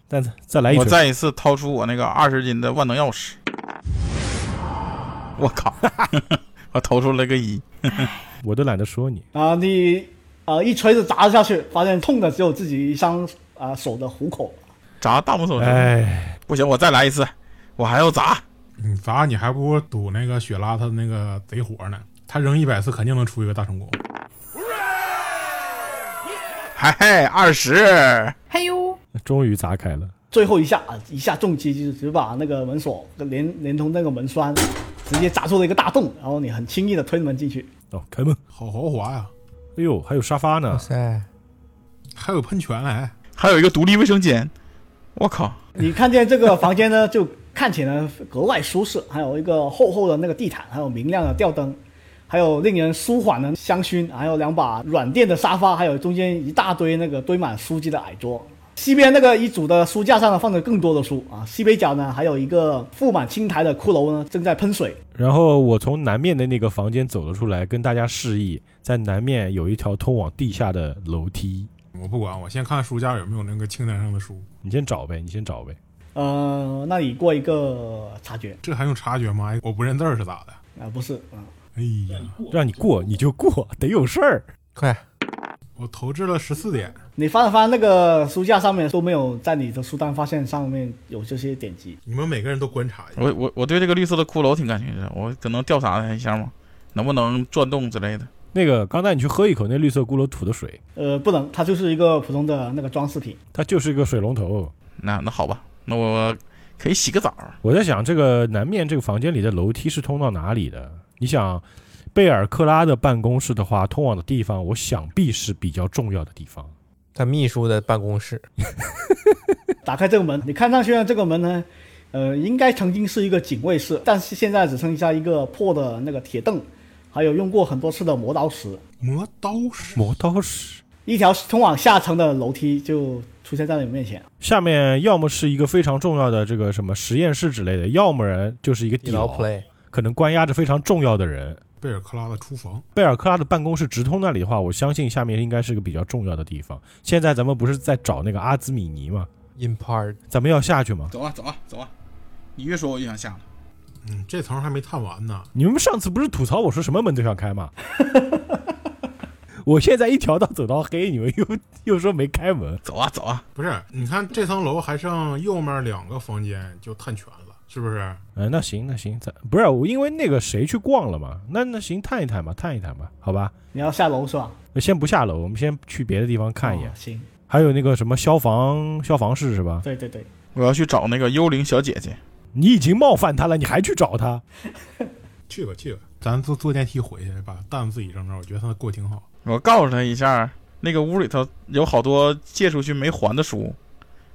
Speaker 2: 蛋子再来一
Speaker 4: 我
Speaker 2: 锤。
Speaker 4: 再一次掏出我那个二十斤的万能钥匙，我 靠，我投出了个一，
Speaker 2: 我都懒得说你，
Speaker 1: 啊、你啊、一锤子砸下去，发现痛的只有自己一双啊、手的虎口。
Speaker 4: 砸大拇手指，
Speaker 2: 哎，
Speaker 4: 不行，我再来一次，我还要砸。
Speaker 3: 你砸你还不如赌那个雪拉他那个贼活呢。他扔一百次肯定能出一个大成功。
Speaker 4: 嘿嘿，二十，
Speaker 6: 嘿呦，
Speaker 2: 终于砸开了。
Speaker 1: 最后一下啊，一下重击就是只把那个门锁连连同那个门栓，直接砸出了一个大洞，然后你很轻易的推门进去。
Speaker 2: 哦，开门。
Speaker 3: 好豪华呀，
Speaker 2: 哎呦，还有沙发
Speaker 5: 哇
Speaker 2: 呢，
Speaker 5: 塞，
Speaker 3: 还有喷泉来。
Speaker 4: 还有一个独立卫生间，我靠，
Speaker 1: 你看见这个房间呢，就看起来格外舒适，还有一个厚厚的那个地毯，还有明亮的吊灯，还有令人舒缓的香薰，还有两把软垫的沙发，还有中间一大堆那个堆满书籍的矮桌。西边那个一组的书架上呢，放着更多的书啊。西北角呢，还有一个覆满青苔的骷髅呢，正在喷水。
Speaker 2: 然后我从南面的那个房间走了出来，跟大家示意，在南面有一条通往地下的楼梯。
Speaker 3: 我不管，我先看书架有没有那个清单上的书。
Speaker 2: 你先找呗，你先找呗。
Speaker 1: 呃，那你过一个察觉
Speaker 3: 这还用察觉吗？哎我不认字儿是咋的？
Speaker 1: 啊、不是啊、
Speaker 3: 哎呀，
Speaker 2: 让你过你就过，得有事儿。
Speaker 5: 快！
Speaker 3: 我投掷了十四点，
Speaker 1: 你翻了翻那个书架上面都没有，在你的书单发现上面有这些典籍。
Speaker 3: 你们每个人都观察一下。
Speaker 4: 我我我对这个绿色的骷髅挺感兴趣的，我可能调查它一下吗？能不能转动之类的？
Speaker 2: 那个刚才你去喝一口那绿色骷髅吐的水，
Speaker 1: 呃，不能，它就是一个普通的那个装饰品。
Speaker 2: 它就是一个水龙头。
Speaker 4: 那那好吧，那我可以洗个澡。
Speaker 2: 我在想，这个南面这个房间里的楼梯是通到哪里的？你想，贝尔克拉的办公室的话，通往的地方，我想必是比较重要的地方。
Speaker 5: 他秘书的办公室，
Speaker 1: 打开这个门，你看上去呢，这个门呢，呃，应该曾经是一个警卫室，但是现在只剩下一个破的那个铁凳，还有用过很多次的磨刀石。
Speaker 3: 磨刀石，
Speaker 2: 磨刀石
Speaker 1: 一条通往下层的楼梯就出现在你面前。
Speaker 2: 下面要么是一个非常重要的这个什么实验室之类的，要么人就是一个
Speaker 5: 地
Speaker 2: 地
Speaker 5: 牢
Speaker 2: 牢，
Speaker 5: play，
Speaker 2: 可能关押着非常重要的人。
Speaker 3: 贝尔克拉的厨房。
Speaker 2: 贝尔克拉的办公室直通那里的话，我相信下面应该是个比较重要的地方。现在咱们不是在找那个阿兹米尼吗？
Speaker 5: in part，
Speaker 2: 咱们要下去吗？
Speaker 4: 走啊走啊走啊！你越说我越想下了。
Speaker 3: 嗯，这层还没探完呢。
Speaker 2: 你们上次不是吐槽我说什么门都想开吗？ 我现在一条道走到黑，你们又又说没开门，
Speaker 4: 走啊走啊！
Speaker 3: 不是，你看这层楼还剩右面两个房间就探全了，是不是？
Speaker 2: 嗯，那行那行，咱不是啊我，因为那个谁去逛了嘛，那那行探一探吧，探一探吧，好吧，
Speaker 1: 你要下楼是吧？
Speaker 2: 那先不下楼，我们先去别的地方看一眼
Speaker 1: 哦。行，
Speaker 2: 还有那个什么消防消防室是吧？
Speaker 1: 对对对，
Speaker 4: 我要去找那个幽灵小姐姐。
Speaker 2: 你已经冒犯他了，你还去找他？
Speaker 3: 去吧去吧，咱坐坐电梯回去，把蛋自己扔那儿，我觉得他过挺好。
Speaker 4: 我告诉她一下，那个屋里头有好多借出去没还的书，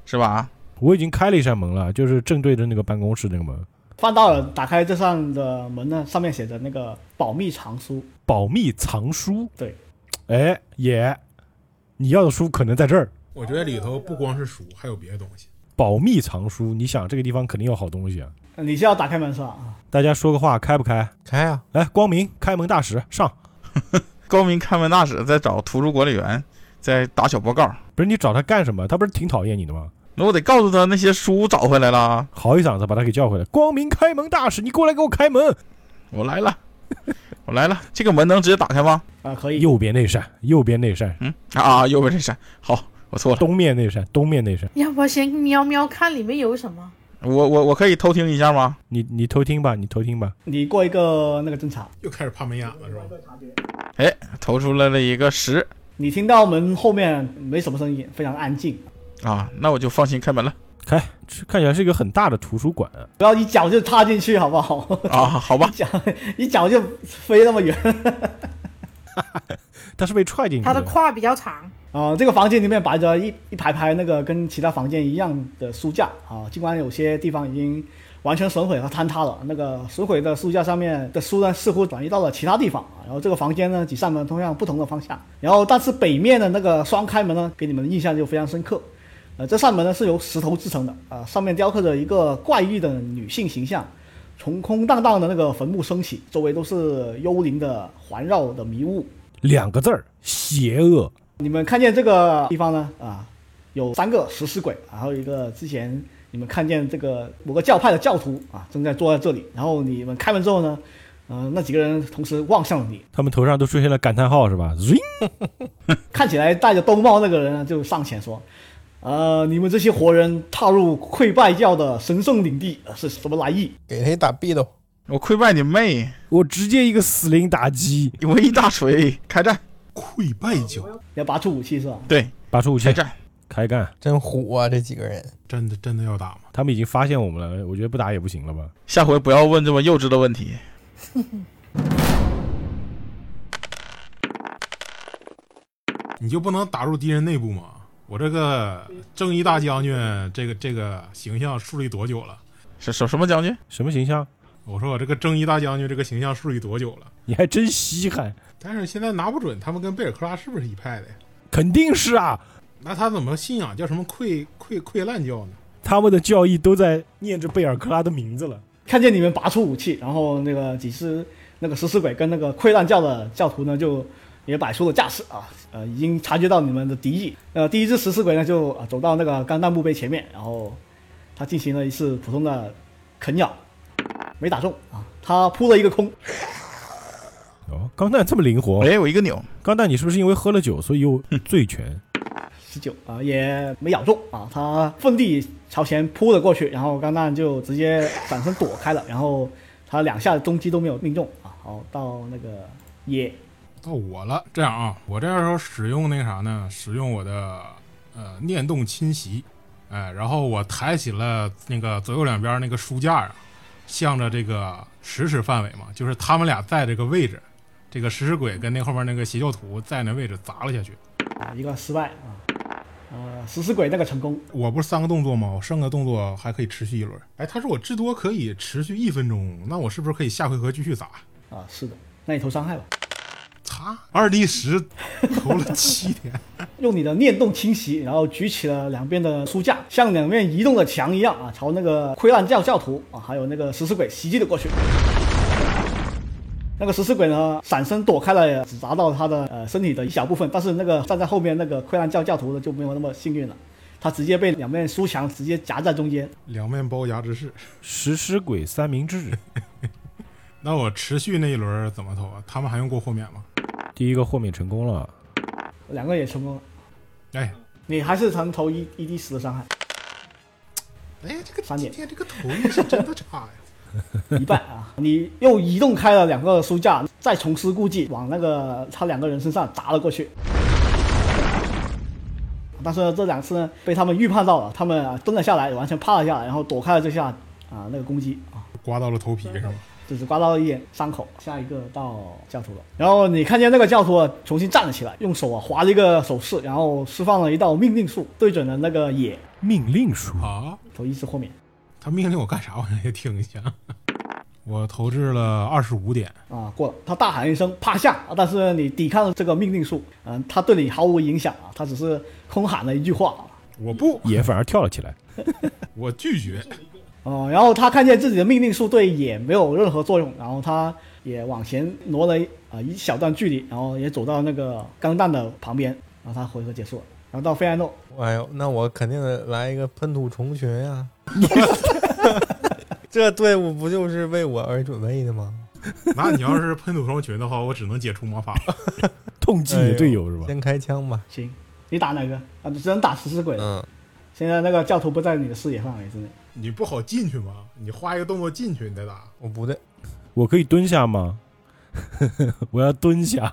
Speaker 4: 是吧？
Speaker 2: 我已经开了一扇门了，就是正对着那个办公室那个门，
Speaker 1: 范道尔打开这扇的门呢，上面写着那个保密藏书。
Speaker 2: 保密藏书。
Speaker 1: 对，
Speaker 2: 哎，也，你要的书可能在这儿。
Speaker 3: 我觉得里头不光是书，还有别的东西。
Speaker 2: 保密藏书，你想这个地方肯定有好东西啊！
Speaker 1: 呃你是要打开门是吧？啊
Speaker 2: 大家说个话，开不开？
Speaker 5: 开啊，
Speaker 2: 来，光明开门大使上，
Speaker 4: 高明看门大使在找图书管理员，在打小报告。
Speaker 2: 不是你找他干什么？他不是挺讨厌你的吗？
Speaker 4: 那我得告诉他那些书找回来了，
Speaker 2: 嚎一嗓子把他给叫回来。光明开门大使，你过来给我开门！
Speaker 4: 我来了， 我来了。这个门能直接打开吗？
Speaker 1: 啊，可以。
Speaker 2: 右边那扇，右边那扇，
Speaker 4: 嗯啊，右边这扇。好，我错了。
Speaker 2: 东面那扇，东面那扇。
Speaker 6: 要不要先瞄瞄看里面有什么？
Speaker 4: 我我我可以偷听一下吗？
Speaker 2: 你你偷听吧，你偷听吧。
Speaker 1: 你过一个那个侦查，
Speaker 3: 又开始怕门眼了是吧？
Speaker 4: 投出来了一个十
Speaker 1: 你听到门后面没什么声音，非常安静。
Speaker 4: 啊，那我就放心开门了
Speaker 2: 这看起来是一个很大的图书馆啊，
Speaker 1: 不要一脚就踏进去，好不好？
Speaker 4: 啊。好吧
Speaker 1: 一，脚一脚就飞那么远
Speaker 2: 他是被踹进去
Speaker 6: 它的
Speaker 2: 的。
Speaker 6: 胯比较长，
Speaker 1: 啊、这个房间里面摆着一一排排那个跟其他房间一样的书架啊，尽管有些地方已经完全损毁和坍塌了，那个损毁的书架上面的书呢，似乎转移到了其他地方啊。然后这个房间呢，几扇门通向不同的方向。然后，但是北面的那个双开门呢，给你们的印象就非常深刻。呃，这扇门呢是由石头制成的啊、上面雕刻着一个怪异的女性形象，从空荡荡的那个坟墓升起，周围都是幽灵的环绕的迷雾。
Speaker 2: 两个字儿，邪恶。
Speaker 1: 你们看见这个地方呢？啊，有三个食尸鬼，然后一个之前你们看见这个某个教派的教徒啊，正在坐在这里。然后你们开门之后呢，嗯、那几个人同时望向了你，
Speaker 2: 他们头上都出现了感叹号是吧？
Speaker 1: 看起来戴着兜帽那个人呢就上前说：“呃，你们这些活人踏入溃败教的神圣领地呃是什么来意？
Speaker 5: 给他一打壁咚，
Speaker 4: 我溃败你妹！
Speaker 2: 我直接一个死灵打击，
Speaker 4: 我一大锤，开战！
Speaker 3: 溃败脚，
Speaker 1: 要拔出武器是吧？
Speaker 4: 对，
Speaker 2: 拔出武器
Speaker 4: 开战！
Speaker 2: 开干！
Speaker 5: 真虎啊！这几个人，
Speaker 3: 真的真的要打吗？
Speaker 2: 他们已经发现我们了，我觉得不打也不行了吧？
Speaker 4: 下回不要问这么幼稚的问题。
Speaker 3: 你就不能打入敌人内部吗？我这个正义大将军，这个这个形象树立多久了？
Speaker 4: 什什什么将军？
Speaker 2: 什么形象？
Speaker 3: 我说我这个正义大将军这个形象树立多久了？
Speaker 2: 你还真稀罕，
Speaker 3: 但是现在拿不准他们跟贝尔克拉是不是一派的呀？
Speaker 2: 肯定是啊！
Speaker 3: 那他怎么信仰叫什么溃溃溃烂教呢？
Speaker 2: 他们的教义都在念着贝尔克拉的名字了。
Speaker 1: 看见你们拔出武器，然后那个几只那个食尸鬼跟那个溃烂教的教徒呢，就也摆出了架势啊，呃，已经察觉到你们的敌意。呃，第一只食尸鬼呢，就、呃走到那个钢弹墓碑前面，然后他进行了一次普通的啃咬，没打中啊，他扑了一个空。
Speaker 2: 哦，钢蛋这么灵活，
Speaker 4: 哎，我嗯一个扭，
Speaker 2: 钢蛋你是不是因为喝了酒所以又醉拳？
Speaker 1: 十九啊，也没咬中啊，他奋力朝前扑了过去，然后钢弹就直接转身躲开了，然后他两下中击都没有命中啊。好，到那个野
Speaker 3: 到我了，这样啊，我这时候使用那个啥呢？使用我的呃念动侵袭，哎、然后我抬起了那个左右两边那个书架啊，向着这个十尺范围嘛，就是他们俩在这个位置，这个食尸鬼跟那后面那个邪教徒在那位置砸了下去。
Speaker 1: 啊，一个失败啊，呃，食尸鬼那个成功，
Speaker 3: 我不是三个动作吗？我剩个动作还可以持续一轮。哎，他说我至多可以持续一分钟，那我是不是可以下回合继续砸？
Speaker 1: 啊，是的，那你投伤害吧，
Speaker 3: 擦，二 d 十 投了七天，
Speaker 1: 用你的念动侵袭，然后举起了两边的书架，像两面移动的墙一样啊，朝那个溃烂教教徒啊，还有那个食尸鬼袭击了过去。那个食尸鬼呢，闪身躲开了，只砸到他的呃身体的一小部分，但是那个站在后面那个溃烂教教徒呢就没有那么幸运了，他直接被两面书墙直接夹在中间。
Speaker 3: 两面包夹之势。
Speaker 2: 食尸鬼三明治，
Speaker 4: 嗯
Speaker 3: 那我持续那一轮怎么投啊？他们还用过豁免吗？
Speaker 2: 第一个豁免成功了，
Speaker 1: 两个也成功了，
Speaker 3: 哎
Speaker 1: 你还是能投一一 d 十的伤害，
Speaker 3: 哎，这个
Speaker 1: 三点
Speaker 3: 今天这个投运是真的差呀！
Speaker 1: 一半啊！你又移动开了两个书架，再重施故技往那个他两个人身上砸了过去。但是这两次呢，被他们预判到了，他们啊蹲了下来，完全趴了下来，然后躲开了这下啊那个攻击啊，
Speaker 3: 刮到了头皮是吗？
Speaker 1: 只是刮到了一点伤口。下一个到教徒了，然后你看见那个教徒啊重新站了起来，用手啊划了一个手势，然后释放了一道命令术，对准了那个野
Speaker 2: 命令书，
Speaker 3: 啊，
Speaker 1: 头一次豁免。
Speaker 3: 他命令我干啥，我也听一下。 我投掷了二十五点，
Speaker 1: 啊，过了，他大喊一声“趴下”，啊但是你抵抗了这个命令术，嗯、他对你毫无影响啊，他只是空喊了一句话
Speaker 3: 我不，
Speaker 2: 也反而跳了起来。
Speaker 3: 我拒绝。
Speaker 1: 啊，然后他看见自己的命令术对也没有任何作用，然后他也往前挪了啊、一小段距离，然后也走到那个钢弹的旁边，然后他回合结束了，然后到费安诺，
Speaker 5: 哎呦，那我肯定得来一个喷吐虫群呀、 这队伍不就是为我而准备的吗？
Speaker 3: 那你要是喷吐双群的话，我只能解除魔法了。
Speaker 2: 痛击你的队友是吧？
Speaker 4: 哎
Speaker 5: 先开枪吧。
Speaker 1: 行，你打哪个啊？只能打食尸鬼了。
Speaker 5: 嗯，
Speaker 1: 现在那个教徒不在你的视野范围之内，
Speaker 3: 你不好进去吗？你画一个动作进去，你再打。
Speaker 5: 我不对，
Speaker 2: 我可以蹲下吗？ 我要蹲下。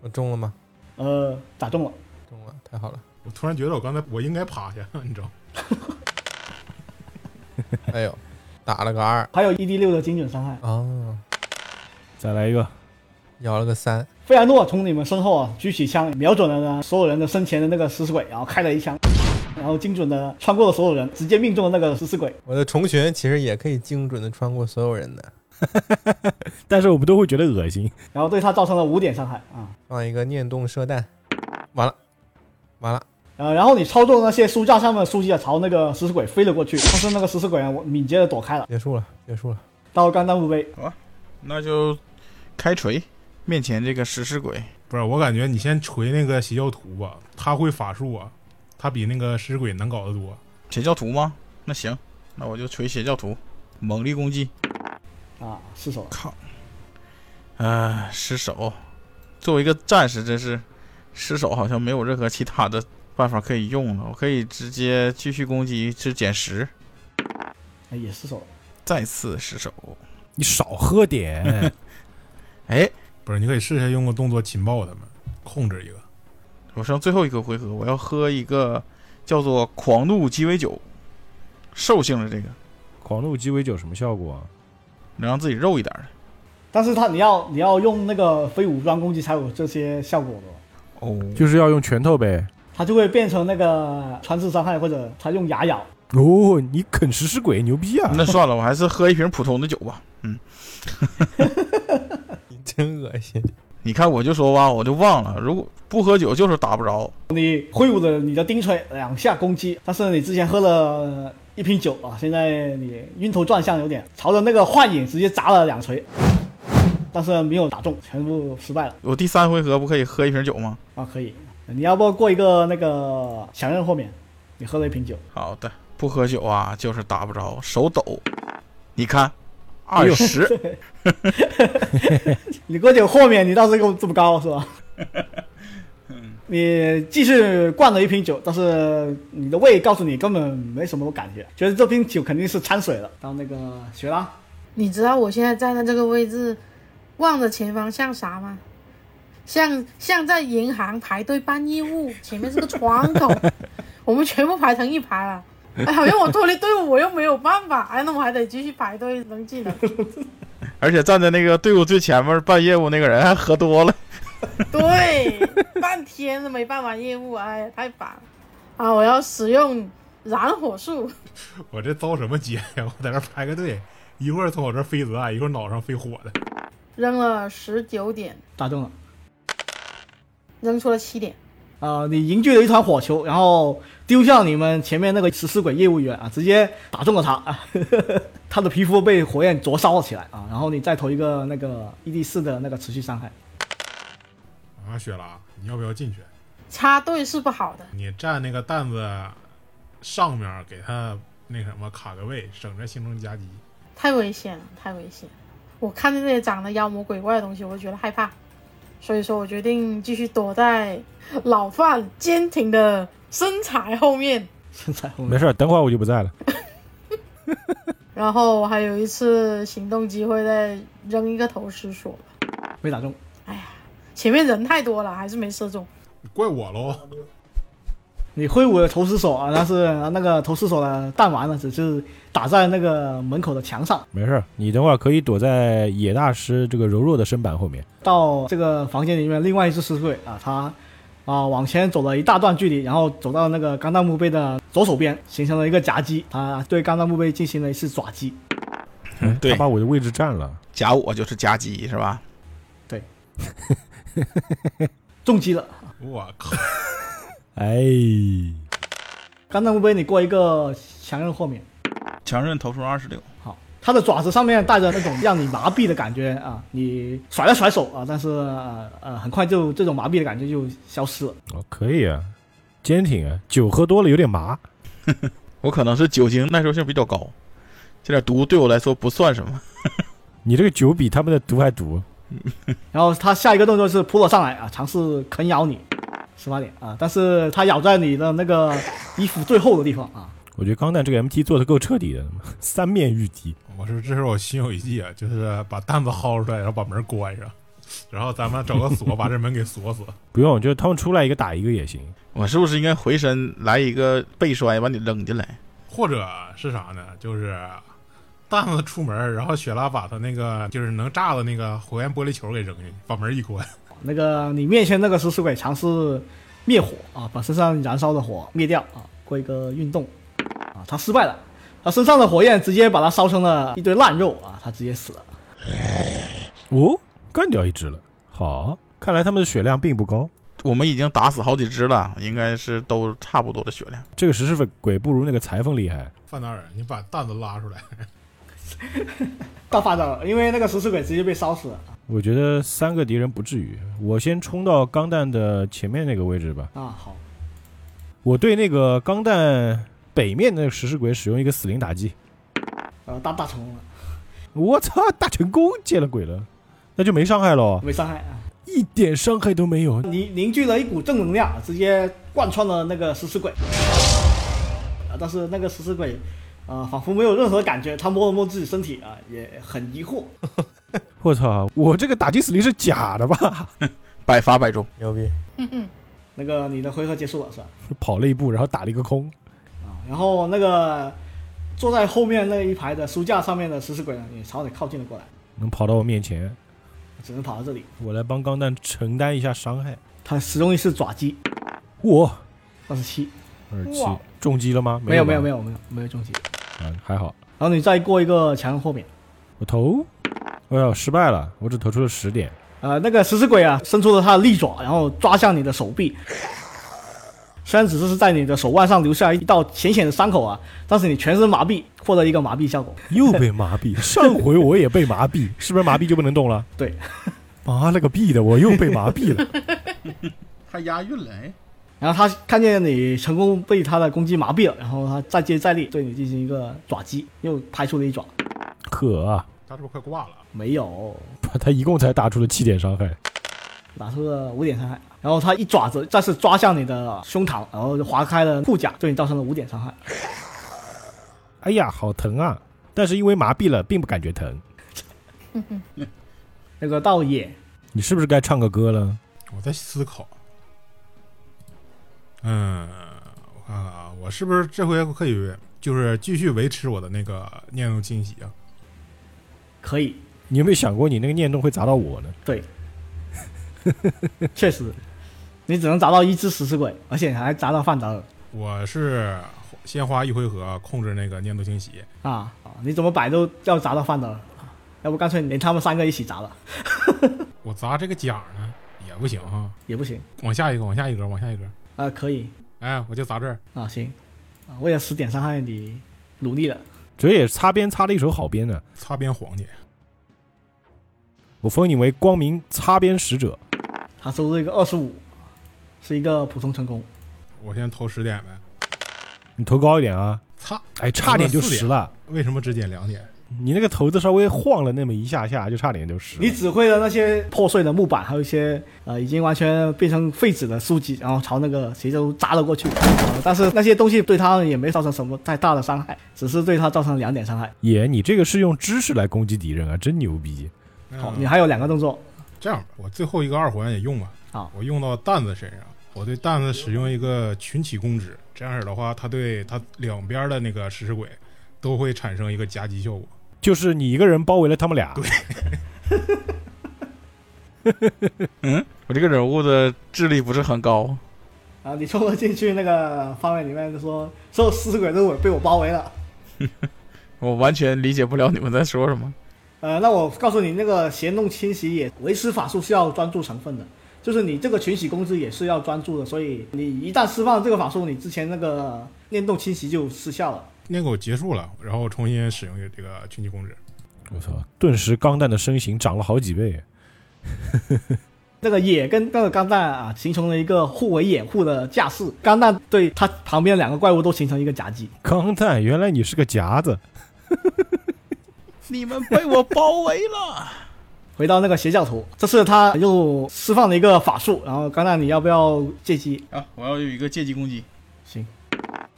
Speaker 5: 我中了吗？
Speaker 1: 呃，打中了。
Speaker 5: 中了，太好了。
Speaker 3: 我突然觉得我刚才我应该趴下， 你知道吗？
Speaker 5: 哎呦，打了个二
Speaker 1: 还有一 d 六的精准伤害。
Speaker 5: 啊，
Speaker 2: 再来一个，
Speaker 5: 摇了个三，
Speaker 1: 费安诺从你们身后啊举起枪，瞄准了呢所有人的身前的那个食尸鬼，然后开了一枪，啊然后精准的穿过了所有人，直接命中了那个食尸鬼。
Speaker 5: 我的虫群其实也可以精准的穿过所有人的。
Speaker 2: 但是我们都会觉得恶 心。
Speaker 1: 然后对他造成了五点伤害啊。
Speaker 5: 放一个念动射弹，完了，完了，
Speaker 1: 呃，然后你操作那些书架上面的书籍啊，朝那个食尸鬼飞了过去，但是那个食尸鬼啊，我敏捷的躲开了。
Speaker 5: 结束了，结束了。
Speaker 1: 到钢弹墓碑，
Speaker 4: 那就开锤面前这个食尸鬼。
Speaker 3: 不是，我感觉你先锤那个邪教徒吧，他会法术啊，他比那个食尸鬼难搞得多。
Speaker 4: 邪教徒吗？那行，那我就锤邪教徒，猛力攻击。
Speaker 1: 啊，失手了。
Speaker 4: 靠！啊，失手。作为一个战士，真是失手，好像没有任何其他的办法可以用了。我可以直接继续攻击，是减十，
Speaker 1: 哎也失手了。
Speaker 4: 再次失手。
Speaker 2: 你少喝点，
Speaker 4: 哎，
Speaker 3: 不是，你可以试一下用个动作情报他们，控制一个。
Speaker 4: 我剩最后一个回合，我要喝一个叫做“狂怒鸡尾酒”，兽性的这个，
Speaker 2: 狂怒鸡尾酒什么效果啊？
Speaker 4: 能让自己肉一点儿的。
Speaker 1: 但是他你要你要用那个非武装攻击才有这些效果的，
Speaker 4: 哦，
Speaker 2: 就是要用拳头呗。
Speaker 1: 他就会变成那个穿刺伤害或者他用牙咬。
Speaker 2: 哦，你啃食尸鬼牛逼啊！
Speaker 4: 那算了，我还是喝一瓶普通的酒吧。
Speaker 5: 你真恶心。
Speaker 4: 你看，我就说吧，我就忘了，如果不喝酒就是打不着。
Speaker 1: 你挥舞着你的钉锤两下攻击，但是你之前喝了一瓶酒啊，现在你晕头转向有点，朝着那个幻影直接砸了两锤，但是没有打中，全部失败了
Speaker 4: 我第三回合不可以喝一瓶酒吗？
Speaker 1: 啊，可以。你要不过一个那个强韧豁免，你喝了一瓶酒，
Speaker 4: 好的，不喝酒啊，就是打不着，手抖。你看，
Speaker 2: 哎
Speaker 4: 二
Speaker 2: 呦
Speaker 4: 十，
Speaker 1: 你过酒豁免你倒是够这么高是吧？你继续灌了一瓶酒，但是你的胃告诉你根本没什么感觉，觉得这瓶酒肯定是掺水了。到那个雪拉，
Speaker 6: 你知道我现在站在这个位置，望着前方像啥吗？像像在银行排队办业务，前面是个窗口，我们全部排成一排了。哎，好像我脱离队伍，我又没有办法，哎，那我还得继续排队扔技能。
Speaker 4: 而且站在那个队伍最前面办业务那个人还喝多了，
Speaker 6: 对，半天都没办完业务，哎呀，太烦了。啊，我要使用燃火术，
Speaker 3: 我这遭什么劫呀？我在这排个队，一会儿从我这儿飞子弹，一会儿脑上飞火的。
Speaker 6: 扔了十九点，
Speaker 1: 打中了。
Speaker 6: 扔出了七点。
Speaker 1: 啊、你凝聚了一团火球，然后丢向你们前面那个食尸鬼业务员啊，直接打中了他， 啊、他的皮肤被火焰灼烧了起来啊，然后你再投一个那个 ED 四的那个持续伤害，
Speaker 3: 啊，雪拉，你要不要进去？
Speaker 6: 插队是不好的，
Speaker 3: 你站那个担子上面，给他那什么卡个位，省着形成夹击。
Speaker 6: 太危险了，太危险了。我看见那些长得妖魔鬼怪的东西，我就觉得害怕，所以说我决定继续躲在老范坚挺的身材后面。
Speaker 1: 身材后
Speaker 2: 没
Speaker 1: 面
Speaker 2: 事儿，等会儿我就不在了。
Speaker 6: 然后我还有一次行动机会，再扔一个投石锁。
Speaker 1: 没打中，
Speaker 6: 前面人太多了，还是没射中。
Speaker 3: 怪我喽！
Speaker 1: 你挥舞的投石手啊，但是那个投石手的弹丸呢，只是打在那个门口的墙上。
Speaker 2: 没事儿，你等会儿可以躲在野大师这个柔弱的身板后面。
Speaker 1: 到这个房间里面，另外一只尸鬼啊，他啊往前走了一大段距离，然后走到那个钢弹墓碑的左手边，形成了一个夹击，他对钢弹墓碑进行了一次爪击。
Speaker 4: 嗯
Speaker 2: 他
Speaker 4: 对，
Speaker 2: 把我的位置占了，
Speaker 4: 夹我就是夹击是吧？
Speaker 1: 重击了。
Speaker 3: 我靠，
Speaker 2: 哎，
Speaker 1: 钢弹墓碑，你过一个强韧后面。
Speaker 4: 强韧投出二十六，
Speaker 1: 好，它的爪子上面带着那种让你麻痹的感觉啊，你甩了甩手啊，但是呃呃，很快就这种麻痹的感觉就消失了。
Speaker 2: 哦，可以啊，坚挺啊，酒喝多了有点麻。
Speaker 4: 我可能是酒精耐受性比较高，这点毒对我来说不算什么。
Speaker 2: 你这个酒比他们的毒还毒，
Speaker 1: 然后它下一个动作是扑了上来啊，尝试啃咬你，十八点啊，但是它咬在你的那个衣服最厚的地方啊，
Speaker 2: 我觉得钢弹这个 MT 做的够彻底的， 三面御敌。
Speaker 3: 我说这是我心有余悸啊，就是把担子薅出来，然后把门关上，然后咱们找个锁把这门给锁死。
Speaker 2: 不用，就是他们出来一个打一个也行。
Speaker 4: 我是不是应该回身来一个背摔，把你扔进来？
Speaker 3: 或者是啥呢？就是蛋子出门，然后雪拉把他那个就是能炸的那个火焰玻璃球给扔进去，把门一关。
Speaker 1: 那个你面前那个食尸鬼尝试灭火啊，把身上燃烧的火灭掉啊，过一个运动啊，他失败了，他身上的火焰直接把他烧成了一堆烂肉啊，他直接死了。
Speaker 2: 哦，干掉一只了。好，看来他们的血量并不高。
Speaker 4: 我们已经打死好几只了，应该是都差不多的血量。
Speaker 2: 这个食尸鬼不如那个裁缝厉害。
Speaker 3: 范达尔，你把蛋子拉出来，
Speaker 1: 大发展了，因为那个食尸鬼直接被烧死了
Speaker 2: 我觉得三个敌人不至于。我先冲到钢弹的前面那个位置吧。
Speaker 1: 啊。好，
Speaker 2: 我对那个钢弹北面那个食尸鬼使用一个死灵打击。
Speaker 1: 呃，大大成功了，
Speaker 2: 我操，大成功，见了鬼了！那就没伤害了，
Speaker 1: 没伤害啊。
Speaker 2: 一点伤害都没有。
Speaker 1: 凝凝聚了一股正能量，直接贯穿了那个食尸鬼。啊，但是那个食尸鬼，啊、仿佛没有任何感觉，他摸了摸自己身体啊、也很疑惑。
Speaker 2: 我操，我这个打击死灵是假的吧？
Speaker 4: 百发百中，
Speaker 7: 牛逼！
Speaker 1: 那个你的回合结束了是吧？
Speaker 2: 跑了一步，然后打了一个空。
Speaker 1: 啊，然后那个坐在后面那一排的书架上面的食尸鬼呢，也朝你靠近了过来，
Speaker 2: 能跑到我面前，
Speaker 1: 只能跑到这里。
Speaker 2: 我来帮钢弹承担一下伤害。
Speaker 1: 他使用一次爪击，
Speaker 2: 我
Speaker 1: 二十七，
Speaker 2: 二七
Speaker 6: 哇
Speaker 2: 重击了吗？
Speaker 1: 没有没有没
Speaker 2: 有
Speaker 1: 有没有没有中击。
Speaker 2: 吧，啊，还好。
Speaker 1: 然后你再过一个墙后面。
Speaker 2: 我投，哎呦，失败了，我只投出了十点。
Speaker 1: 呃，那个食尸鬼啊，伸出了它的利爪，然后抓向你的手臂。虽然只是在你的手腕上留下一道浅浅的伤口啊，但是你全身麻痹，获得一个麻痹效果。
Speaker 2: 又被麻痹，上回我也被麻痹，是不是麻痹就不能动了？
Speaker 1: 对，
Speaker 2: 麻了个逼的，我又被麻痹了。
Speaker 4: 还押韵了，哎，
Speaker 1: 然后他看见你成功被他的攻击麻痹了，然后他再接再厉，对你进行一个爪击，又拍出了一爪。
Speaker 2: 可啊，
Speaker 3: 他是不是快挂了？
Speaker 1: 没有，
Speaker 2: 他一共才打出了七点伤害，
Speaker 1: 打出了五点伤害。然后他一爪子再次抓向你的胸膛，然后就划开了护甲，对你造成了五点伤害。
Speaker 2: 哎呀，好疼啊！但是因为麻痹了，并不感觉疼。
Speaker 1: 那个道野，
Speaker 2: 你是不是该唱个歌了？
Speaker 3: 我在思考。嗯，我看看啊，我是不是这回可以就是继续维持我的那个念动清洗啊？
Speaker 1: 可以，
Speaker 2: 你有没有想过，你那个念动会砸到我呢？
Speaker 1: 对，确实，你只能砸到一只食尸鬼，而且还砸到范德尔
Speaker 3: 我是先花一回合控制那个念动清洗，
Speaker 1: 啊！啊你怎么摆都要砸到范德尔，啊要不干脆连他们三个一起砸了
Speaker 3: 我砸这个甲呢也不行哈、
Speaker 1: 也不行
Speaker 3: 往下一个，往下一格，往下一格，
Speaker 1: 啊？可以
Speaker 3: 哎，我就砸这儿。
Speaker 1: 啊，行啊，为了十点伤害你努力了，
Speaker 2: 这也擦边擦了一手好边呢。
Speaker 3: 擦边黄去，
Speaker 2: 我封你为光明擦边使者。
Speaker 1: 他收了一个二十五，是一个普通成功，
Speaker 3: 我先投十点呗。
Speaker 2: 你投高一点啊！
Speaker 3: 擦，
Speaker 2: 哎，差点就十了。
Speaker 3: 为什么只减两点？
Speaker 2: 你那个头子稍微晃了那么一下下，就差点就十了。
Speaker 1: 你指挥了那些破碎的木板，还有一些呃已经完全变成废纸的书籍，然后朝那个斜州砸了过去、啊但是那些东西对他也没造成什么太大的伤害，只是对他造成两点伤害。
Speaker 2: 爷，你这个是用知识来攻击敌人啊，真牛逼！
Speaker 1: 好，
Speaker 3: 嗯
Speaker 1: 哦你还有两个动作，
Speaker 3: 这样吧，我最后一个二环也用吧。
Speaker 1: 好
Speaker 3: 我用到蛋子身上，我对蛋子使用一个群起攻之，这样式的话，它对它两边的那个食尸鬼都会产生一个夹击效果。
Speaker 2: 就是你一个人包围了他们俩，
Speaker 3: 对
Speaker 4: 嗯，我这个人物的智力不是很高，
Speaker 1: 然后啊你冲了进去那个方位里面，就说所有食尸鬼都被我包围了。
Speaker 4: 我完全理解不了你们在说什么。
Speaker 1: 呃，那我告诉你，那个邪弄侵袭也维持法术是要专注成分的，就是你这个群起攻之也是要专注的，所以你一旦释放这个法术，你之前那个念动侵袭就失效了。
Speaker 3: 那个我结束了，然后我重新使用这个群起攻之。
Speaker 2: 我操！顿时钢蛋的身形长了好几倍。
Speaker 1: 那个也跟那个钢弹啊形成了一个互为掩护的架势，钢弹对它旁边两个怪物都形成一个夹击。
Speaker 2: 钢蛋，原来你是个夹子。
Speaker 4: 你们被我包围了，
Speaker 1: 回到那个邪教徒，这次他又释放了一个法术，然后钢弹你要不要借机
Speaker 4: 啊！我要有一个借机攻击，
Speaker 1: 行，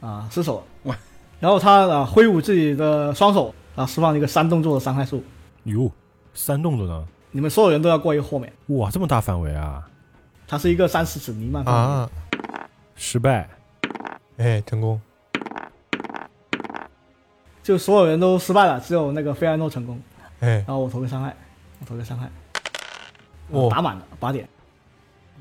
Speaker 1: 啊，失手
Speaker 4: 哇
Speaker 1: 了。然后他啊挥舞自己的双手啊，释放了一个三动作的伤害数。
Speaker 2: 哟，三动作呢？
Speaker 1: 你们所有人都要过一个豁免，
Speaker 2: 哇，这么大范围啊！
Speaker 1: 它是一个三十尺弥漫范围。
Speaker 5: 啊！
Speaker 2: 失败，
Speaker 5: 哎，成功！
Speaker 1: 就所有人都失败了，只有那个菲安诺成功。
Speaker 5: 哎，
Speaker 1: 然后我投个伤害，我投个伤害，
Speaker 5: 哦
Speaker 1: 打满了八点。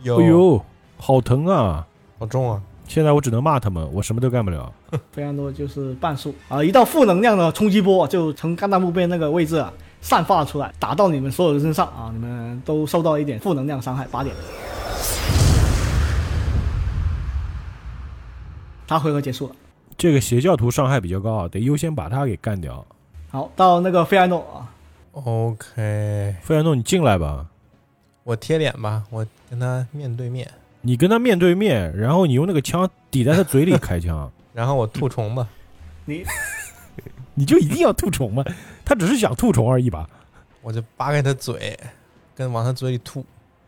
Speaker 5: 有，
Speaker 2: 哎呦，好疼啊！
Speaker 5: 好重啊！
Speaker 2: 现在我只能骂他们，我什么都干不了。
Speaker 1: 非常多就是半数啊，一道负能量的冲击波就从干弹幕边那个位置啊散发出来，打到你们所有人身上啊，你们都受到一点负能量伤害，八点。他回合结束了。
Speaker 2: 这个邪教徒伤害比较高啊，得优先把他给干掉。
Speaker 1: 好，到那个费安诺啊，
Speaker 5: OK，
Speaker 2: 费兰诺，你进来吧，
Speaker 5: 我贴脸吧，我跟他面对面，
Speaker 2: 你跟他面对面，然后你用那个枪抵在他嘴里开枪，
Speaker 5: 然后我吐虫吧。
Speaker 2: 你就一定要吐虫吗？他只是想吐虫而已吧。
Speaker 5: 我就扒开他嘴，跟往他嘴里吐，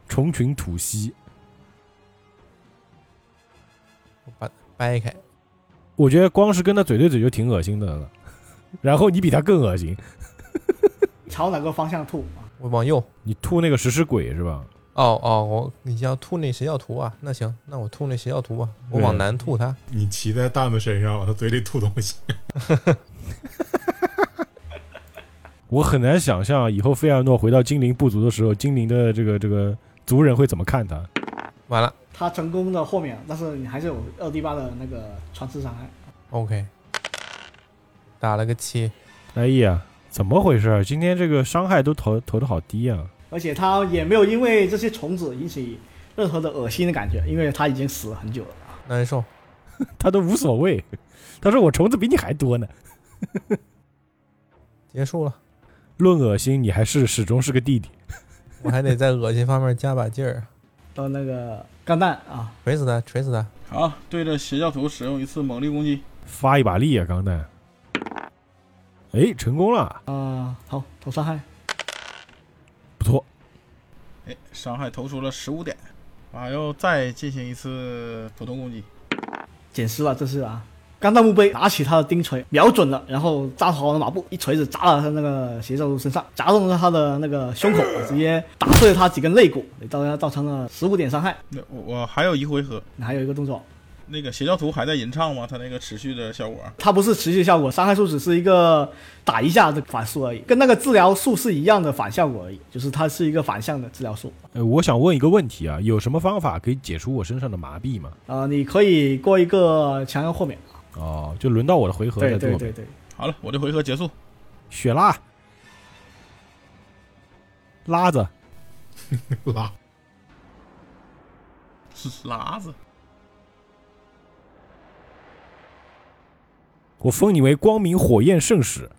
Speaker 2: 虫群吐息，
Speaker 5: 我把掰开。
Speaker 2: 我觉得光是跟他嘴对嘴就挺恶心的了。 然后你比他更恶心，
Speaker 1: 朝哪个方向吐啊？
Speaker 5: 我往右。
Speaker 2: 你吐那个食尸鬼是吧？
Speaker 5: 哦哦，我你要吐那邪教徒啊？那行，那我吐那邪教徒吧。我
Speaker 2: 对
Speaker 5: 往南吐他。
Speaker 3: 你骑在蛋子身上，往他嘴里吐东西。
Speaker 2: 我很难想象以后费尔诺回到精灵部族的时候，精灵的这个这个族人会怎么看他。
Speaker 5: 完了
Speaker 1: 他成功的豁免，但是你还是有二 D 八的那个穿刺伤害。
Speaker 5: ，OK，打了个七。
Speaker 2: 哎呀，怎么回事儿？今天这个伤害都投投的好低啊！
Speaker 1: 而且他也没有因为这些虫子引起任何的恶心的感觉，因为他已经死了很久了。
Speaker 5: 难受。
Speaker 2: 他都无所谓，他说我虫子比你还多呢。
Speaker 5: 结束了，
Speaker 2: 论恶心，你还是始终是个弟弟。
Speaker 5: 我还得在恶心方面加把劲儿，
Speaker 1: 到那个钢弹啊，
Speaker 5: 锤死他，锤死他！
Speaker 4: 好，啊对着邪教徒使用一次猛力攻击，
Speaker 2: 发一把力啊，钢蛋！哎，成功了，
Speaker 1: 啊、好，投伤害。
Speaker 2: 不错。
Speaker 4: 哎，伤害投出了十五点，我还要再进行一次普通攻击。
Speaker 1: 捡尸了，这是啊。钢弹墓碑拿起他的钉锤，瞄准了，然后扎好了马步，一锤子砸到他那个邪教徒身上，砸中了他的那个胸口，直接打碎了他几根肋骨，到他造成了十五点伤害。
Speaker 4: 那我我还有一回合，
Speaker 1: 你还有一个动作，
Speaker 4: 那个邪教徒还在吟唱吗？他那个持续的效果，
Speaker 1: 它不是持续效果，伤害数只是一个打一下的反数而已，跟那个治疗数是一样的反效果而已，就是它是一个反向的治疗数。
Speaker 2: 呃，我想问一个问题啊，有什么方法可以解除我身上的麻痹吗？
Speaker 1: 啊、你可以过一个强要豁免。
Speaker 2: 哦，就轮到我的回合
Speaker 1: 对
Speaker 2: 再做
Speaker 1: 对
Speaker 2: 呗。
Speaker 1: 对对，
Speaker 4: 好了，我这回合结束。
Speaker 2: 雪拉，拉子，
Speaker 3: 拉，
Speaker 4: 拉子，
Speaker 2: 我封你为光明火焰圣使。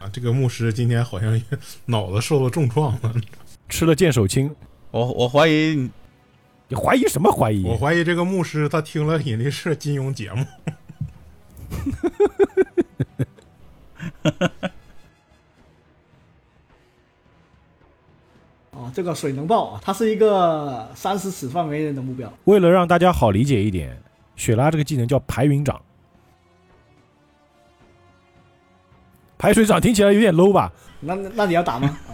Speaker 3: 啊，这个牧师今天好像脑子受了重创 了。
Speaker 2: 吃了剑手青，
Speaker 4: 我我怀疑你
Speaker 2: 你怀疑什么怀疑？
Speaker 3: 我怀疑这个牧师他听了引力社金庸节目，
Speaker 1: 哦，这个水能爆啊，它是一个三十尺范围内的目标。
Speaker 2: 为了让大家好理解一点，雪拉这个技能叫排云掌。排水掌听起来有点 low 吧？
Speaker 1: 那那那你要打吗？啊，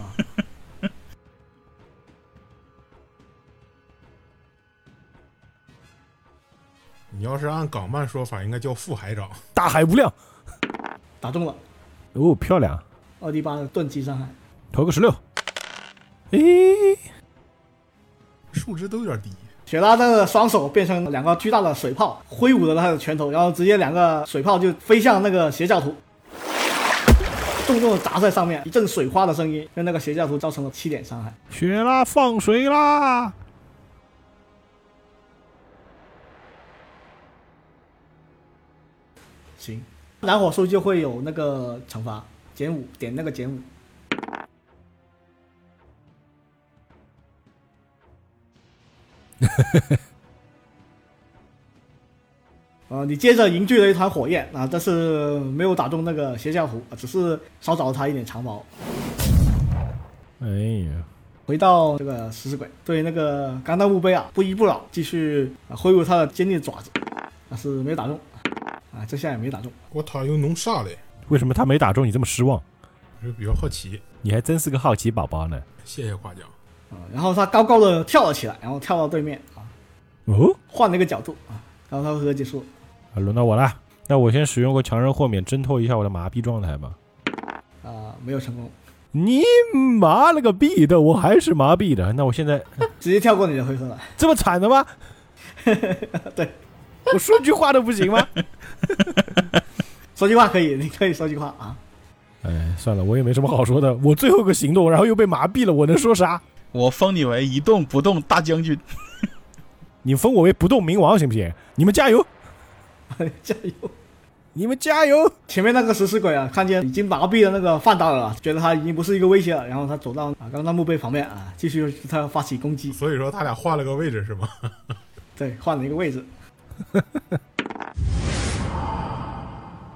Speaker 3: 你要是按港漫说法，应该叫副海长。
Speaker 2: 大海无量，
Speaker 1: 打中了，
Speaker 2: 哦，漂亮，
Speaker 1: 二 D 八的钝击伤害。
Speaker 2: 投个十六。诶，
Speaker 3: 数值都有点低。
Speaker 1: 雪拉的双手变成两个巨大的水泡，挥舞着他的拳头，然后直接两个水泡就飞向那个邪教徒，重重的砸在上面，一阵水花的声音，让那个邪教徒造成了七点伤害。
Speaker 2: 雪拉放水啦！
Speaker 1: 行，蓝火术就会有那个惩罚，减五，点那个减五。 呃，你接着凝聚了一团火焰啊，但是没有打中那个邪教徒，啊只是少找了他一点长矛。
Speaker 2: 哎呀，
Speaker 1: 回到这个食尸鬼，对那个钢弹墓碑啊不依不饶，继续啊挥舞他的尖利的爪子，但是没有打中啊，这下也没打中。
Speaker 3: 我塔有弄啥嘞？
Speaker 2: 为什么他没打中你这么失望？
Speaker 3: 我就比较好奇。
Speaker 2: 你还真是个好奇宝宝呢。
Speaker 3: 谢谢夸奖。
Speaker 1: 啊，然后他高高的跳了起来，然后跳到对面啊，
Speaker 2: 哦，
Speaker 1: 换了一个角度啊，然后他回合结束了，
Speaker 2: 啊轮到我了。那我先使用个强韧豁免挣脱一下我的麻痹状态吧。
Speaker 1: 啊，没有成功，
Speaker 2: 你麻了个逼的，我还是麻痹的。那我现在
Speaker 1: 直接跳过你的回合了。
Speaker 2: 这么惨的吗？
Speaker 1: 对，
Speaker 2: 我说句话都不行吗？
Speaker 1: 说句话可以，你可以说句话啊。
Speaker 2: 哎，算了，我也没什么好说的。我最后一个行动，然后又被麻痹了，我能说啥？
Speaker 4: 我封你为一动不动大将军，
Speaker 2: 你封我为不动明王行不行？你们加油，
Speaker 1: 加油！
Speaker 2: 你们加油！
Speaker 1: 前面那个食尸鬼啊，看见已经麻痹的那个范达尔啊，觉得他已经不是一个威胁了，然后他走到啊刚刚墓碑旁边啊，继续对他发起攻击。
Speaker 3: 所以说他俩换了个位置是吗？
Speaker 1: 对，换了一个位置。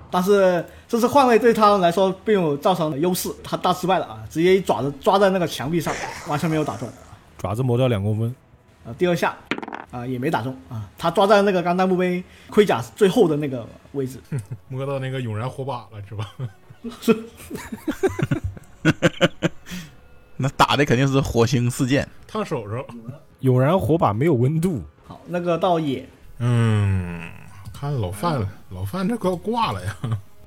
Speaker 1: 但是这次换位对他们来说并没有造成优势，他大失败了啊！直接一爪子抓在那个墙壁上，完全没有打中。
Speaker 2: 爪子磨掉两公分，
Speaker 1: 啊，第二下啊也没打中啊，他抓在那个钢弹墓碑盔甲最后的那个位置。
Speaker 3: 摸到那个永燃火把了是吧？
Speaker 4: 那打的肯定是火星四溅。
Speaker 3: 烫手手。
Speaker 2: 永燃火把没有温度，
Speaker 1: 好，那个到野
Speaker 3: 嗯，看老范了，老范这快要挂了呀！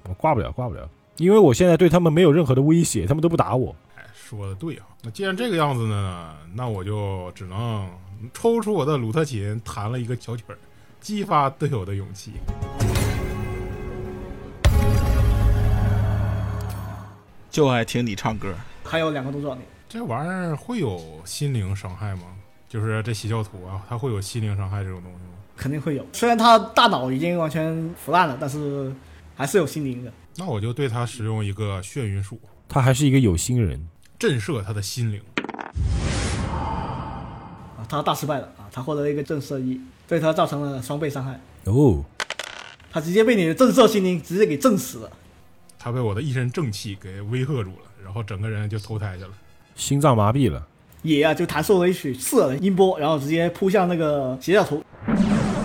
Speaker 2: 我挂不了，挂不了，因为我现在对他们没有任何的威胁，他们都不打我。
Speaker 3: 哎，说的对啊。那既然这个样子呢，那我就只能抽出我的鲁特琴，弹了一个小曲儿，激发队友的勇气。
Speaker 4: 就爱听你唱歌。
Speaker 1: 还有两个动作，你
Speaker 3: 这玩意儿会有心灵伤害吗？就是这邪教徒啊，他会有心灵伤害这种东西吗？
Speaker 1: 肯定会有。虽然他大脑已经完全腐烂了，但是还是有心灵的。
Speaker 3: 那我就对他使用一个眩晕术，
Speaker 2: 他还是一个有心人，
Speaker 3: 震慑他的心灵。
Speaker 1: 啊，他大失败了啊！他获得了一个震慑一，对他造成了双倍伤害。
Speaker 2: 哦，
Speaker 1: 他直接被你的震慑心灵直接给震死了。
Speaker 3: 他被我的一身正气给威吓住了，然后整个人就投胎去了。
Speaker 2: 心脏麻痹了。
Speaker 1: 野啊就弹奏了一曲刺耳的音波，然后直接扑向那个邪教徒，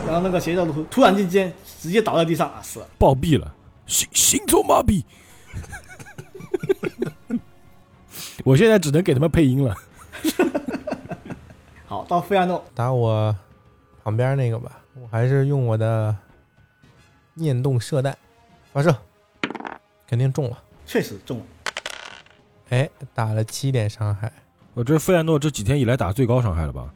Speaker 1: 然后那个邪教徒突然之间直接倒在地上啊，死了。
Speaker 2: 暴毙了，心心中麻痹。 我现在只能给他们配音了。
Speaker 1: 好，到费亚诺，
Speaker 5: 打我旁边那个吧，我还是用我的念动射弹发射，肯定中了。
Speaker 1: 确实中了。
Speaker 5: 哎，打了七点伤害，
Speaker 2: 我这费兰诺这几天以来打最高伤害了吧？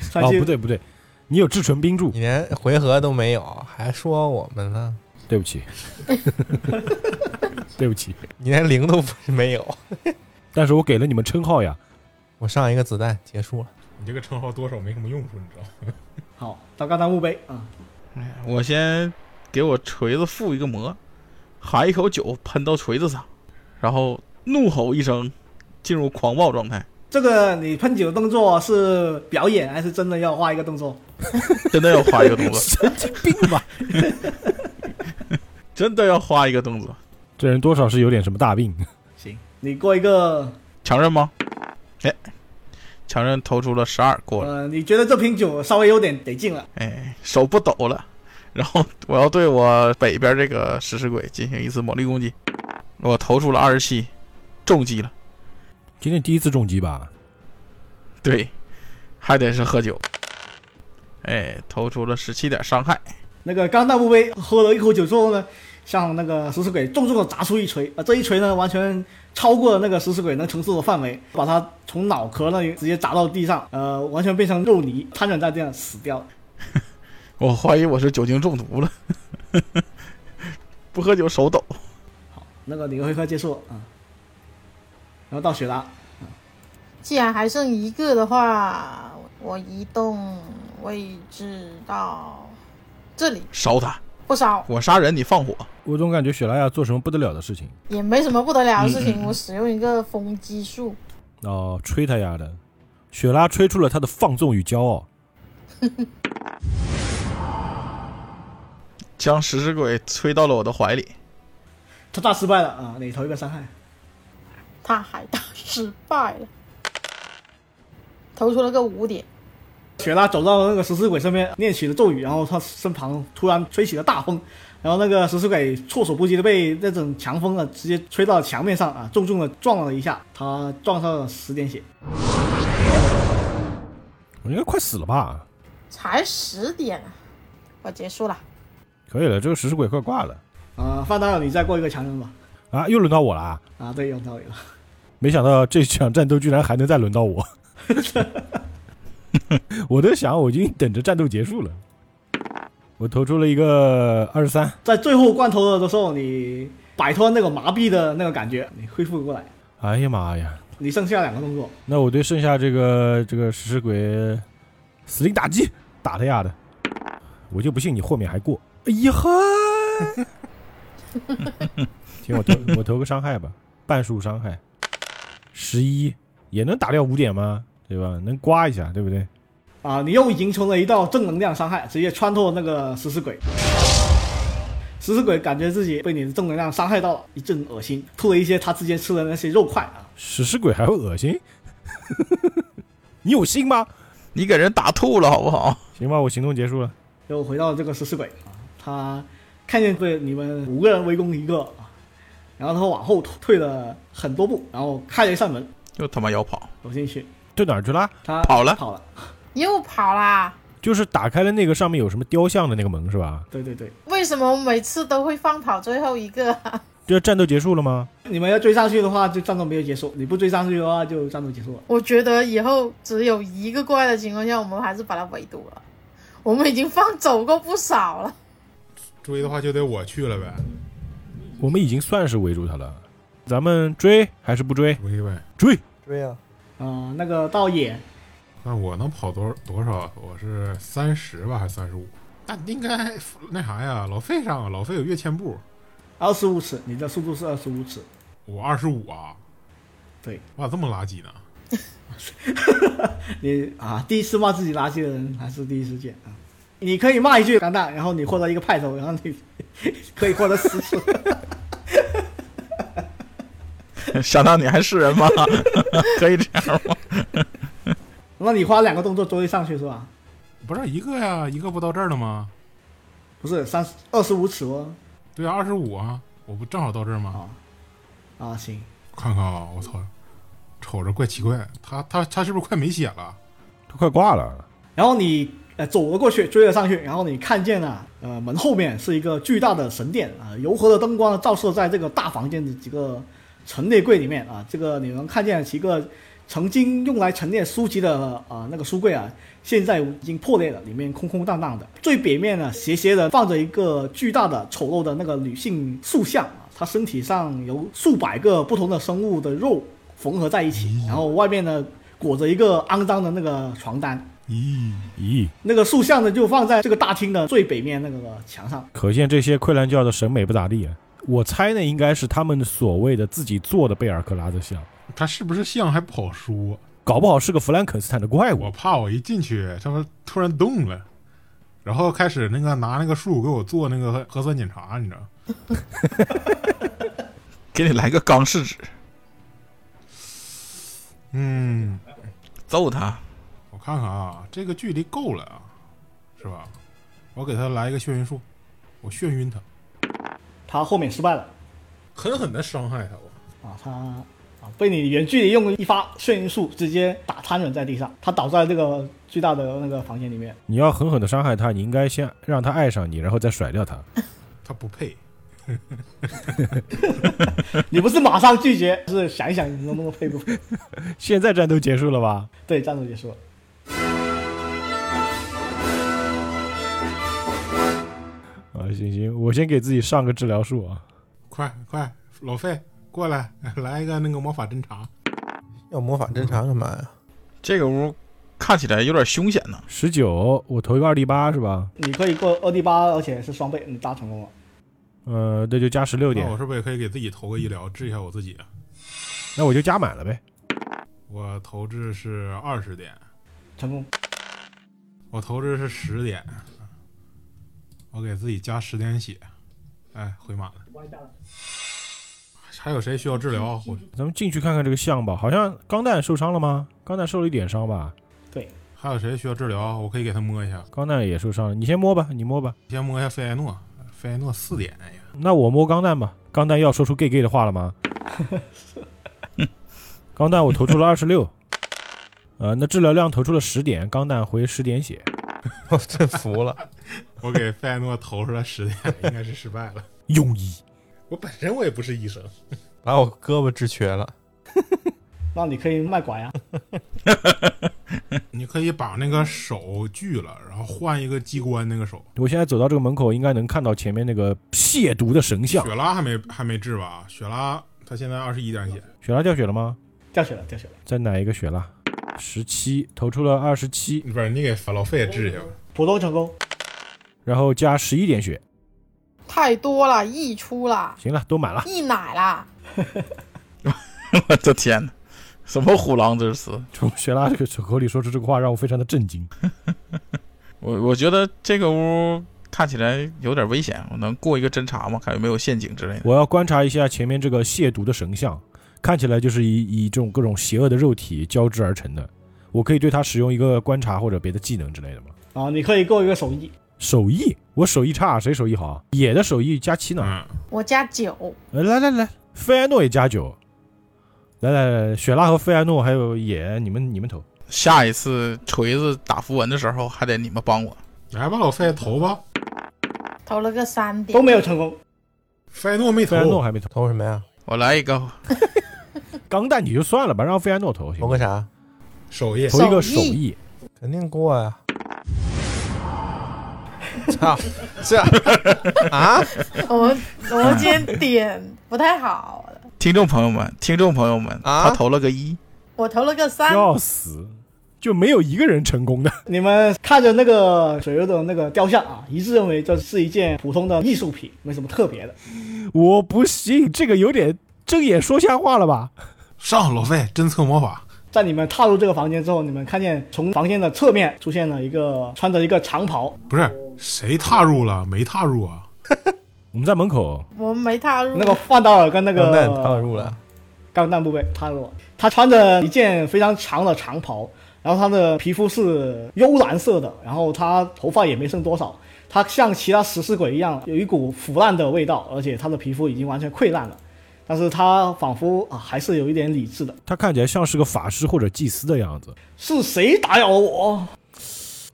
Speaker 1: 算
Speaker 2: 哦，
Speaker 1: 是
Speaker 2: 不对不对，你有至纯冰柱
Speaker 5: 你，连回合都没有，还说我们呢？
Speaker 2: 对不起， 对不起，
Speaker 5: 你连零都不没有。
Speaker 2: 但是我给了你们称号呀。
Speaker 5: 我上一个子弹结束了，
Speaker 3: 你这个称号多少没什么用处，你知道吗？
Speaker 1: 好，到刚才墓碑啊，
Speaker 2: 哎
Speaker 4: 我先给我锤子附一个魔，含一口酒喷到锤子上，然后怒吼一声，进入狂暴 状态，
Speaker 1: 这个你喷酒的动作是表演还是真的要画一个动作？
Speaker 4: 真的要花一个动作，
Speaker 2: 神经病吧？
Speaker 4: 真的要花一个动作，
Speaker 2: 这人多少是有点什么大病。
Speaker 1: 行，你过一个，
Speaker 4: 强韧吗？哎，强韧投出了十二，过了，
Speaker 1: 呃，你觉得这瓶酒稍微有点得劲了，
Speaker 4: 哎，手不抖了， 然后我要对我北边这个食尸鬼进行一次猛力攻击，我投出了二十七，中计了，
Speaker 2: 今天第一次中击吧？
Speaker 4: 对，还得是喝酒，哎，投出了十七点伤害。
Speaker 1: 那个刚大不威喝了一口酒之后呢，向那个食尸鬼重重的砸出一锤啊！这一锤呢，完全超过了那个食尸鬼能承受的范围，把他从脑壳那里直接砸到地上，呃，完全变成肉泥，瘫软在地上死掉。
Speaker 4: 我怀疑我是酒精中毒了， 不喝酒手抖。
Speaker 1: 那个个回合结束啊，然后到雪拉，
Speaker 6: 既然还剩一个的话，我移动位置到这里，
Speaker 4: 烧他！
Speaker 6: 不烧
Speaker 4: 我杀人，你放火。
Speaker 2: 我总感觉雪莱要做什么不得了的事情
Speaker 6: 也没什么不得了的事情。我使用一个风激术，
Speaker 2: 哦，吹他丫的！雪拉吹出了他的放纵与骄傲，
Speaker 4: 将食尸鬼吹到了我的怀里。
Speaker 1: 他大失败了啊！你投一个伤害，
Speaker 6: 他还大失败了，投出了个五点。
Speaker 1: 雪拉走到那个食尸鬼身边，念起了咒语，然后他身旁突然吹起了大风，然后那个食尸鬼措手不及的被那种强风啊直接吹到墙面上啊，重重的撞了一下，他撞上了十点血。
Speaker 2: 我应该快死了吧？
Speaker 6: 才十点啊，我结束了。
Speaker 2: 可以了，这个食尸鬼快挂了
Speaker 1: 啊，范大友，你再过一个强人吧。
Speaker 2: 啊！又轮到我了啊！
Speaker 1: 啊，对，有道理了。
Speaker 2: 没想到这场战斗居然还能再轮到我， 我都想我已经等着战斗结束了。我投出了一个二十三，
Speaker 1: 在最后关头的时候，你摆脱那个麻痹的那个感觉，你恢复过来，
Speaker 2: 哎呀妈呀！
Speaker 1: 你剩下两个动作。
Speaker 2: 那我对剩下这个这个食尸鬼死灵打击，打他丫的！我就不信你后面还过。哎呀 哈！行，我投我投个伤害吧，半数伤害，十一也能打掉五点吗？对吧？能刮一下，对不对？
Speaker 1: 啊，你又迎成了一道正能量伤害，直接穿透那个食尸鬼。食尸鬼感觉自己被你的正能量伤害到了，一阵恶心，吐了一些他之前吃的那些肉块啊。
Speaker 2: 食尸鬼还会恶心？ 你有心吗？
Speaker 4: 你给人打吐了好不好？
Speaker 2: 行吧，我行动结束了。
Speaker 1: 又回到这个食尸鬼啊，他看见被你们五个人围攻一个啊，然后他往后退了很多步，然后开了一扇门
Speaker 4: 又他妈要跑，
Speaker 1: 走进去，
Speaker 2: 对哪儿去了？
Speaker 1: 他
Speaker 4: 跑了
Speaker 1: 跑了，
Speaker 6: 又跑啦！
Speaker 2: 就是打开了那个上面有什么雕像的那个门是吧？
Speaker 1: 对对对，
Speaker 6: 为什么我每次都会放跑最后一个？
Speaker 2: 这战斗结束了吗？
Speaker 1: 你们要追上去的话，就战斗没有结束；你不追上去的话，就战斗结束了。
Speaker 6: 我觉得以后只有一个怪的情况下，我们还是把它围堵了。我们已经放走过不少了，
Speaker 3: 追的话就得我去了呗，
Speaker 2: 我们已经算是围住他了，咱们追还是不追？
Speaker 3: 追呗。
Speaker 2: 追！
Speaker 7: 追啊，
Speaker 1: 啊、那个道野
Speaker 3: 那我能跑多多少？我是三十吧，还是三十五？那应该那啥呀，老费上，老费有跃迁步，
Speaker 1: 二十五尺，你的速度是二十五尺，
Speaker 3: 我二十五啊。
Speaker 1: 对，
Speaker 3: 我咋这么垃圾呢？
Speaker 1: 你啊，第一次骂自己垃圾的人还是第一次见啊。你可以骂一句“尴尬”，然后你获 得一个派头，然后你可以获得十次。
Speaker 4: 想当你还是人吗？ 可以这样吗？
Speaker 1: 那你花两个动作追上去是吧？
Speaker 3: 不是一个呀，一个不到这儿了吗？
Speaker 1: 不是三二十五尺哦。
Speaker 3: 对啊，二十五啊，我不正好到这儿吗？
Speaker 1: 啊，行，
Speaker 3: 看看啊，我操，瞅着怪奇怪，他他他是不是快没血了？
Speaker 2: 都快挂了。
Speaker 1: 然后你呃走了过去，追了上去，然后你看见了呃门后面是一个巨大的神殿啊、柔和的灯光照射在这个大房间的几个陈列柜里面啊、这个你能看见几个曾经用来陈列书籍的啊、呃那个书柜啊，现在已经破裂了，里面空空荡荡的。最北面呢斜斜的放着一个巨大的丑陋的那个女性塑像啊，她身体上有数百个不同的生物的肉缝合在一起，然后外面呢裹着一个肮脏的那个床单。
Speaker 3: 咦，
Speaker 2: 咦，
Speaker 1: 那个塑像呢，就放在这个大厅的最北面那个啊墙上。
Speaker 2: 可见这些溃烂教的审美不咋地啊。我猜呢，应该是他们所谓的自己做的贝尔克拉的像，
Speaker 3: 他是不是像还不好说？
Speaker 2: 搞不好是个弗兰肯斯坦的怪
Speaker 3: 我
Speaker 2: 物。
Speaker 3: 怕我一进去，他们突然动了，然后开始那个拿那个术给我做那个核核酸检查，你知道？
Speaker 4: 给你来个钢试纸，
Speaker 3: 嗯，
Speaker 4: 揍他！
Speaker 3: 我看看啊，这个距离够了啊，是吧？我给他来一个眩晕术，我眩晕他，
Speaker 1: 他后面失败了
Speaker 3: 狠狠的伤害他。我
Speaker 1: 啊，他啊，被你远距离用一发眩晕术直接打瘫软在地上，他倒在这个巨大的那个房间里面。
Speaker 2: 你要狠狠的伤害他，你应该先让他爱上你，然后再甩掉他。
Speaker 3: 他不配。
Speaker 1: 你不是马上拒绝，是想一想你能不能配不配？
Speaker 2: 现在战斗结束了吧？
Speaker 1: 对，战斗结束了。
Speaker 2: 啊，行行，我先给自己上个治疗术啊。
Speaker 3: 快快，老费过来， 来一个那个魔法侦查。
Speaker 5: 要魔法侦查干嘛呀？
Speaker 4: 这个屋看起来有点凶险呢。
Speaker 2: 十九，我投一个二 D 八是吧？
Speaker 1: 你可以过二 D 八，而且是双倍，你打成功了。
Speaker 2: 呃，那就加十六
Speaker 3: 那我
Speaker 2: 点，
Speaker 3: 是不是也可以给自己投个医疗，治一下我自己啊？
Speaker 2: 那我就加满了呗。
Speaker 3: 我投掷是二十点，
Speaker 1: 成功，
Speaker 3: 我投掷是十点，我给自己加十点血，哎，回满了。还有谁需要治疗？我
Speaker 2: 咱们进去看看这个像吧，好像钢蛋受伤了吗？钢蛋受了一点伤吧，
Speaker 3: 还有谁需要治疗？我可以给他摸一下。
Speaker 2: 钢蛋也受伤了，你先摸吧，你摸吧。
Speaker 3: 先摸一下费埃诺，费埃诺四点，哎呀，
Speaker 2: 那我摸钢蛋吧，钢蛋要说出 gay gay 的话了吗？钢蛋，我投出了二十六，呃，那治疗量投出了十点，钢蛋回十点血，
Speaker 5: 我真服了。
Speaker 3: 我给费埃诺投出来十点，应该是失败了。
Speaker 2: 庸医。
Speaker 3: 我本身我也不是医生，
Speaker 5: 把我胳膊治瘸了，
Speaker 1: 那你可以卖拐啊。
Speaker 3: 你可以把那个手锯了，然后换一个机关那个手。
Speaker 2: 我现在走到这个门口，应该能看到前面那个亵渎的神像。
Speaker 3: 雪拉还没还没治吧？雪拉她现在二十一点血，
Speaker 2: 雪拉掉血了吗？
Speaker 1: 掉血了，掉血了。
Speaker 2: 再奶一个雪拉，十七投出了二十七，
Speaker 3: 不是你给法老费也治一下吧。
Speaker 1: 普通成功，
Speaker 2: 然后加十一点血，
Speaker 6: 太多了，溢出
Speaker 1: 啊
Speaker 6: 了，
Speaker 2: 行了，都满了。
Speaker 6: 溢奶了。
Speaker 4: 我的天哪，什么虎狼之词？
Speaker 2: 从雪拉这个口里说出这个话，让我非常的震惊。
Speaker 4: 我我觉得这个屋看起来有点危险，我能过一个侦查吗？看有没有陷阱之类的。
Speaker 2: 我要观察一下前面这个亵渎的神像，看起来就是以以这种各种邪恶的肉体交织而成的。我可以对它使用一个观察或者别的技能之类的吗？
Speaker 1: 啊，你可以过一个手艺，
Speaker 2: 手艺，我手艺差，谁手艺好啊？野的手艺加七呢？
Speaker 3: 嗯，
Speaker 6: 我加九，
Speaker 2: 呃，来来来，费埃诺也加九。来来来，雪拉和费埃诺还有野，你们你们投。
Speaker 4: 下一次锤子打符文的时候，还得你们帮我。
Speaker 3: 来吧，老费投吧。
Speaker 6: 投了个三点
Speaker 1: 都，没有成功。
Speaker 3: 费埃诺没
Speaker 2: 费埃诺
Speaker 3: 投，
Speaker 2: 还没投，
Speaker 5: 投什么呀？
Speaker 4: 我来一个，
Speaker 2: 钢蛋你就算了吧，让费埃诺投行
Speaker 5: 投
Speaker 2: 吗
Speaker 5: 个啥？
Speaker 3: 手艺
Speaker 2: 投一个手
Speaker 6: 手艺
Speaker 2: 艺，
Speaker 5: 肯定过呀、操， 这啊，
Speaker 6: 我们我们今天点不太好，
Speaker 4: 听众朋友们，听众朋友们，
Speaker 5: 啊
Speaker 4: 他投了个一，
Speaker 6: 我投了个三，
Speaker 2: 要死，就没有一个人成功的。
Speaker 1: 你们看着那个水流的那个雕像啊，一致认为这是一件普通的艺术品，没什么特别的。
Speaker 2: 我不信，这个有点睁眼说瞎话了吧？
Speaker 3: 上老费侦测魔法，
Speaker 1: 在你们踏入这个房间之后，你们看见从房间的侧面出现了一个穿着一个长袍，
Speaker 3: 不是谁踏入了？没踏入啊？
Speaker 2: 我们在门口，
Speaker 6: 我们没踏入
Speaker 1: 那个范道尔跟那
Speaker 5: 钢
Speaker 1: 个
Speaker 5: 蛋套入了，
Speaker 1: 钢弹部位踏入了。他穿着一件非常长的长袍，然后他的皮肤是幽蓝色的，然后他头发也没剩多少。他像其他食尸鬼一样，有一股腐烂的味道，而且他的皮肤已经完全溃烂了。但是他仿佛啊还是有一点理智的。
Speaker 2: 他看起来像是个法师或者祭司的样子。
Speaker 1: 是谁打扰了我？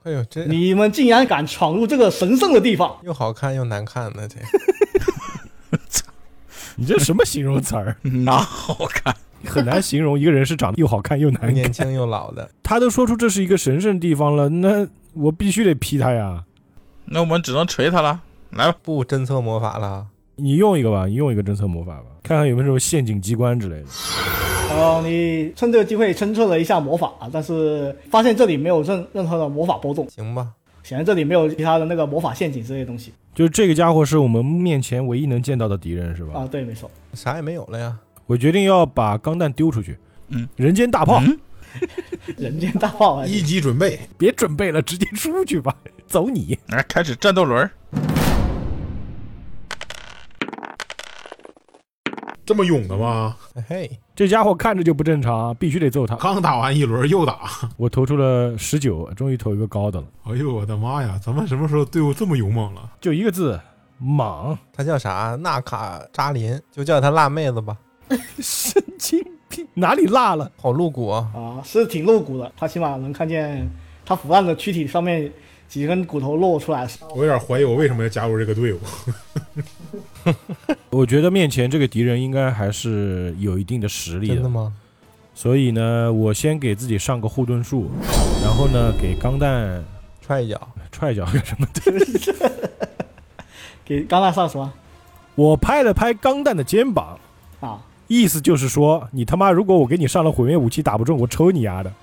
Speaker 5: 哎呦，这
Speaker 1: 你们竟然敢闯入这个神圣的地方！
Speaker 5: 又好看又难看的这，
Speaker 2: 你这什么形容词儿？
Speaker 4: 哪好看？
Speaker 2: 很难形容一个人是长得又好看又难
Speaker 5: 年
Speaker 2: 看。
Speaker 5: 轻又老的，
Speaker 2: 他都说出这是一个神圣地方了，那我必须得批他呀。
Speaker 4: 那我们只能锤他了。来吧，
Speaker 5: 不侦测魔法了，
Speaker 2: 你用一个吧，你用一个侦测魔法吧，看看有没有什么陷阱机关之类的。
Speaker 1: 然后你趁这个机会侦测了一下魔法，啊，但是发现这里没有任任何的魔法波动，
Speaker 5: 行吧？
Speaker 1: 显然这里没有其他的那个魔法陷阱之类的东西
Speaker 2: 就是这个家伙是我们面前唯一能见到的敌人，是吧？
Speaker 1: 啊。对，没错，
Speaker 5: 啥也没有了呀，
Speaker 2: 我决定要把钢弹丢出去。
Speaker 4: 嗯，
Speaker 2: 人间大炮，
Speaker 4: 嗯，
Speaker 1: 人间大炮啊！
Speaker 3: 一级准备，
Speaker 2: 别准备了，直接出去吧， 走你！
Speaker 4: 来开始战斗轮儿。
Speaker 3: 这么勇的吗？
Speaker 5: 嘿嘿，
Speaker 2: 这家伙看着就不正常，必须得揍他。
Speaker 3: 刚打完一轮又打，
Speaker 2: 我投出了十九，终于投一个高的了，
Speaker 3: 哎呦我的妈呀！咱们什么时候队伍这么勇猛了？
Speaker 2: 就一个字，莽，
Speaker 5: 他叫啥？纳卡扎林，就叫他辣妹子吧。
Speaker 2: 神经屁哪里辣了？
Speaker 5: 好露骨啊！
Speaker 1: 啊，是挺露骨的，他起码能看见他腐烂的躯体上面几根骨头露出来。
Speaker 3: 我有点怀疑我为什么要加入这个队伍。
Speaker 2: 我觉得面前这个敌人应该还是有一定的实力
Speaker 5: 真
Speaker 2: 的
Speaker 5: 的，吗？
Speaker 2: 所以呢，我先给自己上个护盾术，然后呢，给钢蛋
Speaker 5: 踹一脚，
Speaker 2: 踹一脚干什么？
Speaker 1: 给刚才上什么
Speaker 2: 我拍了拍钢蛋的肩膀，
Speaker 1: 啊？
Speaker 2: 意思就是说，你他妈如果我给你上了毁灭武器打不中，我抽你丫的！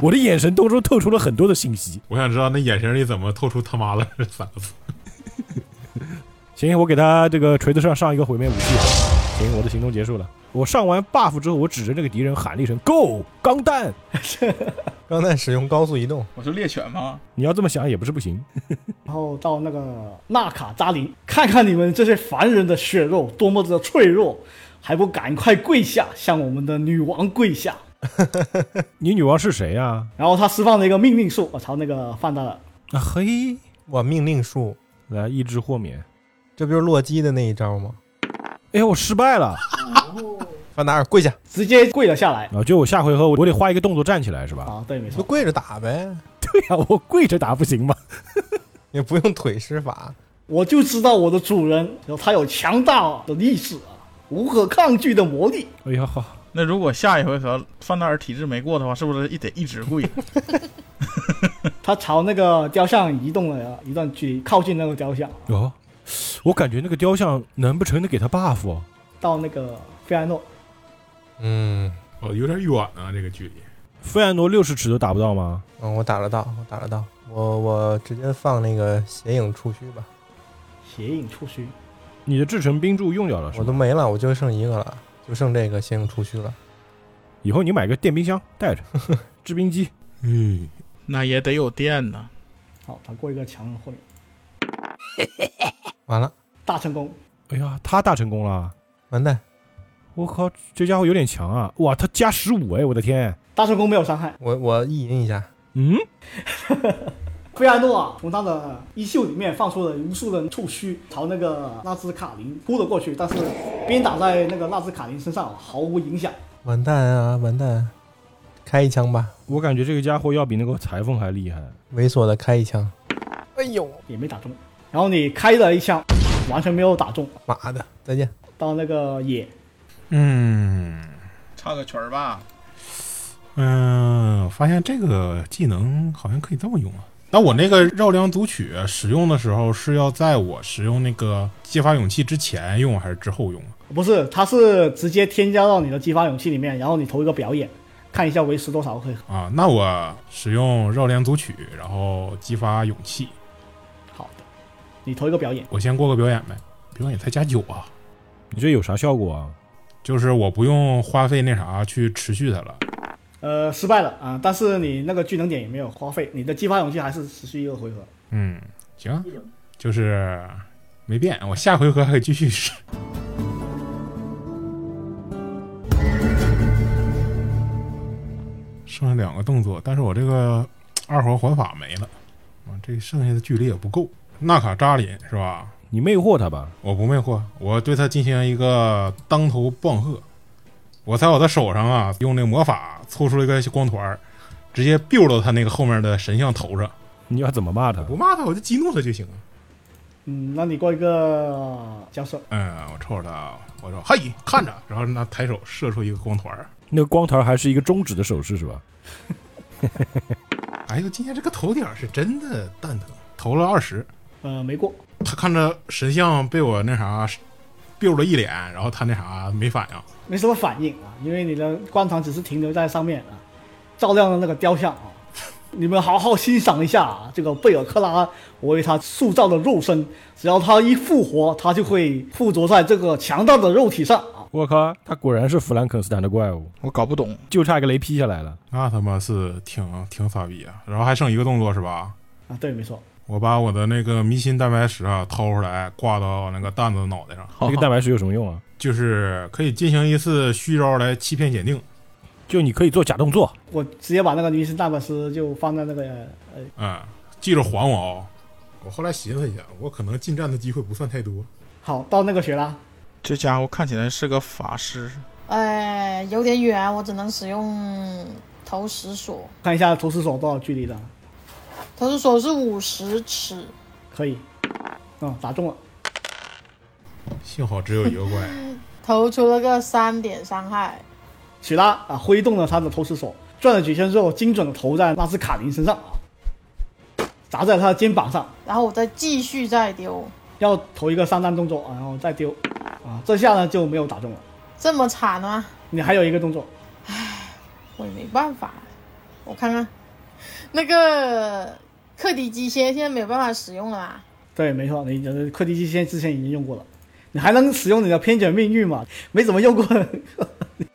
Speaker 2: 我的眼神当中透出了很多的信息。
Speaker 3: 我想知道那眼神里怎么透出他妈的这三个字。
Speaker 2: 行，我给他这个锤子上上一个毁灭武器。行，我的行动结束了。我上完 buff 之后，我指着那个敌人喊了一声 “Go 钢弹
Speaker 5: 钢弹使用高速移动，
Speaker 4: 我是猎犬吗？”。
Speaker 2: 你要这么想也不是不行。
Speaker 1: 然后到那个纳卡扎林，看看你们这些凡人的血肉多么的脆弱，还不赶快跪下，向我们的女王跪下！
Speaker 2: 你女王是谁啊呀、
Speaker 1: 然后他释放了一个命令术，我朝那个放大了。
Speaker 2: 啊？嘿，
Speaker 5: 哇，命令术，
Speaker 2: 来抑制豁免。
Speaker 5: 这不就是洛基的那一招吗？
Speaker 2: 哎，我失败了
Speaker 5: 范达尔跪下，
Speaker 1: 直接跪了下来。
Speaker 2: 啊！就我下回合我得花一个动作站起来是吧？
Speaker 1: 啊，对，没
Speaker 5: 你就
Speaker 1: 错，
Speaker 5: 跪着打呗，
Speaker 2: 对呀、我跪着打不行吗？
Speaker 5: 也不用腿施法。
Speaker 1: 我就知道我的主人，他有强大的意志啊，无可抗拒的魔力。
Speaker 2: 哎呀，好
Speaker 4: 那如果下一回合范达尔体质没过的话，是不是一得一直跪？
Speaker 1: 他朝那个雕像移动了一段距离，靠近那个雕像，
Speaker 2: 哦，我感觉那个雕像难不成得给他 buff？哦
Speaker 1: 到那个费安诺，
Speaker 5: 嗯
Speaker 3: 哦，有点远啊，这个距离。
Speaker 2: 费安诺六十尺都打不到吗？
Speaker 5: 嗯，我打了到，我打了到，我我直接放那个邪影触须吧，
Speaker 1: 邪影触须。
Speaker 2: 你的制成冰柱用掉了是
Speaker 5: 我
Speaker 2: 吧？
Speaker 5: 都没了，我就剩一个了，就剩这个邪影触须了。
Speaker 2: 以后你买个电冰箱带 着，制冰机。
Speaker 3: 嗯，
Speaker 4: 那也得有电呢。
Speaker 1: 好，他过一个墙后面，
Speaker 5: 完了，
Speaker 1: 大成功。
Speaker 2: 哎呀，他大成功了！
Speaker 5: 完蛋，
Speaker 2: 我靠，这家伙有点强啊！哇，他加十五哎，我的天！
Speaker 1: 大成功没有伤害。
Speaker 5: 我我意淫一下，
Speaker 2: 嗯，
Speaker 1: 费安诺啊，从他的衣袖里面放出了无数的触须，朝那个纳兹卡林扑了过去，但是鞭打在那个纳兹卡林身上毫无影响。
Speaker 5: 完蛋啊，完蛋，开一枪吧，
Speaker 2: 我感觉这个家伙要比那个裁缝还厉害。
Speaker 5: 猥琐的开一枪。哎呦，
Speaker 1: 也没打中。然后你开了一枪，完全没有打中
Speaker 5: 妈的，再见。
Speaker 1: 到那个野，
Speaker 3: 嗯
Speaker 4: 唱个曲儿吧，
Speaker 3: 嗯，我发现这个技能好像可以这么用啊。那我那个绕梁组曲啊使用的时候是要在我使用那个激发勇气之前用还是之后用啊？
Speaker 1: 不是，它是直接添加到你的激发勇气里面，然后你投一个表演，看一下维持多少回合。
Speaker 3: 啊，那我使用绕梁组曲，然后激发勇气。
Speaker 1: 好的，你投一个表演，
Speaker 3: 我先过个表演呗，表演才加九啊，
Speaker 2: 你这有啥效果啊？
Speaker 3: 就是我不用花费那啥去持续它了。
Speaker 1: 呃，失败了啊、但是你那个技能点也没有花费，你的激发勇气还是持续一个回合。
Speaker 3: 嗯，行，就是没变，我下回合还可以继续使。剩下两个动作，但是我这个二环环法没了，啊，这剩下的距离也不够。纳卡扎林是吧？
Speaker 2: 你魅惑他吧。
Speaker 3: 我不魅惑，我对他进行一个当头棒喝。我在我的手上啊，用那个魔法凑出了一个光团儿，直接 biu 到他那个后面的神像头上。
Speaker 2: 你要怎么骂他？
Speaker 3: 不骂他，我就激怒他就行了。
Speaker 1: 嗯，那你过一呃个交涉，
Speaker 3: 嗯，我瞅着他，我说嘿，看着，然后拿抬手射出一个光团儿。
Speaker 2: 那个光头还是一个中指的手势是吧？
Speaker 3: 哎呦，今天这个头顶儿是真的蛋疼，投了二十。
Speaker 1: 呃，没过。
Speaker 3: 他看着神像被我那啥 biu 了一脸，然后他那啥没反应。
Speaker 1: 没什么反应啊，因为你的光场只是停留在上面啊，照亮了那个雕像啊。你们好好欣赏一下、啊、这个贝尔克拉为他塑造的肉身，只要他一复活，他就会附着在这个强大的肉体上啊。
Speaker 2: 我靠，他果然是弗兰肯斯坦的怪物，
Speaker 4: 我搞不懂。
Speaker 2: 就差一个雷劈下来了。
Speaker 3: 那他妈是挺挺傻逼啊！然后还剩一个动作是吧？
Speaker 1: 啊，对，没错，
Speaker 3: 我把我的那个迷心蛋白石啊掏出来，挂到那个蛋子的脑袋上，
Speaker 2: 那个蛋白石有什么用啊？
Speaker 3: 就是可以进行一次虚招来欺骗检定。
Speaker 2: 就你可以做假动作，
Speaker 1: 我直接把那个尼斯大法师就放在那个呃，
Speaker 3: 嗯，记着还我哦。我后来寻思一下，我可能近战的机会不算太多。
Speaker 1: 好，到那个雪拉，
Speaker 4: 这家伙看起来是个法师，
Speaker 6: 哎，有点远，我只能使用投石索。
Speaker 1: 看一下投石手多少距离了，
Speaker 6: 投石索是五十尺，
Speaker 1: 可以，嗯，打中了，
Speaker 3: 幸好只有一个怪，
Speaker 6: 投出了个三点伤害。
Speaker 1: 许拉啊挥动了他的投石手，转了几圈之后，精准的投在拉斯卡林身上，啊砸在他的肩膀上，
Speaker 6: 然后我再继续再丢，
Speaker 1: 要投一个上弹动作啊，然后再丢，啊，这下呢就没有打中了。
Speaker 6: 这么惨吗？
Speaker 1: 你还有一个动作，
Speaker 6: 我也没办法。我看看，那个克敌机械现在没有办法使用了吧？
Speaker 1: 对，没错，你就是快递机现在之前已经用过了，你还能使用你的偏卷命运吗？没怎么用过，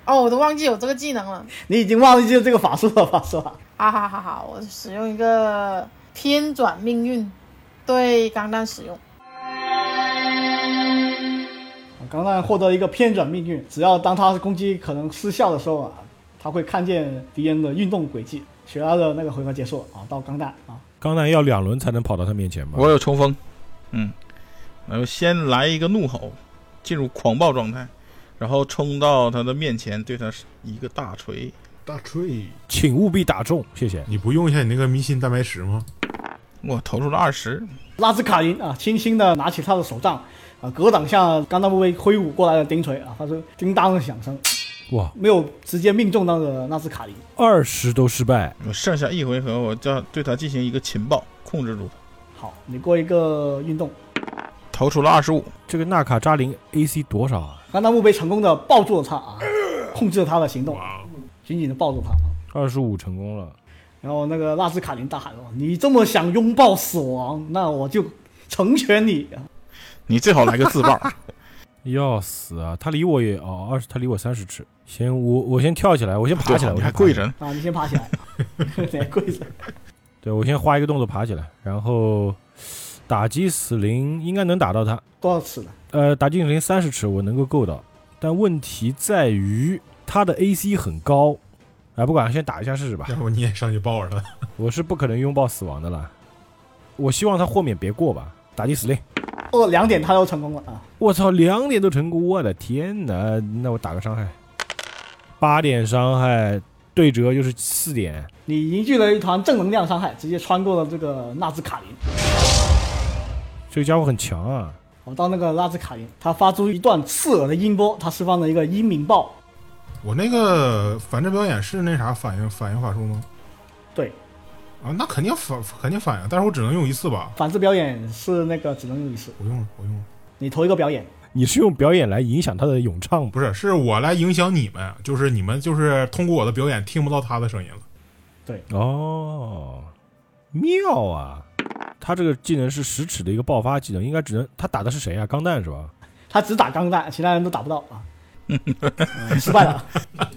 Speaker 6: 哦，我都忘记有这个技能了。啊
Speaker 1: 你已经忘记这个法术了啊吧，是吧？
Speaker 6: 哈哈哈哈！我使用一个偏转命运，对钢弹使用。
Speaker 1: 钢弹获得一个偏转命运，只要当他攻击可能失效的时候啊，他会看见敌人的运动轨迹。雪拉的那个回合结束啊，到钢弹啊，
Speaker 2: 钢弹要两轮才能跑到他面前吧？
Speaker 4: 我有冲锋，嗯，然后先来一个怒吼，进入狂暴状态，然后冲到他的面前，对他一个大锤。
Speaker 3: 大锤，
Speaker 2: 请务必打中，谢谢。
Speaker 3: 你不用一下你那个迷信蛋白石吗？
Speaker 4: 我投出了二十，
Speaker 1: 拉兹卡林啊，轻轻的拿起他的手杖啊，格挡下钢弹部位挥舞过来的钉锤啊，发出叮当的响声，
Speaker 2: 哇，
Speaker 1: 没有直接命中那个纳斯卡林。
Speaker 2: 二十都失败，
Speaker 4: 我剩下一回合，我就要对他进行一个情报，控制住他。
Speaker 1: 好，你过一个运动，
Speaker 4: 投出了二十五，
Speaker 2: 这个纳卡扎林 AC 多少啊？
Speaker 1: 钢弹墓碑成功的抱住了他啊，控制了他的行动，紧紧的抱住他。啊
Speaker 2: 二十五成功了，
Speaker 1: 然后那个纳斯卡林大喊哦：“你这么想拥抱死亡，那我就成全你。
Speaker 4: 你最好来个自 爆。
Speaker 2: 要死啊！他离我也哦，二十，他离我三十尺。先我我先跳起来，我先爬
Speaker 4: 对
Speaker 2: 起来，
Speaker 4: 你
Speaker 2: 我
Speaker 4: 还
Speaker 2: 先爬
Speaker 4: 跪
Speaker 2: 起来
Speaker 4: 着。呢。”
Speaker 1: 啊，你先爬起来，你还跪着。
Speaker 2: 对我先花一个动作爬起来，然后打击死灵应该能打到他。
Speaker 1: 多少次了？
Speaker 2: 呃，打进零三十尺，我能够够到，但问题在于他的 AC 很高，哎，不管，先打一下试试吧
Speaker 3: 要。不你也上去抱着他，
Speaker 2: 我是不可能拥抱死亡的啦，我希望他豁免别过吧。打击死令，
Speaker 1: 哦，两点他都成功了啊！
Speaker 2: 我操，两点都成功，我的天哪！那我打个伤害，八点伤害，对折就是四点，
Speaker 1: 你凝聚了一团正能量伤害，直接穿过了这个纳兹卡林。
Speaker 2: 这个家伙很强啊！
Speaker 1: 我到那个纳兹卡林，他发出一段刺耳的音波，他释放了一个音鸣爆。
Speaker 3: 我那个反正表演是那啥反应反应法术吗？
Speaker 1: 对，
Speaker 3: 啊，那肯定反肯定反应，啊但是我只能用一次吧。
Speaker 1: 反制表演是那个只能用一次，
Speaker 3: 我用了，我用了，
Speaker 1: 你投一个表演。
Speaker 2: 你是用表演来影响他的咏唱吧？
Speaker 3: 不是，是我来影响你们，就是你们就是通过我的表演听不到他的声音了。
Speaker 2: 哦，妙啊！他这个技能是十尺的一个爆发技能，应该只能他打的是谁啊？钢弹是吧？
Speaker 1: 他只打钢弹，其他人都打不到啊。嗯失败了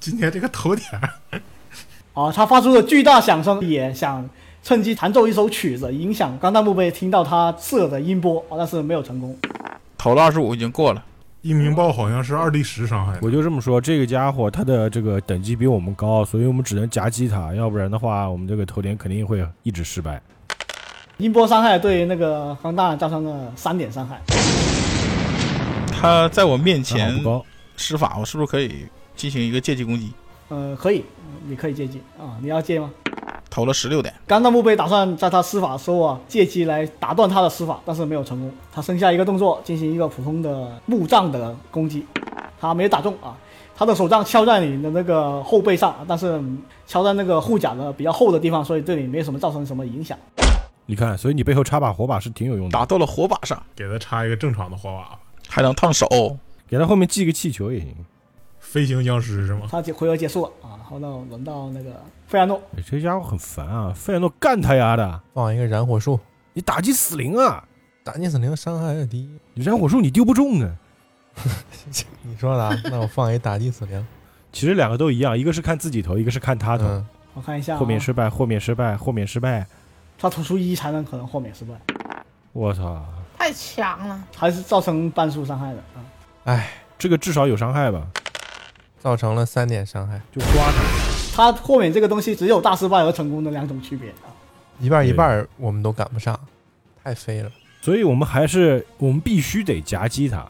Speaker 3: 今天这个头点儿，
Speaker 1: 啊！他发出了巨大响声，也想趁机弹奏一首曲子，影响钢弹墓碑听到他刺耳的音波啊，但是没有成功。
Speaker 4: 投了二十五已经过了，
Speaker 3: 一鸣爆好像是二 d 十伤害，
Speaker 2: 我就这么说，这个家伙他的这个等级比我们高，所以我们只能夹击他，要不然的话，我们这个头点肯定会一直失败。
Speaker 1: 音波伤害对那个钢弹造成了三点伤害，
Speaker 4: 他在我面
Speaker 2: 还好
Speaker 4: 前
Speaker 2: 啊不高，
Speaker 4: 施法，我是不是可以进行一个借机攻击？
Speaker 1: 呃，可以，你可以借机啊，你要借吗？
Speaker 4: 投了十六点，
Speaker 1: 钢弹墓碑打算在他施法的时候啊，借机来打断他的施法，但是没有成功。他剩下一个动作，进行一个普通的木杖的攻击，他没打中啊。他的手杖敲在你的那个后背上，但是敲在那个护甲的比较厚的地方，所以对你没什么造成什么影响。
Speaker 2: 你看，所以你背后插把火把是挺有用的，
Speaker 4: 打到了火把上，
Speaker 3: 给他插一个正常的花娃吧。
Speaker 4: 还能烫手。
Speaker 2: 给他后面系个气球也行。
Speaker 3: 飞行僵尸是吗？
Speaker 1: 他结回合结束了啊，然后呢，轮到那个费兰诺，
Speaker 2: 哎这家伙很烦啊，费尔诺干他丫的！
Speaker 5: 放一个燃火术，
Speaker 2: 你打击死灵啊，
Speaker 5: 打聂死灵伤害的低。
Speaker 2: 你燃火术你丢不中啊。
Speaker 5: 你说的啊，那我放一打击死灵。
Speaker 2: 其实两个都一样，一个是看自己头，一个是看他头。
Speaker 5: 嗯，
Speaker 1: 我看一下、啊，
Speaker 2: 豁免失败，豁免失败，豁免失败。
Speaker 1: 他投出一才能可能豁免失败，
Speaker 2: 我操，
Speaker 6: 太强了，
Speaker 1: 还是造成半数伤害的啊。
Speaker 2: 这个至少有伤害吧？
Speaker 5: 造成了三点伤害，
Speaker 2: 就刮
Speaker 1: 他
Speaker 2: 他，
Speaker 1: 豁免这个东西只有大失败和成功的两种区别啊。
Speaker 5: 一半一半儿我们都赶不上，太飞了。
Speaker 2: 所以我们还是我们必须得夹击他。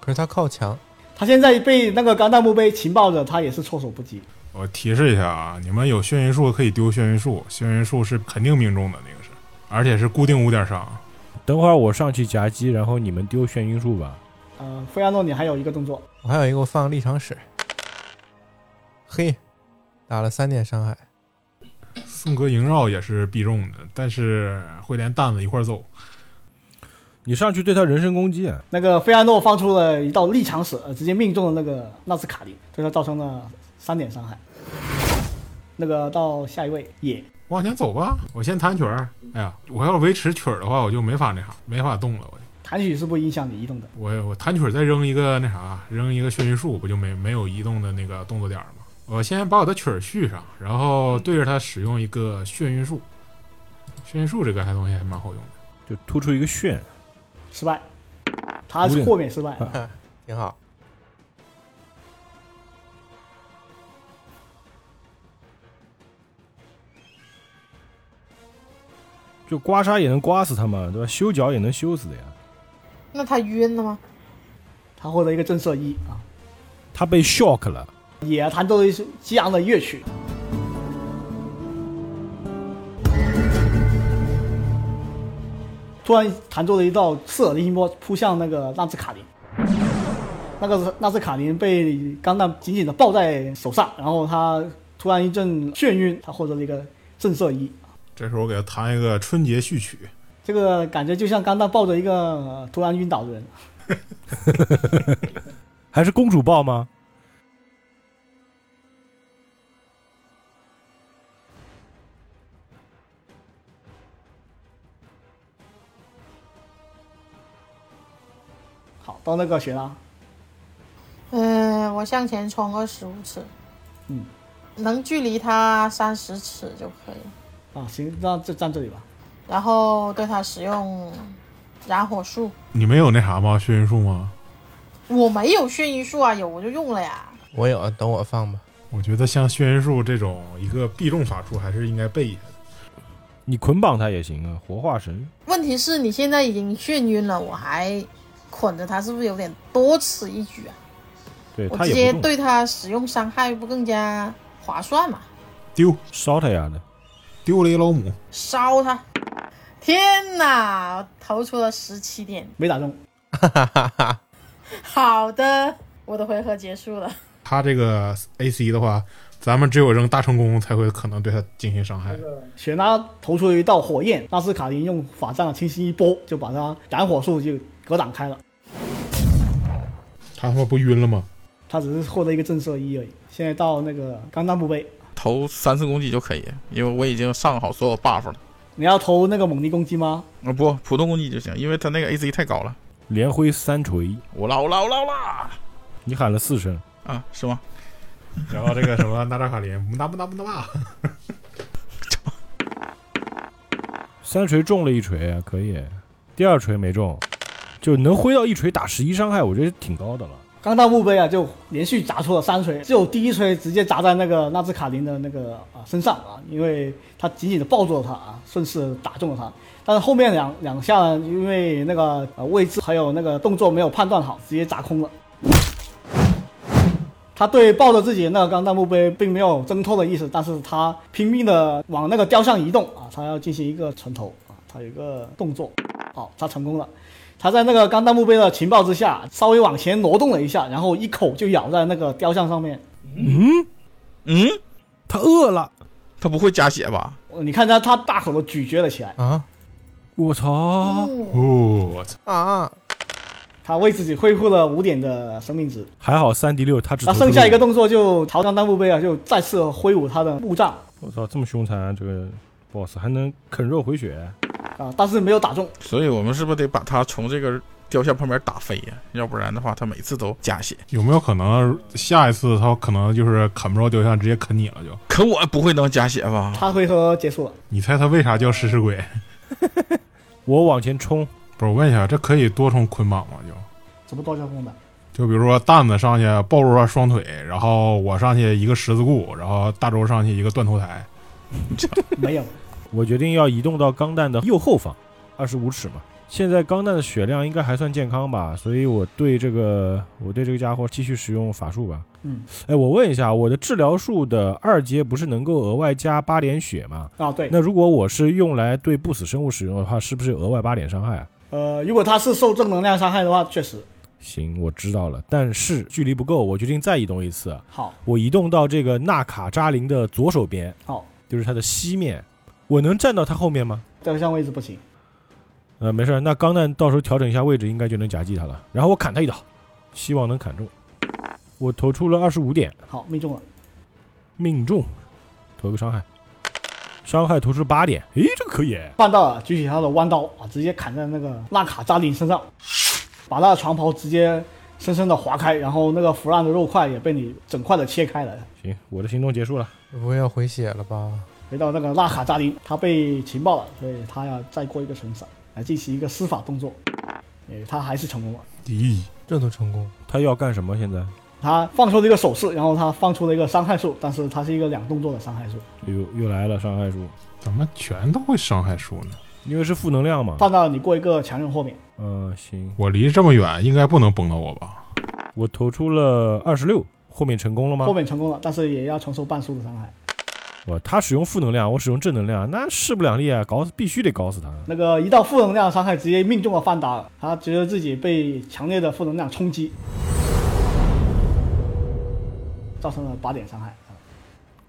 Speaker 5: 可是他靠墙，
Speaker 1: 他现在被那个钢弹墓碑情报着，他也是措手不及。
Speaker 3: 我提示一下啊，你们有眩晕术可以丢眩晕术，眩晕术是肯定命中的那个是，而且是固定五点伤。
Speaker 2: 等会儿我上去夹击，然后你们丢眩晕术吧。
Speaker 1: 呃，费亚诺，你还有一个动作，
Speaker 5: 我还有一个，我放个立场使。嘿，打了三点伤害，
Speaker 3: 宋哥萦绕也是必中的，但是会连担子一块儿走。
Speaker 2: 你上去对他人身攻击，啊
Speaker 1: 那个费亚诺放出了一道立场矢，呃直接命中了那个纳斯卡林，对他造成了三点伤害。那个到下一位野，
Speaker 3: 往前走吧，我先弹曲儿。哎呀，我要维持曲儿的话，我就没法那啥，没法动了。我
Speaker 1: 弹曲是不影响你移动的。
Speaker 3: 我我弹曲儿再扔一个那啥，扔一个眩晕术，不就没没有移动的那个动作点儿吗？我先把我的曲儿续上，然后对着它使用一个眩晕术。眩晕术这个还东西还蛮好用的。
Speaker 2: 就突出一个炫。
Speaker 1: 失败，他是豁免失败。
Speaker 5: 挺好。
Speaker 2: 就刮痧也能刮死他嘛，对吧？修脚也能修死的呀。
Speaker 6: 那他晕了吗？
Speaker 1: 他获得一个震慑一啊，
Speaker 2: 他被 shock 了，
Speaker 1: 也弹奏了一首激昂的乐曲。突然弹奏了一道刺耳的音波扑向那个纳兹卡林，那个纳兹卡林被钢弹紧紧的抱在手上，然后他突然一阵眩晕，他获得了一个震慑一。
Speaker 3: 这时候我给他弹一个春节序曲，
Speaker 1: 这个感觉就像钢弹抱着一个呃突然晕倒的人。
Speaker 2: 还是公主抱吗？
Speaker 1: 好，到那个雪拉，
Speaker 6: 呃，我向前冲二十五尺，
Speaker 1: 嗯，
Speaker 6: 能距离他三十尺就可以，
Speaker 1: 啊，行，那就站这里吧。
Speaker 6: 然后对他使用燃火术。
Speaker 3: 你们有那啥吗？眩晕术吗？
Speaker 6: 我没有眩晕术啊，有我就用了呀。
Speaker 5: 我有，等我放吧。
Speaker 3: 我觉得像眩晕术这种一个必中法术，还是应该备一下。
Speaker 2: 你捆绑他也行啊，活化神。
Speaker 6: 问题是你现在已经眩晕了，我还捆着他，是不是有点多此一举啊？
Speaker 2: 对
Speaker 6: 我
Speaker 2: 他
Speaker 6: 直
Speaker 2: 也不
Speaker 6: 接
Speaker 2: 动，
Speaker 6: 对他使用伤害，不更加划算吗？
Speaker 3: 丢
Speaker 2: 烧他丫的！
Speaker 3: 丢雷老母，
Speaker 6: 烧他！天哪，我投出了十七点。
Speaker 1: 没打中，
Speaker 6: 好的，我的回合结束了。
Speaker 3: 他这个 AC 的话，咱们只有扔大成功才会可能对他进行伤害。
Speaker 1: 雪拉投出了一道火焰，纳斯卡林用法杖轻轻一拨，就把他燃火术就格挡开了。
Speaker 3: 他他妈不晕了吗？
Speaker 1: 他只是获得一个震慑一而已。现在到那个钢弹墓碑，
Speaker 4: 投三次攻击就可以，因为我已经上好所有 buff 了。
Speaker 1: 你要投那个猛力攻击吗？
Speaker 4: 啊不，普通攻击就行，因为他那个 AC 太高了。
Speaker 2: 连挥三锤，
Speaker 4: 我啦我啦我啦我啦！
Speaker 2: 你喊了四声，
Speaker 4: 啊，是吗？
Speaker 3: 然后这个什么 纳扎卡林，木纳木纳木纳纳，
Speaker 2: 三锤中了一锤，啊可以。第二锤没中，就能挥到一锤打十一伤害，我觉得挺高的了。
Speaker 1: 钢弹墓碑啊，就连续砸出了三锤，只有第一锤直接砸在那个纳兹卡林的那个啊身上啊，因为他紧紧的抱住了他啊，顺势打中了他。但是后面两两下呢，因为那个呃位置还有那个动作没有判断好，直接砸空了。他对抱着自己的那个钢弹墓碑并没有挣脱的意思，但是他拼命的往那个雕像移动啊，他要进行一个城头啊，他有一个动作，好、他成功了。他在那个钢弹墓碑的情报之下，稍微往前挪动了一下，然后一口就咬在那个雕像上面。
Speaker 2: 嗯，
Speaker 4: 嗯，
Speaker 2: 他饿了，
Speaker 4: 他不会加血吧？
Speaker 1: 呃你看他，他大口的咀嚼了起来，
Speaker 5: 啊
Speaker 2: 我操，
Speaker 6: 哦
Speaker 3: 哦，我操！
Speaker 5: 啊！
Speaker 1: 他为自己恢复了五点的生命值。
Speaker 2: 还好三 D 六，他只
Speaker 1: 然后
Speaker 2: 投出
Speaker 1: 啊剩下一个
Speaker 2: 六，
Speaker 1: 动作就朝钢弹墓碑啊，就再次挥舞他的木杖
Speaker 2: 我操，这么凶残，啊这个 boss 还能啃肉回血，
Speaker 1: 啊，但是没有打中。
Speaker 4: 所以我们是不是得把他从这个雕像旁边打飞呀、要不然的话，他每次都加血。
Speaker 3: 有没有可能下一次他可能就是啃不着雕像，直接啃你了就？
Speaker 4: 可我不会能加血吧？
Speaker 1: 他回合结束了，
Speaker 3: 你猜他为啥叫食尸鬼？
Speaker 2: 我往前冲，
Speaker 3: 不是，我问一下，这可以多重捆绑吗？就
Speaker 1: 怎么多交锋的？
Speaker 3: 就比如说蛋子上去抱住他双腿，然后我上去一个十字固，然后大周上去一个断头台。
Speaker 1: 没有，
Speaker 2: 我决定要移动到钢弹的右后方，二十五尺嘛，现在钢弹的血量应该还算健康吧，所以我对这个我对这个家伙继续使用法术吧。
Speaker 1: 嗯，
Speaker 2: 哎，我问一下，我的治疗术的二阶不是能够额外加八点血吗？
Speaker 1: 啊，对，
Speaker 2: 那如果我是用来对不死生物使用的话，是不是额外八点伤害啊？
Speaker 1: 呃，如果他是受正能量伤害的话，确实
Speaker 2: 行，我知道了，但是距离不够，我决定再移动一次。
Speaker 1: 好，
Speaker 2: 我移动到这个纳卡扎林的左手边，
Speaker 1: 好，
Speaker 2: 就是它的西面。我能站到它后面吗？
Speaker 1: 这个项位置不行。
Speaker 2: 呃，没事儿，那钢弹到时候调整一下位置，应该就能夹击它了。然后我砍它一刀，希望能砍中。我投出了二十五点，
Speaker 1: 好，命中了。
Speaker 2: 命中，投个伤害，伤害投出八点。诶，这个可以，
Speaker 1: 看到了，举起他的弯刀啊，直接砍在那个纳卡扎林身上，把他的长袍直接深深的划开，然后那个腐烂的肉块也被你整块的切开了。
Speaker 2: 行，我的行动结束了。
Speaker 5: 不会要回血了吧？
Speaker 1: 回到那个纳卡扎林，他被情报了，所以他要再过一个神闪来进行一个施法动作，诶，他还是成功了。
Speaker 2: 咦，
Speaker 5: 这都成功，
Speaker 2: 他要干什么？现在？
Speaker 1: 他放出了一个手势，然后他放出了一个伤害数，但是它是一个两动作的伤害数。
Speaker 2: 又又来了伤害数，
Speaker 3: 怎么全都会伤害数呢？
Speaker 2: 因为是负能量嘛。
Speaker 1: 放到你过一个强韧豁免，
Speaker 2: 嗯、行，
Speaker 3: 我离这么远，应该不能崩到我吧？
Speaker 2: 我投出了二十六，后面成功了吗
Speaker 1: 豁？免成功了，但是也要承受半数的伤害。
Speaker 2: 我他使用负能量，我使用正能量，那势不两立啊，搞死必须得搞死他。
Speaker 1: 那个一道负能量伤害直接命中了范达尔，他觉得自己被强烈的负能量冲击，造成了八点伤害。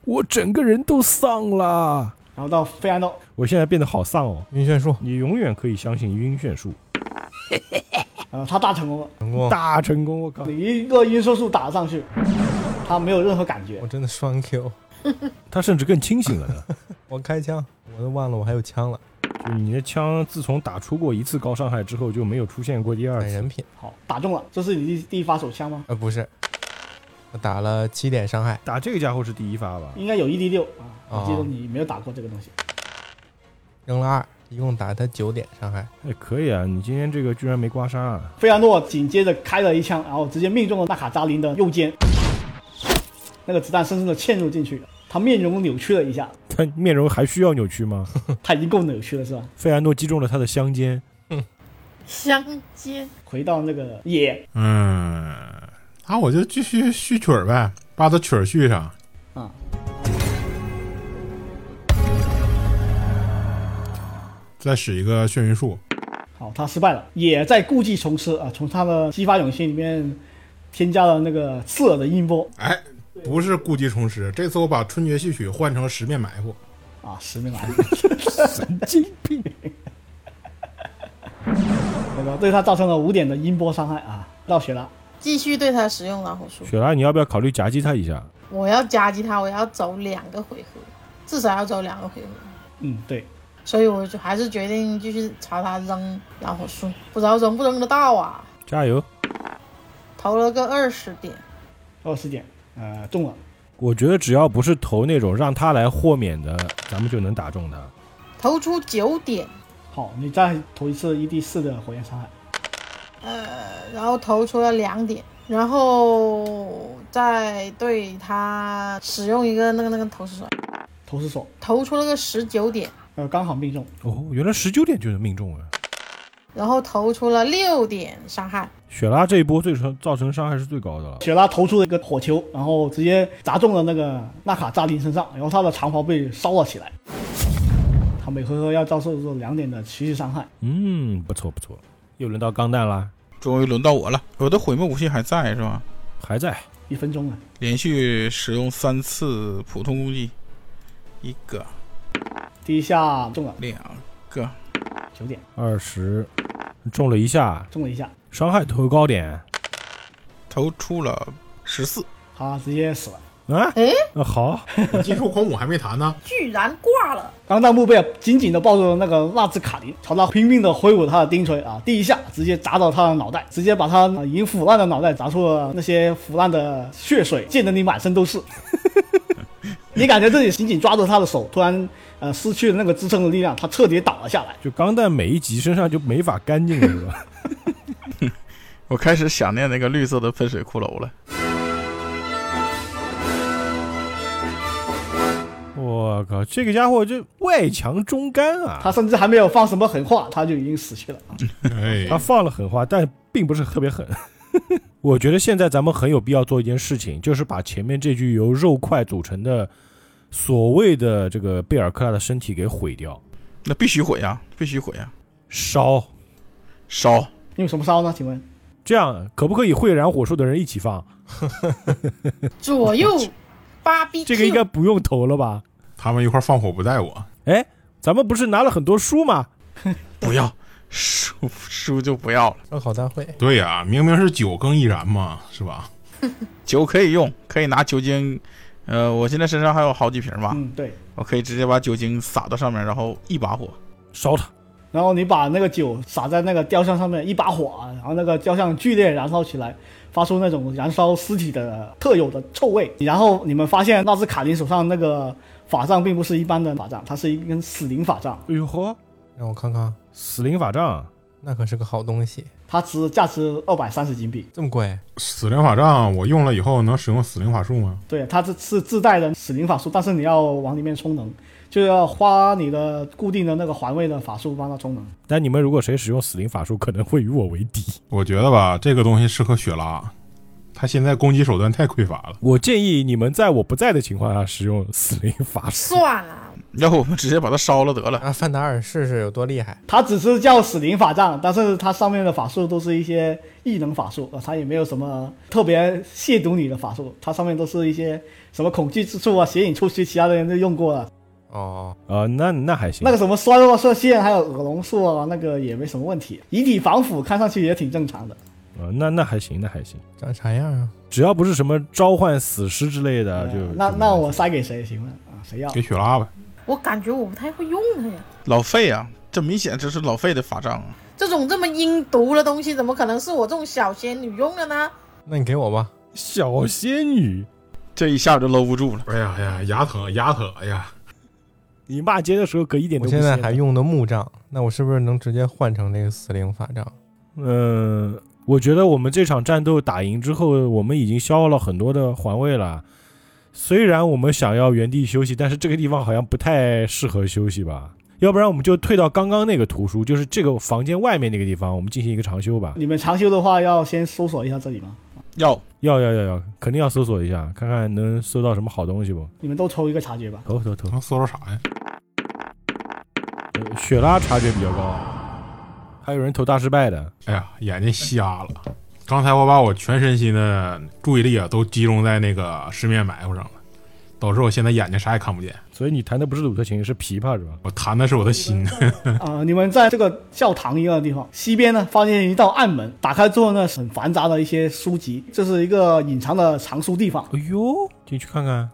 Speaker 2: 我整个人都丧了，
Speaker 1: 然后到费安诺，
Speaker 2: 我现在变得好丧哦。
Speaker 5: 晕眩术
Speaker 2: 你永远可以相信晕眩术，
Speaker 1: 呃，他大成功了，
Speaker 5: 成功，
Speaker 2: 大成功！我靠，
Speaker 1: 你一个晕射术打上去，他没有任何感觉
Speaker 5: 我。真的双 Q，
Speaker 2: 他甚至更清醒了呢。
Speaker 5: 我开枪，我都忘了我还有枪了，
Speaker 2: 就你的枪，自从打出过一次高伤害之后，就没有出现过第二
Speaker 5: 买
Speaker 2: 次。
Speaker 5: 人品，
Speaker 1: 好，打中了，这是你第第一发手枪吗？
Speaker 5: 呃，不是，我打了七点伤害，
Speaker 2: 打这个家伙是第一发吧？
Speaker 1: 应该有 ED 六啊，我记得
Speaker 5: 哦
Speaker 1: 你没有打过这个东西。
Speaker 5: 扔了二，一共打他九点伤害，
Speaker 2: 哎，可以啊，你今天这个居然没刮痧、啊，
Speaker 1: 费安诺紧接着开了一枪，然后直接命中了纳卡扎林的右肩，那个子弹深深的嵌入进去，他面容扭曲了一下，
Speaker 2: 他面容还需要扭曲 吗？
Speaker 1: 他已经够扭曲了是吧？
Speaker 2: 费安诺击中了他的香肩，
Speaker 6: 相见
Speaker 1: 回到那个野
Speaker 3: 嗯，那、我就继续续曲儿呗，把它曲儿续上。
Speaker 1: 啊，
Speaker 3: 再使一个眩晕术，
Speaker 1: 好，他失败了，也在故技重施啊，从他的激发勇气里面添加了那个刺耳的音波
Speaker 3: 哎，不是故技重施，这次我把春节序曲换成十面埋伏。
Speaker 1: 啊，十面埋伏，
Speaker 2: 神经病！
Speaker 1: 那个对他造成了五点的音波伤害啊，到血了，
Speaker 6: 继续对他使用老虎术。
Speaker 2: 雪拉，你要不要考虑夹击他一下？
Speaker 6: 我要夹击他，我要走两个回合，至少要走两个回合。
Speaker 1: 嗯，对，
Speaker 6: 所以我就还是决定继续朝他扔老虎术，不知道扔不扔得到啊！
Speaker 2: 加油！
Speaker 6: 投了个二十点，
Speaker 1: 二十点，呃，中了，
Speaker 2: 我觉得只要不是投那种让他来豁免的，咱们就能打中他。
Speaker 6: 投出九点，
Speaker 1: 好，你再投一次 ED 四的火焰伤害，
Speaker 6: 呃，然后投出了两点，然后再对他使用一个那个那个投石甩，
Speaker 1: 投石手，
Speaker 6: 投出了个十九点，
Speaker 1: 呃，刚好命中，
Speaker 2: 哦，原来十九点就能命中啊！
Speaker 6: 然后投出了六点伤害，
Speaker 2: 雪拉这一波最成造成伤害是最高的了。
Speaker 1: 雪拉投出了一个火球，然后直接砸中了那个纳卡扎林身上，然后他的长袍被烧了起来，他每回合要遭受这两点的持续伤害。
Speaker 2: 嗯，不错不错，又轮到钢弹啦，
Speaker 4: 终于轮到我了，我的毁灭武器还在是吧？
Speaker 2: 还在。
Speaker 1: 一分钟了，啊
Speaker 4: 连续使用三次普通攻击，一个、
Speaker 1: 第一下中了
Speaker 4: 两个，
Speaker 1: 九点，
Speaker 2: 二十，中了一下，
Speaker 1: 中了一下，
Speaker 2: 伤害投高点
Speaker 4: 投出了十四。
Speaker 1: 他直接死了。
Speaker 2: 啊？
Speaker 6: 诶
Speaker 2: 啊好，
Speaker 3: 我金属狂舞还没弹呢，
Speaker 6: 居然挂了。
Speaker 1: 钢弹墓被紧紧地抱住了那个纳兹卡林，朝他拼命地挥舞他的钉锤啊！第一下直接砸到他的脑袋，直接把他呃已经腐烂的脑袋砸出了那些腐烂的血水，溅得你满身都是。 你感觉自己紧紧抓住他的手，突然呃失去了那个支撑的力量，他彻底倒了下来。
Speaker 2: 就钢弹每一集身上就没法干净了是吧？
Speaker 4: 我开始想念那个绿色的喷水骷髅了。
Speaker 2: 哇、我靠，这个家伙就外强中干啊！
Speaker 1: 他甚至还没有放什么狠话，他就已经死去了。
Speaker 3: 哎
Speaker 2: 他放了狠话，但并不是特别狠。 我觉得现在咱们很有必要做一件事情，就是把前面这具由肉块组成的所谓的这个贝尔克拉的身体给毁掉，
Speaker 4: 那必须毁呀，必须毁呀，啊
Speaker 2: 烧，
Speaker 4: 烧！
Speaker 1: 因为什么烧呢？请问
Speaker 2: 这样可不可以会燃火术的人一起放？
Speaker 6: 左右芭比
Speaker 2: 这个应该不用投了吧？
Speaker 3: 他们一块儿放火不带我，
Speaker 2: 哎，咱们不是拿了很多书吗？
Speaker 4: 不要书书就不要了，
Speaker 5: 烧烤大会，
Speaker 3: 对呀、明明是酒更易燃嘛，是吧？
Speaker 4: 酒可以用，可以拿酒精。呃，我现在身上还有好几瓶吧，
Speaker 1: 嗯，对。
Speaker 4: 我可以直接把酒精撒到上面，然后一把火。
Speaker 2: 烧它！
Speaker 1: 然后你把那个酒洒在那个雕像上面，一把火啊，然后那个雕像剧烈燃烧起来，发出那种燃烧尸体的特有的臭味。然后你们发现纳兹卡林手上那个法杖并不是一般的法杖，它是一根死灵法杖，
Speaker 2: 哎呦呵，
Speaker 5: 让我看看，
Speaker 2: 死灵法杖，啊
Speaker 5: 那可是个好东西，
Speaker 1: 它值价值二百三十金币。
Speaker 5: 这么贵，
Speaker 3: 死灵法杖我用了以后能使用死灵法术吗？
Speaker 1: 对，它这是自带的死灵法术，但是你要往里面充能，就要花你的固定的那个环位的法术帮它充能。
Speaker 2: 但你们如果谁使用死灵法术，可能会与我为敌。
Speaker 3: 我觉得吧，这个东西适合雪拉，他现在攻击手段太匮乏了。
Speaker 2: 我建议你们在我不在的情况下使用死灵法术。
Speaker 6: 算了，
Speaker 4: 要不我们直接把它烧了得了。
Speaker 5: 让范达尔试试有多厉害。
Speaker 1: 它只是叫死灵法杖，但是它上面的法术都是一些异能法术，呃，它也没有什么特别亵渎你的法术，它上面都是一些什么恐惧之术啊、邪影触须，其他的人都用过了。啊
Speaker 2: 嗯
Speaker 5: 哦，
Speaker 2: 呃，那那还行。
Speaker 1: 那个什么衰落射线，还有恶龙术啊，那个也没什么问题。遗体防腐看上去也挺正常的，
Speaker 2: 呃，那那还行，那还行，
Speaker 5: 长啥样啊？
Speaker 2: 只要不是什么召唤死尸之类
Speaker 5: 嗯
Speaker 2: 的，啊就
Speaker 1: 哎那
Speaker 2: 就没
Speaker 1: 那
Speaker 2: 问题
Speaker 1: 我塞给谁行了啊？谁要？
Speaker 3: 给雪拉吧，
Speaker 6: 我感觉我不太会用它呀。
Speaker 4: 老费啊，这明显这是老费的法杖啊！
Speaker 6: 这种这么阴毒的东西，怎么可能是我这种小仙女用的呢？
Speaker 5: 那你给我吧，
Speaker 2: 小仙女，
Speaker 4: 这一下就搂不住了。
Speaker 3: 哎呀哎呀，牙疼牙疼，哎呀，
Speaker 2: 你骂街的时候可一点都
Speaker 5: 我
Speaker 2: 不
Speaker 5: 现在
Speaker 2: 鲜
Speaker 5: 还用的木杖，那我是不是能直接换成这个死灵法杖？
Speaker 2: 嗯、我觉得我们这场战斗打赢之后，我们已经消耗了很多的环卫了。虽然我们想要原地休息，但是这个地方好像不太适合休息吧？要不然我们就退到刚刚那个图书，就是这个房间外面那个地方，我们进行一个长休吧。
Speaker 1: 你们长修的话，要先搜索一下这里吗？
Speaker 4: 要
Speaker 2: 要要要要，肯定要搜索一下，看看能搜到什么好东西不？
Speaker 1: 你们都抽一个察觉吧。
Speaker 2: 投投投，
Speaker 3: 能搜着啥呀？
Speaker 2: 呃雪拉察觉比较高，还有人投大失败的。
Speaker 3: 哎呀，眼睛瞎了。刚才我把我全身心的注意力啊都集中在那个十面埋伏上了，导致我现在眼睛啥也看不见。
Speaker 2: 所以你弹的不是鲁特琴，是琵琶是吧？
Speaker 3: 我弹的是我的心，
Speaker 1: 啊、你们在这个教堂一样的地方西边呢，发现一道暗门，打开之后呢，很繁杂的一些书籍，这是一个隐藏的藏书地方。
Speaker 2: 哎呦，进去看看，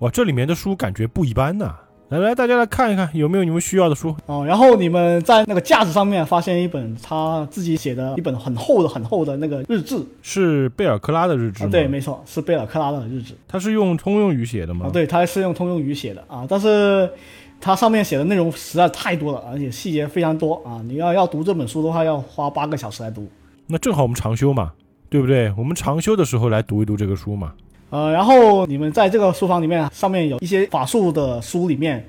Speaker 2: 哇，这里面的书感觉不一般呐、来来，大家来看一看有没有你们需要的书。
Speaker 1: 哦、然后你们在那个架子上面发现一本他自己写的一本很厚的、很厚的那个日志。
Speaker 2: 是贝尔克拉的日
Speaker 1: 啊、
Speaker 2: 志吗？
Speaker 1: 对，，没错，是贝尔克拉的日志。
Speaker 2: 它是用通用语写的吗？
Speaker 1: 啊，，对，他是用通用语写的啊，但是它上面写的内容实在太多了，而且细节非常多啊。你要要读这本书的话，要花八个小时来读。
Speaker 2: 那正好我们长休嘛，对不对？我们长休的时候来读一读这个书嘛。
Speaker 1: 呃，然后你们在这个书房里面，上面有一些法术的书里面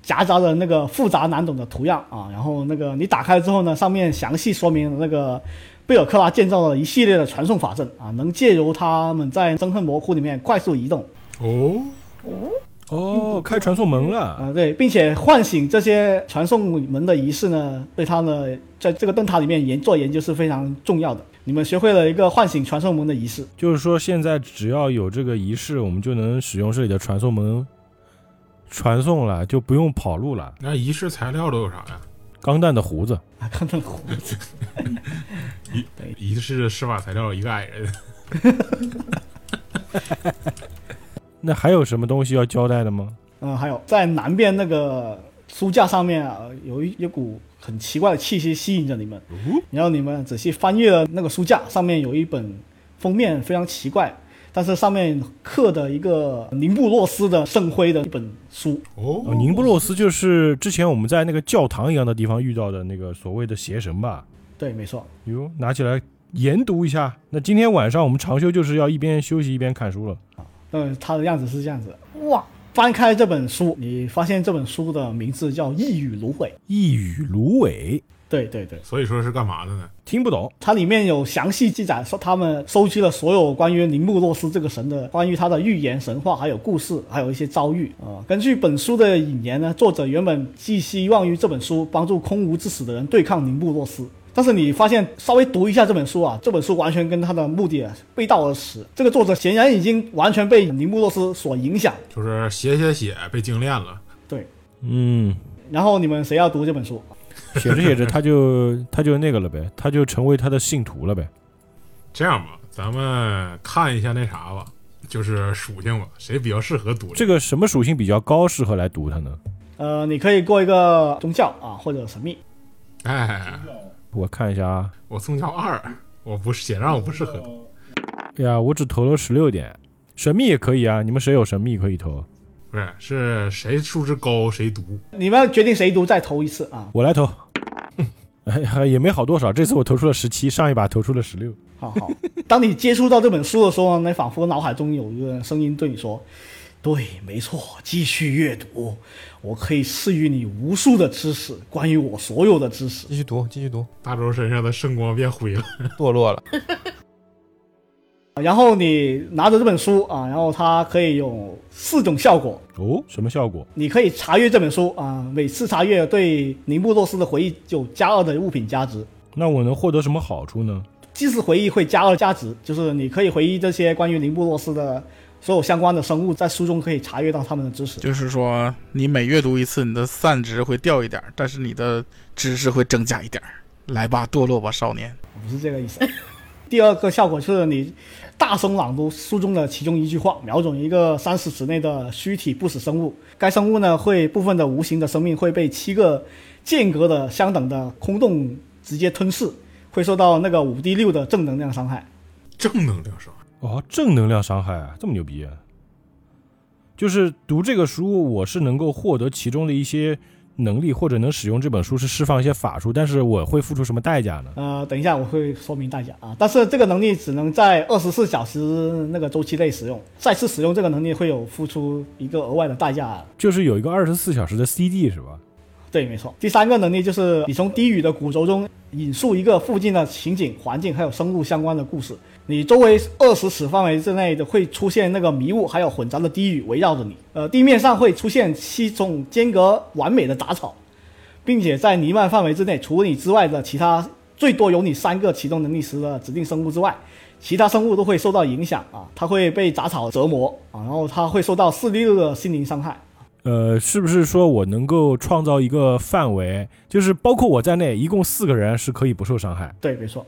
Speaker 1: 夹杂着那个复杂难懂的图样啊。然后那个你打开之后呢，上面详细说明了那个贝尔克拉建造了一系列的传送法阵啊，能借由他们在憎恨魔窟里面快速移动
Speaker 3: 哦，
Speaker 2: 哦，开传送门了，
Speaker 1: 啊，对，并且唤醒这些传送门的仪式呢，对他呢在这个灯塔里面研做研究是非常重要的。你们学会了一个唤醒传送门的仪式。
Speaker 2: 就是说现在只要有这个仪式，我们就能使用这里的传送门传送了，就不用跑路了。
Speaker 3: 那仪式材料都有啥呀？
Speaker 2: 钢蛋的胡子，
Speaker 1: 啊，看那个胡子，
Speaker 3: 仪式的施法材料一个矮人，
Speaker 2: 那还有什么东西要交代的吗？
Speaker 1: 嗯，还有在南边那个书架上面啊，有一有股很奇怪的气息吸引着你们。然后你们仔细翻阅了那个书架，上面有一本封面非常奇怪，但是上面刻的一个宁布洛斯的圣徽的一本书。
Speaker 2: 哦，
Speaker 3: 哦
Speaker 2: 宁波洛斯就是之前我们在那个教堂一样的地方遇到的那个所谓的邪神吧？
Speaker 1: 对，没错。
Speaker 2: 哟，拿起来研读一下。那今天晚上我们长休就是要一边休息一边看书了。
Speaker 1: 呃嗯，他的样子是这样子的。
Speaker 6: 哇，
Speaker 1: 翻开这本书，你发现这本书的名字叫《一语芦苇》。
Speaker 2: 一语芦苇，
Speaker 1: 对对对，
Speaker 3: 所以说是干嘛的呢？
Speaker 2: 听不懂。
Speaker 1: 它里面有详细记载，说他们收集了所有关于尼木洛斯这个神的，关于他的寓言、神话，还有故事，还有一些遭遇啊、呃根据本书的引言呢，作者原本寄希望于这本书帮助空无之死的人对抗尼木洛斯。但是你发现稍微读一下这本书啊，这本书完全跟他的目的啊背道而驰。这个作者显然已经完全被尼木洛斯所影响。
Speaker 3: 就是写写写被精炼了，
Speaker 1: 对，
Speaker 2: 嗯，
Speaker 1: 然后你们谁要读这本书？
Speaker 2: 写着写着他就 他就那个了呗，他就成为他的信徒了呗。
Speaker 3: 这样吧，咱们看一下那啥吧，就是属性吧，谁比较适合读？
Speaker 2: 这个什么属性比较高，适合来读它呢？
Speaker 1: 呃，你可以过一个宗教啊，或者神秘。
Speaker 3: 哎，
Speaker 2: 我看一下啊，
Speaker 3: 我宗教二，我不是显然我不适合读。
Speaker 2: 哎呀，我只投了十六点，神秘也可以啊。你们谁有神秘可以投？
Speaker 3: 不是，是谁数值高谁读。
Speaker 1: 你们要决定谁读，再投一次啊。
Speaker 2: 我来投。 哎呀，也没好多少，这次我投出了十七，上一把投出了十六。
Speaker 1: 好好， 当你接触到这本书的时候呢，你仿佛脑海中有一个声音对你说：“对，没错，继续阅读，我可以赐予你无数的知识，关于我所有的知识。
Speaker 5: 继续读，继续读，
Speaker 3: 大周身上的圣光变灰了，
Speaker 5: 堕落了。”
Speaker 1: 然后你拿着这本书啊，然后它可以有四种效果，
Speaker 2: 哦，什么效果？
Speaker 1: 你可以查阅这本书啊，每次查阅对尼布洛斯的回忆有加二的物品价值。
Speaker 2: 那我能获得什么好处呢？
Speaker 1: 即时回忆会加二价值，就是你可以回忆这些关于尼布洛斯的所有相关的生物，在书中可以查阅到他们的知识。
Speaker 4: 就是说，你每阅读一次，你的散值会掉一点儿，但是你的知识会增加一点儿。来吧，堕落吧，少年！
Speaker 1: 不是这个意思。 第二个效果就是你大声朗读书中的其中一句话，瞄准一个三十尺内的虚体不死生物。该生物呢，会部分的无形的生命会被七个间隔的相等的空洞直接吞噬，会受到那个五 D 六的正能量伤害。
Speaker 3: 正能量上，
Speaker 2: 哦，正能量伤害啊，这么牛逼、啊！就是读这个书，我是能够获得其中的一些能力，或者能使用这本书是释放一些法术，但是我会付出什么代价呢？
Speaker 1: 呃，等一下我会说明大家啊，但是这个能力只能在二十四小时那个周期内使用，再次使用这个能力会有付出一个额外的代价。
Speaker 2: 就是有一个二十四小时的 CD 是吧？
Speaker 1: 对，没错。第三个能力就是你从低语的古轴中引述一个附近的情景、环境还有生物相关的故事。你周围二十尺范围之内的会出现那个迷雾，还有混杂的低语围绕着你。呃，地面上会出现七种间隔完美的杂草，并且在弥漫范围之内，除了你之外的其他最多有你三个启动能力时的指定生物之外，其他生物都会受到影响啊，它会被杂草折磨啊，然后它会受到四六的心灵伤害。
Speaker 2: 呃，是不是说我能够创造一个范围，就是包括我在内，一共四个人是可以不受伤害
Speaker 1: 对，没错，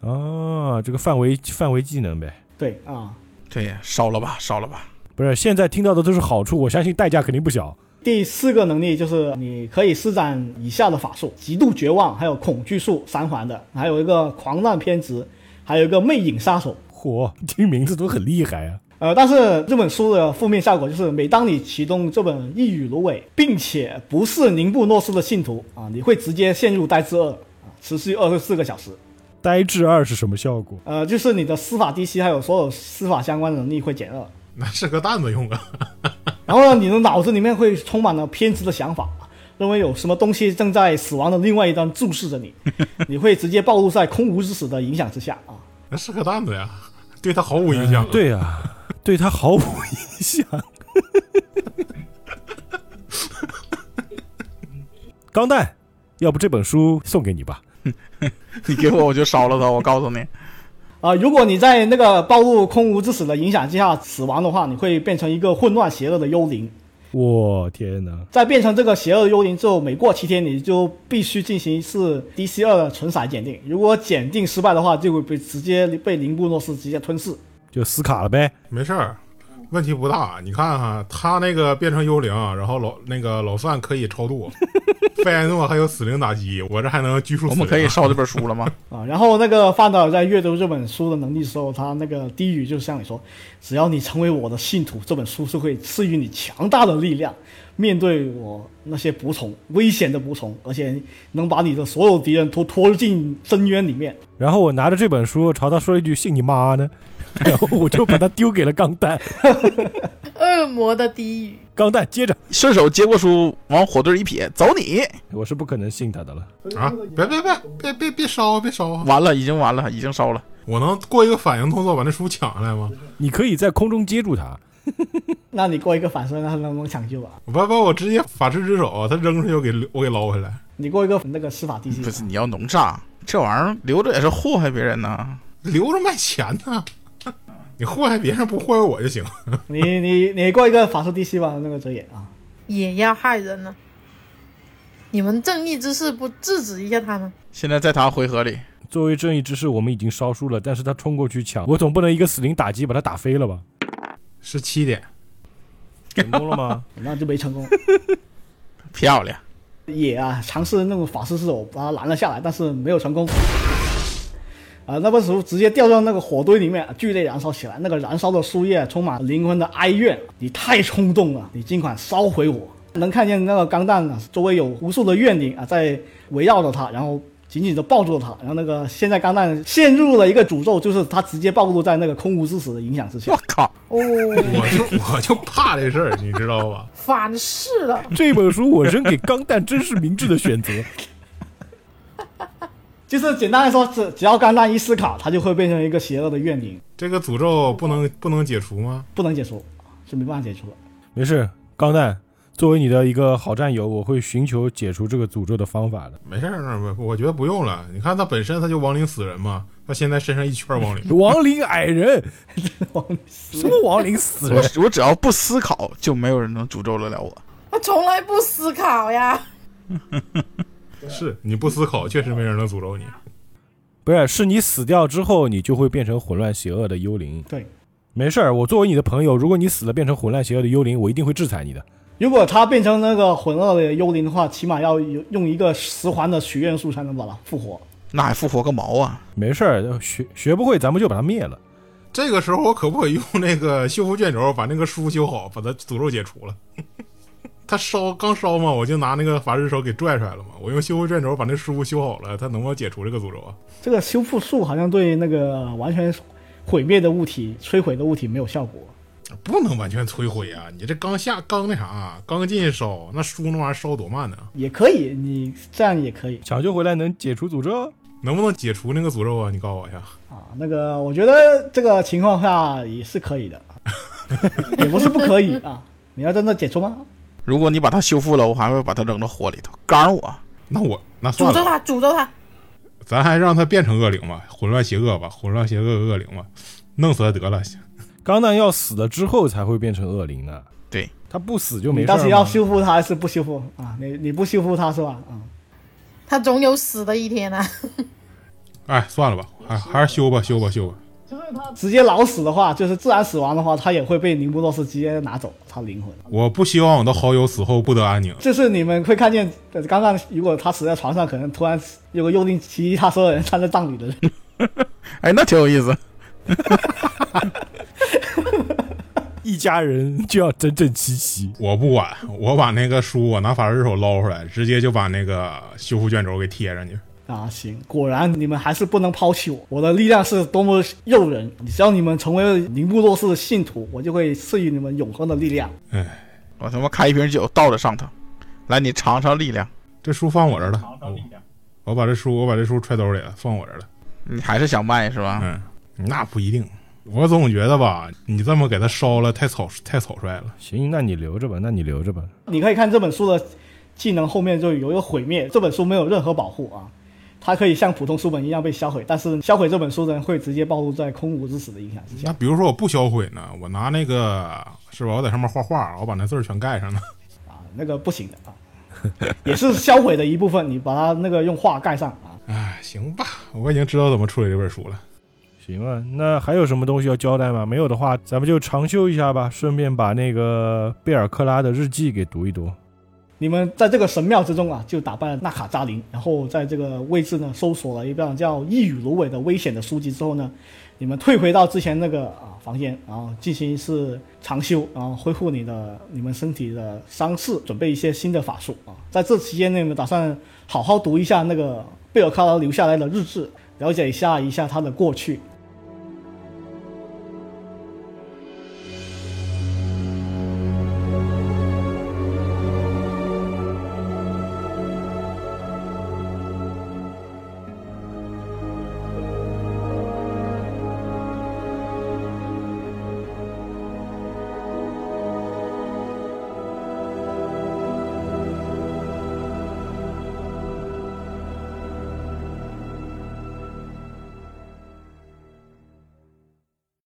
Speaker 2: 啊？这个范围范围技能呗，
Speaker 1: 对啊。
Speaker 4: 对呀，烧了吧，烧了吧！
Speaker 2: 不是现在听到的都是好处，我相信代价肯定不小。
Speaker 1: 第四个能力就是你可以施展以下的法术：极度绝望，还有恐惧术三环呃的，还有一个狂乱偏执，还有一个魅影杀手。
Speaker 2: 嚯，听名字都很厉害啊！
Speaker 1: 呃，但是这本书的负面效果就是，每当你启动这本《一语芦苇》，并且不是宁布诺斯的信徒啊，你会直接陷入呆滞二啊，持续二十四个小时。
Speaker 2: 呆滞二是什么效果？
Speaker 1: 呃，就是你的司法 DC 还有所有司法相关的能力会减二。
Speaker 3: 那是个蛋子用啊！
Speaker 1: 然后呢，你的脑子里面会充满了偏执的想法，认为有什么东西正在死亡的另外一端注视着你，你会直接暴露在空无之死的影响之下啊。
Speaker 3: 那是个蛋子呀，对他毫无影
Speaker 4: 嗯
Speaker 3: 响。，
Speaker 2: 对啊， 对他毫无影响。钢蛋，要不这本书送给你吧？
Speaker 4: 你给我，我就烧了它。我告诉你，
Speaker 1: 啊、如果你在那个暴露空无之死的影响之下死亡的话，你会变成一个混乱邪恶的幽灵。
Speaker 2: 我天哪！
Speaker 1: 在变成这个邪恶幽灵之后，每过七天你就必须进行一次 DC 二的纯色检定，如果检定失败的话，就会被直接被林布诺斯直接吞噬。
Speaker 2: 就死卡了呗。
Speaker 3: 没事儿，问题不大。你看哈，他那个变成幽灵，然后老那个老范可以超度， 费埃诺还有死灵打击，我这还能拘束死
Speaker 4: 我
Speaker 3: 灵。
Speaker 4: 们可以烧这本书了吗？
Speaker 1: 啊，然后那个范德尔在阅读这本书的能力时候，他那个低语就像你说，只要你成为我的信徒，这本书是会赐予你强大的力量，面对我那些仆从，危险的仆从，而且能把你的所有敌人都拖进深渊里面。
Speaker 2: 然后我拿着这本书朝他说了一句“信你妈呢”，然后我就把它丢给了钢蛋。
Speaker 6: 恶魔的低语，
Speaker 2: 钢蛋接着，
Speaker 4: 顺手接过书，往火堆儿一撇，走你！
Speaker 2: 我是不可能信他的了。
Speaker 3: 啊！别别别别别别烧啊！别烧啊！
Speaker 4: 完了，已经完了，已经烧了。
Speaker 3: 我能过一个反应动作把那书抢下来吗？
Speaker 2: 你可以在空中接住他，
Speaker 1: 那你过一个反身，他能不能抢救啊？
Speaker 3: 我不不，我直接法师之手，他扔出去我给我给捞回来。
Speaker 1: 你过一个那个司法地
Speaker 4: 不
Speaker 1: 形，
Speaker 4: 是你要农炸，这玩意儿留着也是祸害别人呐、
Speaker 3: 留着卖钱呢。 你祸害别人不祸害我就行。
Speaker 1: 你你你过一个法术地形吧，那个哲野啊，
Speaker 6: 也要害人呢。你们正义之士不制止一下他们？
Speaker 4: 现在在他回合里，
Speaker 2: 作为正义之士，我们已经烧书了，但是他冲过去抢，我总不能一个死灵打击把他打飞了吧？
Speaker 3: 十七点，
Speaker 2: 成功了吗？
Speaker 1: 那就没成功。
Speaker 4: 漂亮！
Speaker 1: 也啊，尝试那种法师之手把他拦了下来，但是没有成功。啊、那本书直接掉到那个火堆里面，剧烈燃烧起来。那个燃烧的树叶充满灵魂的哀怨。你太冲动了，你尽管烧毁我！能看见那个钢弹啊，周围有无数的怨灵啊，在围绕着他，然后紧紧地抱住了他。然后那个现在钢弹陷入了一个诅咒，就是他直接暴露在那个空无之死的影响之下
Speaker 4: 我。靠，
Speaker 6: 哦，
Speaker 3: 我就我就怕这事儿，你知道 吧？
Speaker 6: 反噬了，
Speaker 2: 这本书我扔给钢蛋，真是明智的选择。
Speaker 1: 就是简单来说，只只要钢弹一思考，他就会变成一个邪恶的怨灵，
Speaker 3: 这个诅咒不能不能解除吗？
Speaker 1: 不能解除，是没办法解除的。
Speaker 2: 没事，钢蛋，作为你的一个好战友，我会寻求解除这个诅咒的方法的。
Speaker 3: 没事儿，我我觉得不用了。你看他本身他就亡灵死人嘛，他现在身上一圈亡灵，
Speaker 2: 亡灵矮人，
Speaker 1: 王
Speaker 2: 什么亡灵死人？
Speaker 4: 我我只要不思考，就没有人能诅咒得了我。
Speaker 6: 我从来不思考呀。
Speaker 3: 是你不思考，确实没人能诅咒你。
Speaker 2: 不是，是你死掉之后，你就会变成混乱邪恶的幽灵。
Speaker 1: 对，
Speaker 2: 没事儿，我作为你的朋友，如果你死了变成混乱邪恶的幽灵，我一定会制裁你的。
Speaker 1: 如果他变成那个混乱的幽灵的话，起码要有用一个十环的许愿树才能把它复活。
Speaker 4: 那还复活个毛啊！
Speaker 2: 没事儿，学学不会，咱们就把它灭了。
Speaker 3: 这个时候我可不可以用那个修复卷轴把那个书修好，把它诅咒解除了？ 他烧刚烧嘛，我就拿那个法师手给拽出来了嘛。我用修复卷轴把那书修好了，他能不能解除这个诅咒啊？
Speaker 1: 这个修复术好像对那个完全毁灭的物体、摧毁的物体没有效果。
Speaker 3: 不能完全摧毁啊！你这刚下刚那啥，刚进去烧那书那玩意儿烧多慢呢？
Speaker 1: 也可以，你这样也可以
Speaker 2: 抢救回来能解除诅咒？
Speaker 3: 能不能解除那个诅咒啊？你告诉我一下。
Speaker 1: 啊。那个，我觉得这个情况下也是可以的，也不是不可以啊。你要真的解除吗？
Speaker 4: 如果你把它修复了，我还会把它扔到火里头，干我！
Speaker 3: 那我那
Speaker 6: 诅
Speaker 3: 算
Speaker 6: 咒
Speaker 3: 了，
Speaker 6: 他，诅咒他，
Speaker 3: 咱还让他变成恶灵吧，混乱邪恶吧，混乱邪恶恶灵吧，弄死他得了。
Speaker 2: 钢蛋要死了之后才会变成恶灵呢。
Speaker 4: 对，
Speaker 2: 他不死就
Speaker 1: 你
Speaker 2: 没事
Speaker 1: 到
Speaker 2: 儿
Speaker 1: 底要
Speaker 2: 吗。
Speaker 1: 修复它还是不修复啊？你你不修复它是吧？啊、
Speaker 6: 他总有死的一天啊。
Speaker 3: 哎，算了吧，还还是修吧，修吧，修吧。
Speaker 1: 直接老死的话，就是自然死亡的话，它也会被尼布洛斯直接拿走它灵魂。
Speaker 3: 我不希望我的好友死后不得安宁。
Speaker 1: 就是你们会看见，呃刚刚如果他死在床上，可能突然有个幽灵袭击他，所有人穿着葬礼的人，
Speaker 4: 哎，那挺有意思。
Speaker 2: 一家人就要整整齐齐。
Speaker 3: 我不管，我把那个书，我拿法师手捞出来，直接就把那个修复卷轴给贴上去。
Speaker 1: 啊，行，果然你们还是不能抛弃我，我的力量是多么诱人！只要你们成为宁布洛斯的信徒，我就会赐予你们永恒的力量。
Speaker 4: 我他妈开一瓶酒倒着上头，来，你尝尝力量。
Speaker 3: 这书放我这儿了，我我把这书，我把这书揣兜里了，放我这儿了。
Speaker 4: 你还是想卖是吧？
Speaker 3: 嗯，那不一定。我总觉得吧，你这么给他烧了，太草太草率了。
Speaker 2: 行，那你留着吧，那你留着吧。
Speaker 1: 你可以看这本书的技能后面就有一个毁灭，这本书没有任何保护啊，它可以像普通书本一样被销毁，但是销毁这本书的人会直接暴露在空无之死的影响之下
Speaker 3: 那。比如说我不销毁呢，我拿那个是吧？我在上面画画，我把那字儿全盖上呢。
Speaker 1: 啊，那个不行的啊， 也是销毁的一部分，你把它那个用画盖上啊。
Speaker 3: 哎，行吧，我已经知道怎么处理这本书了。
Speaker 2: 行啊，那还有什么东西要交代吗？没有的话，咱们就长休一下吧，顺便把那个贝尔克拉的日记给读一读。
Speaker 1: 你们在这个神庙之中啊，就打败了纳卡扎林，然后在这个位置呢，搜索了一本叫《一语芦苇》的危险的书籍之后呢，你们退回到之前那个啊房间，然后进行一次长休，然后恢复你的你们身体的伤势，准备一些新的法术啊。在这期间呢，你们打算好好读一下那个贝尔卡劳留下来的日志，了解一下一下他的过去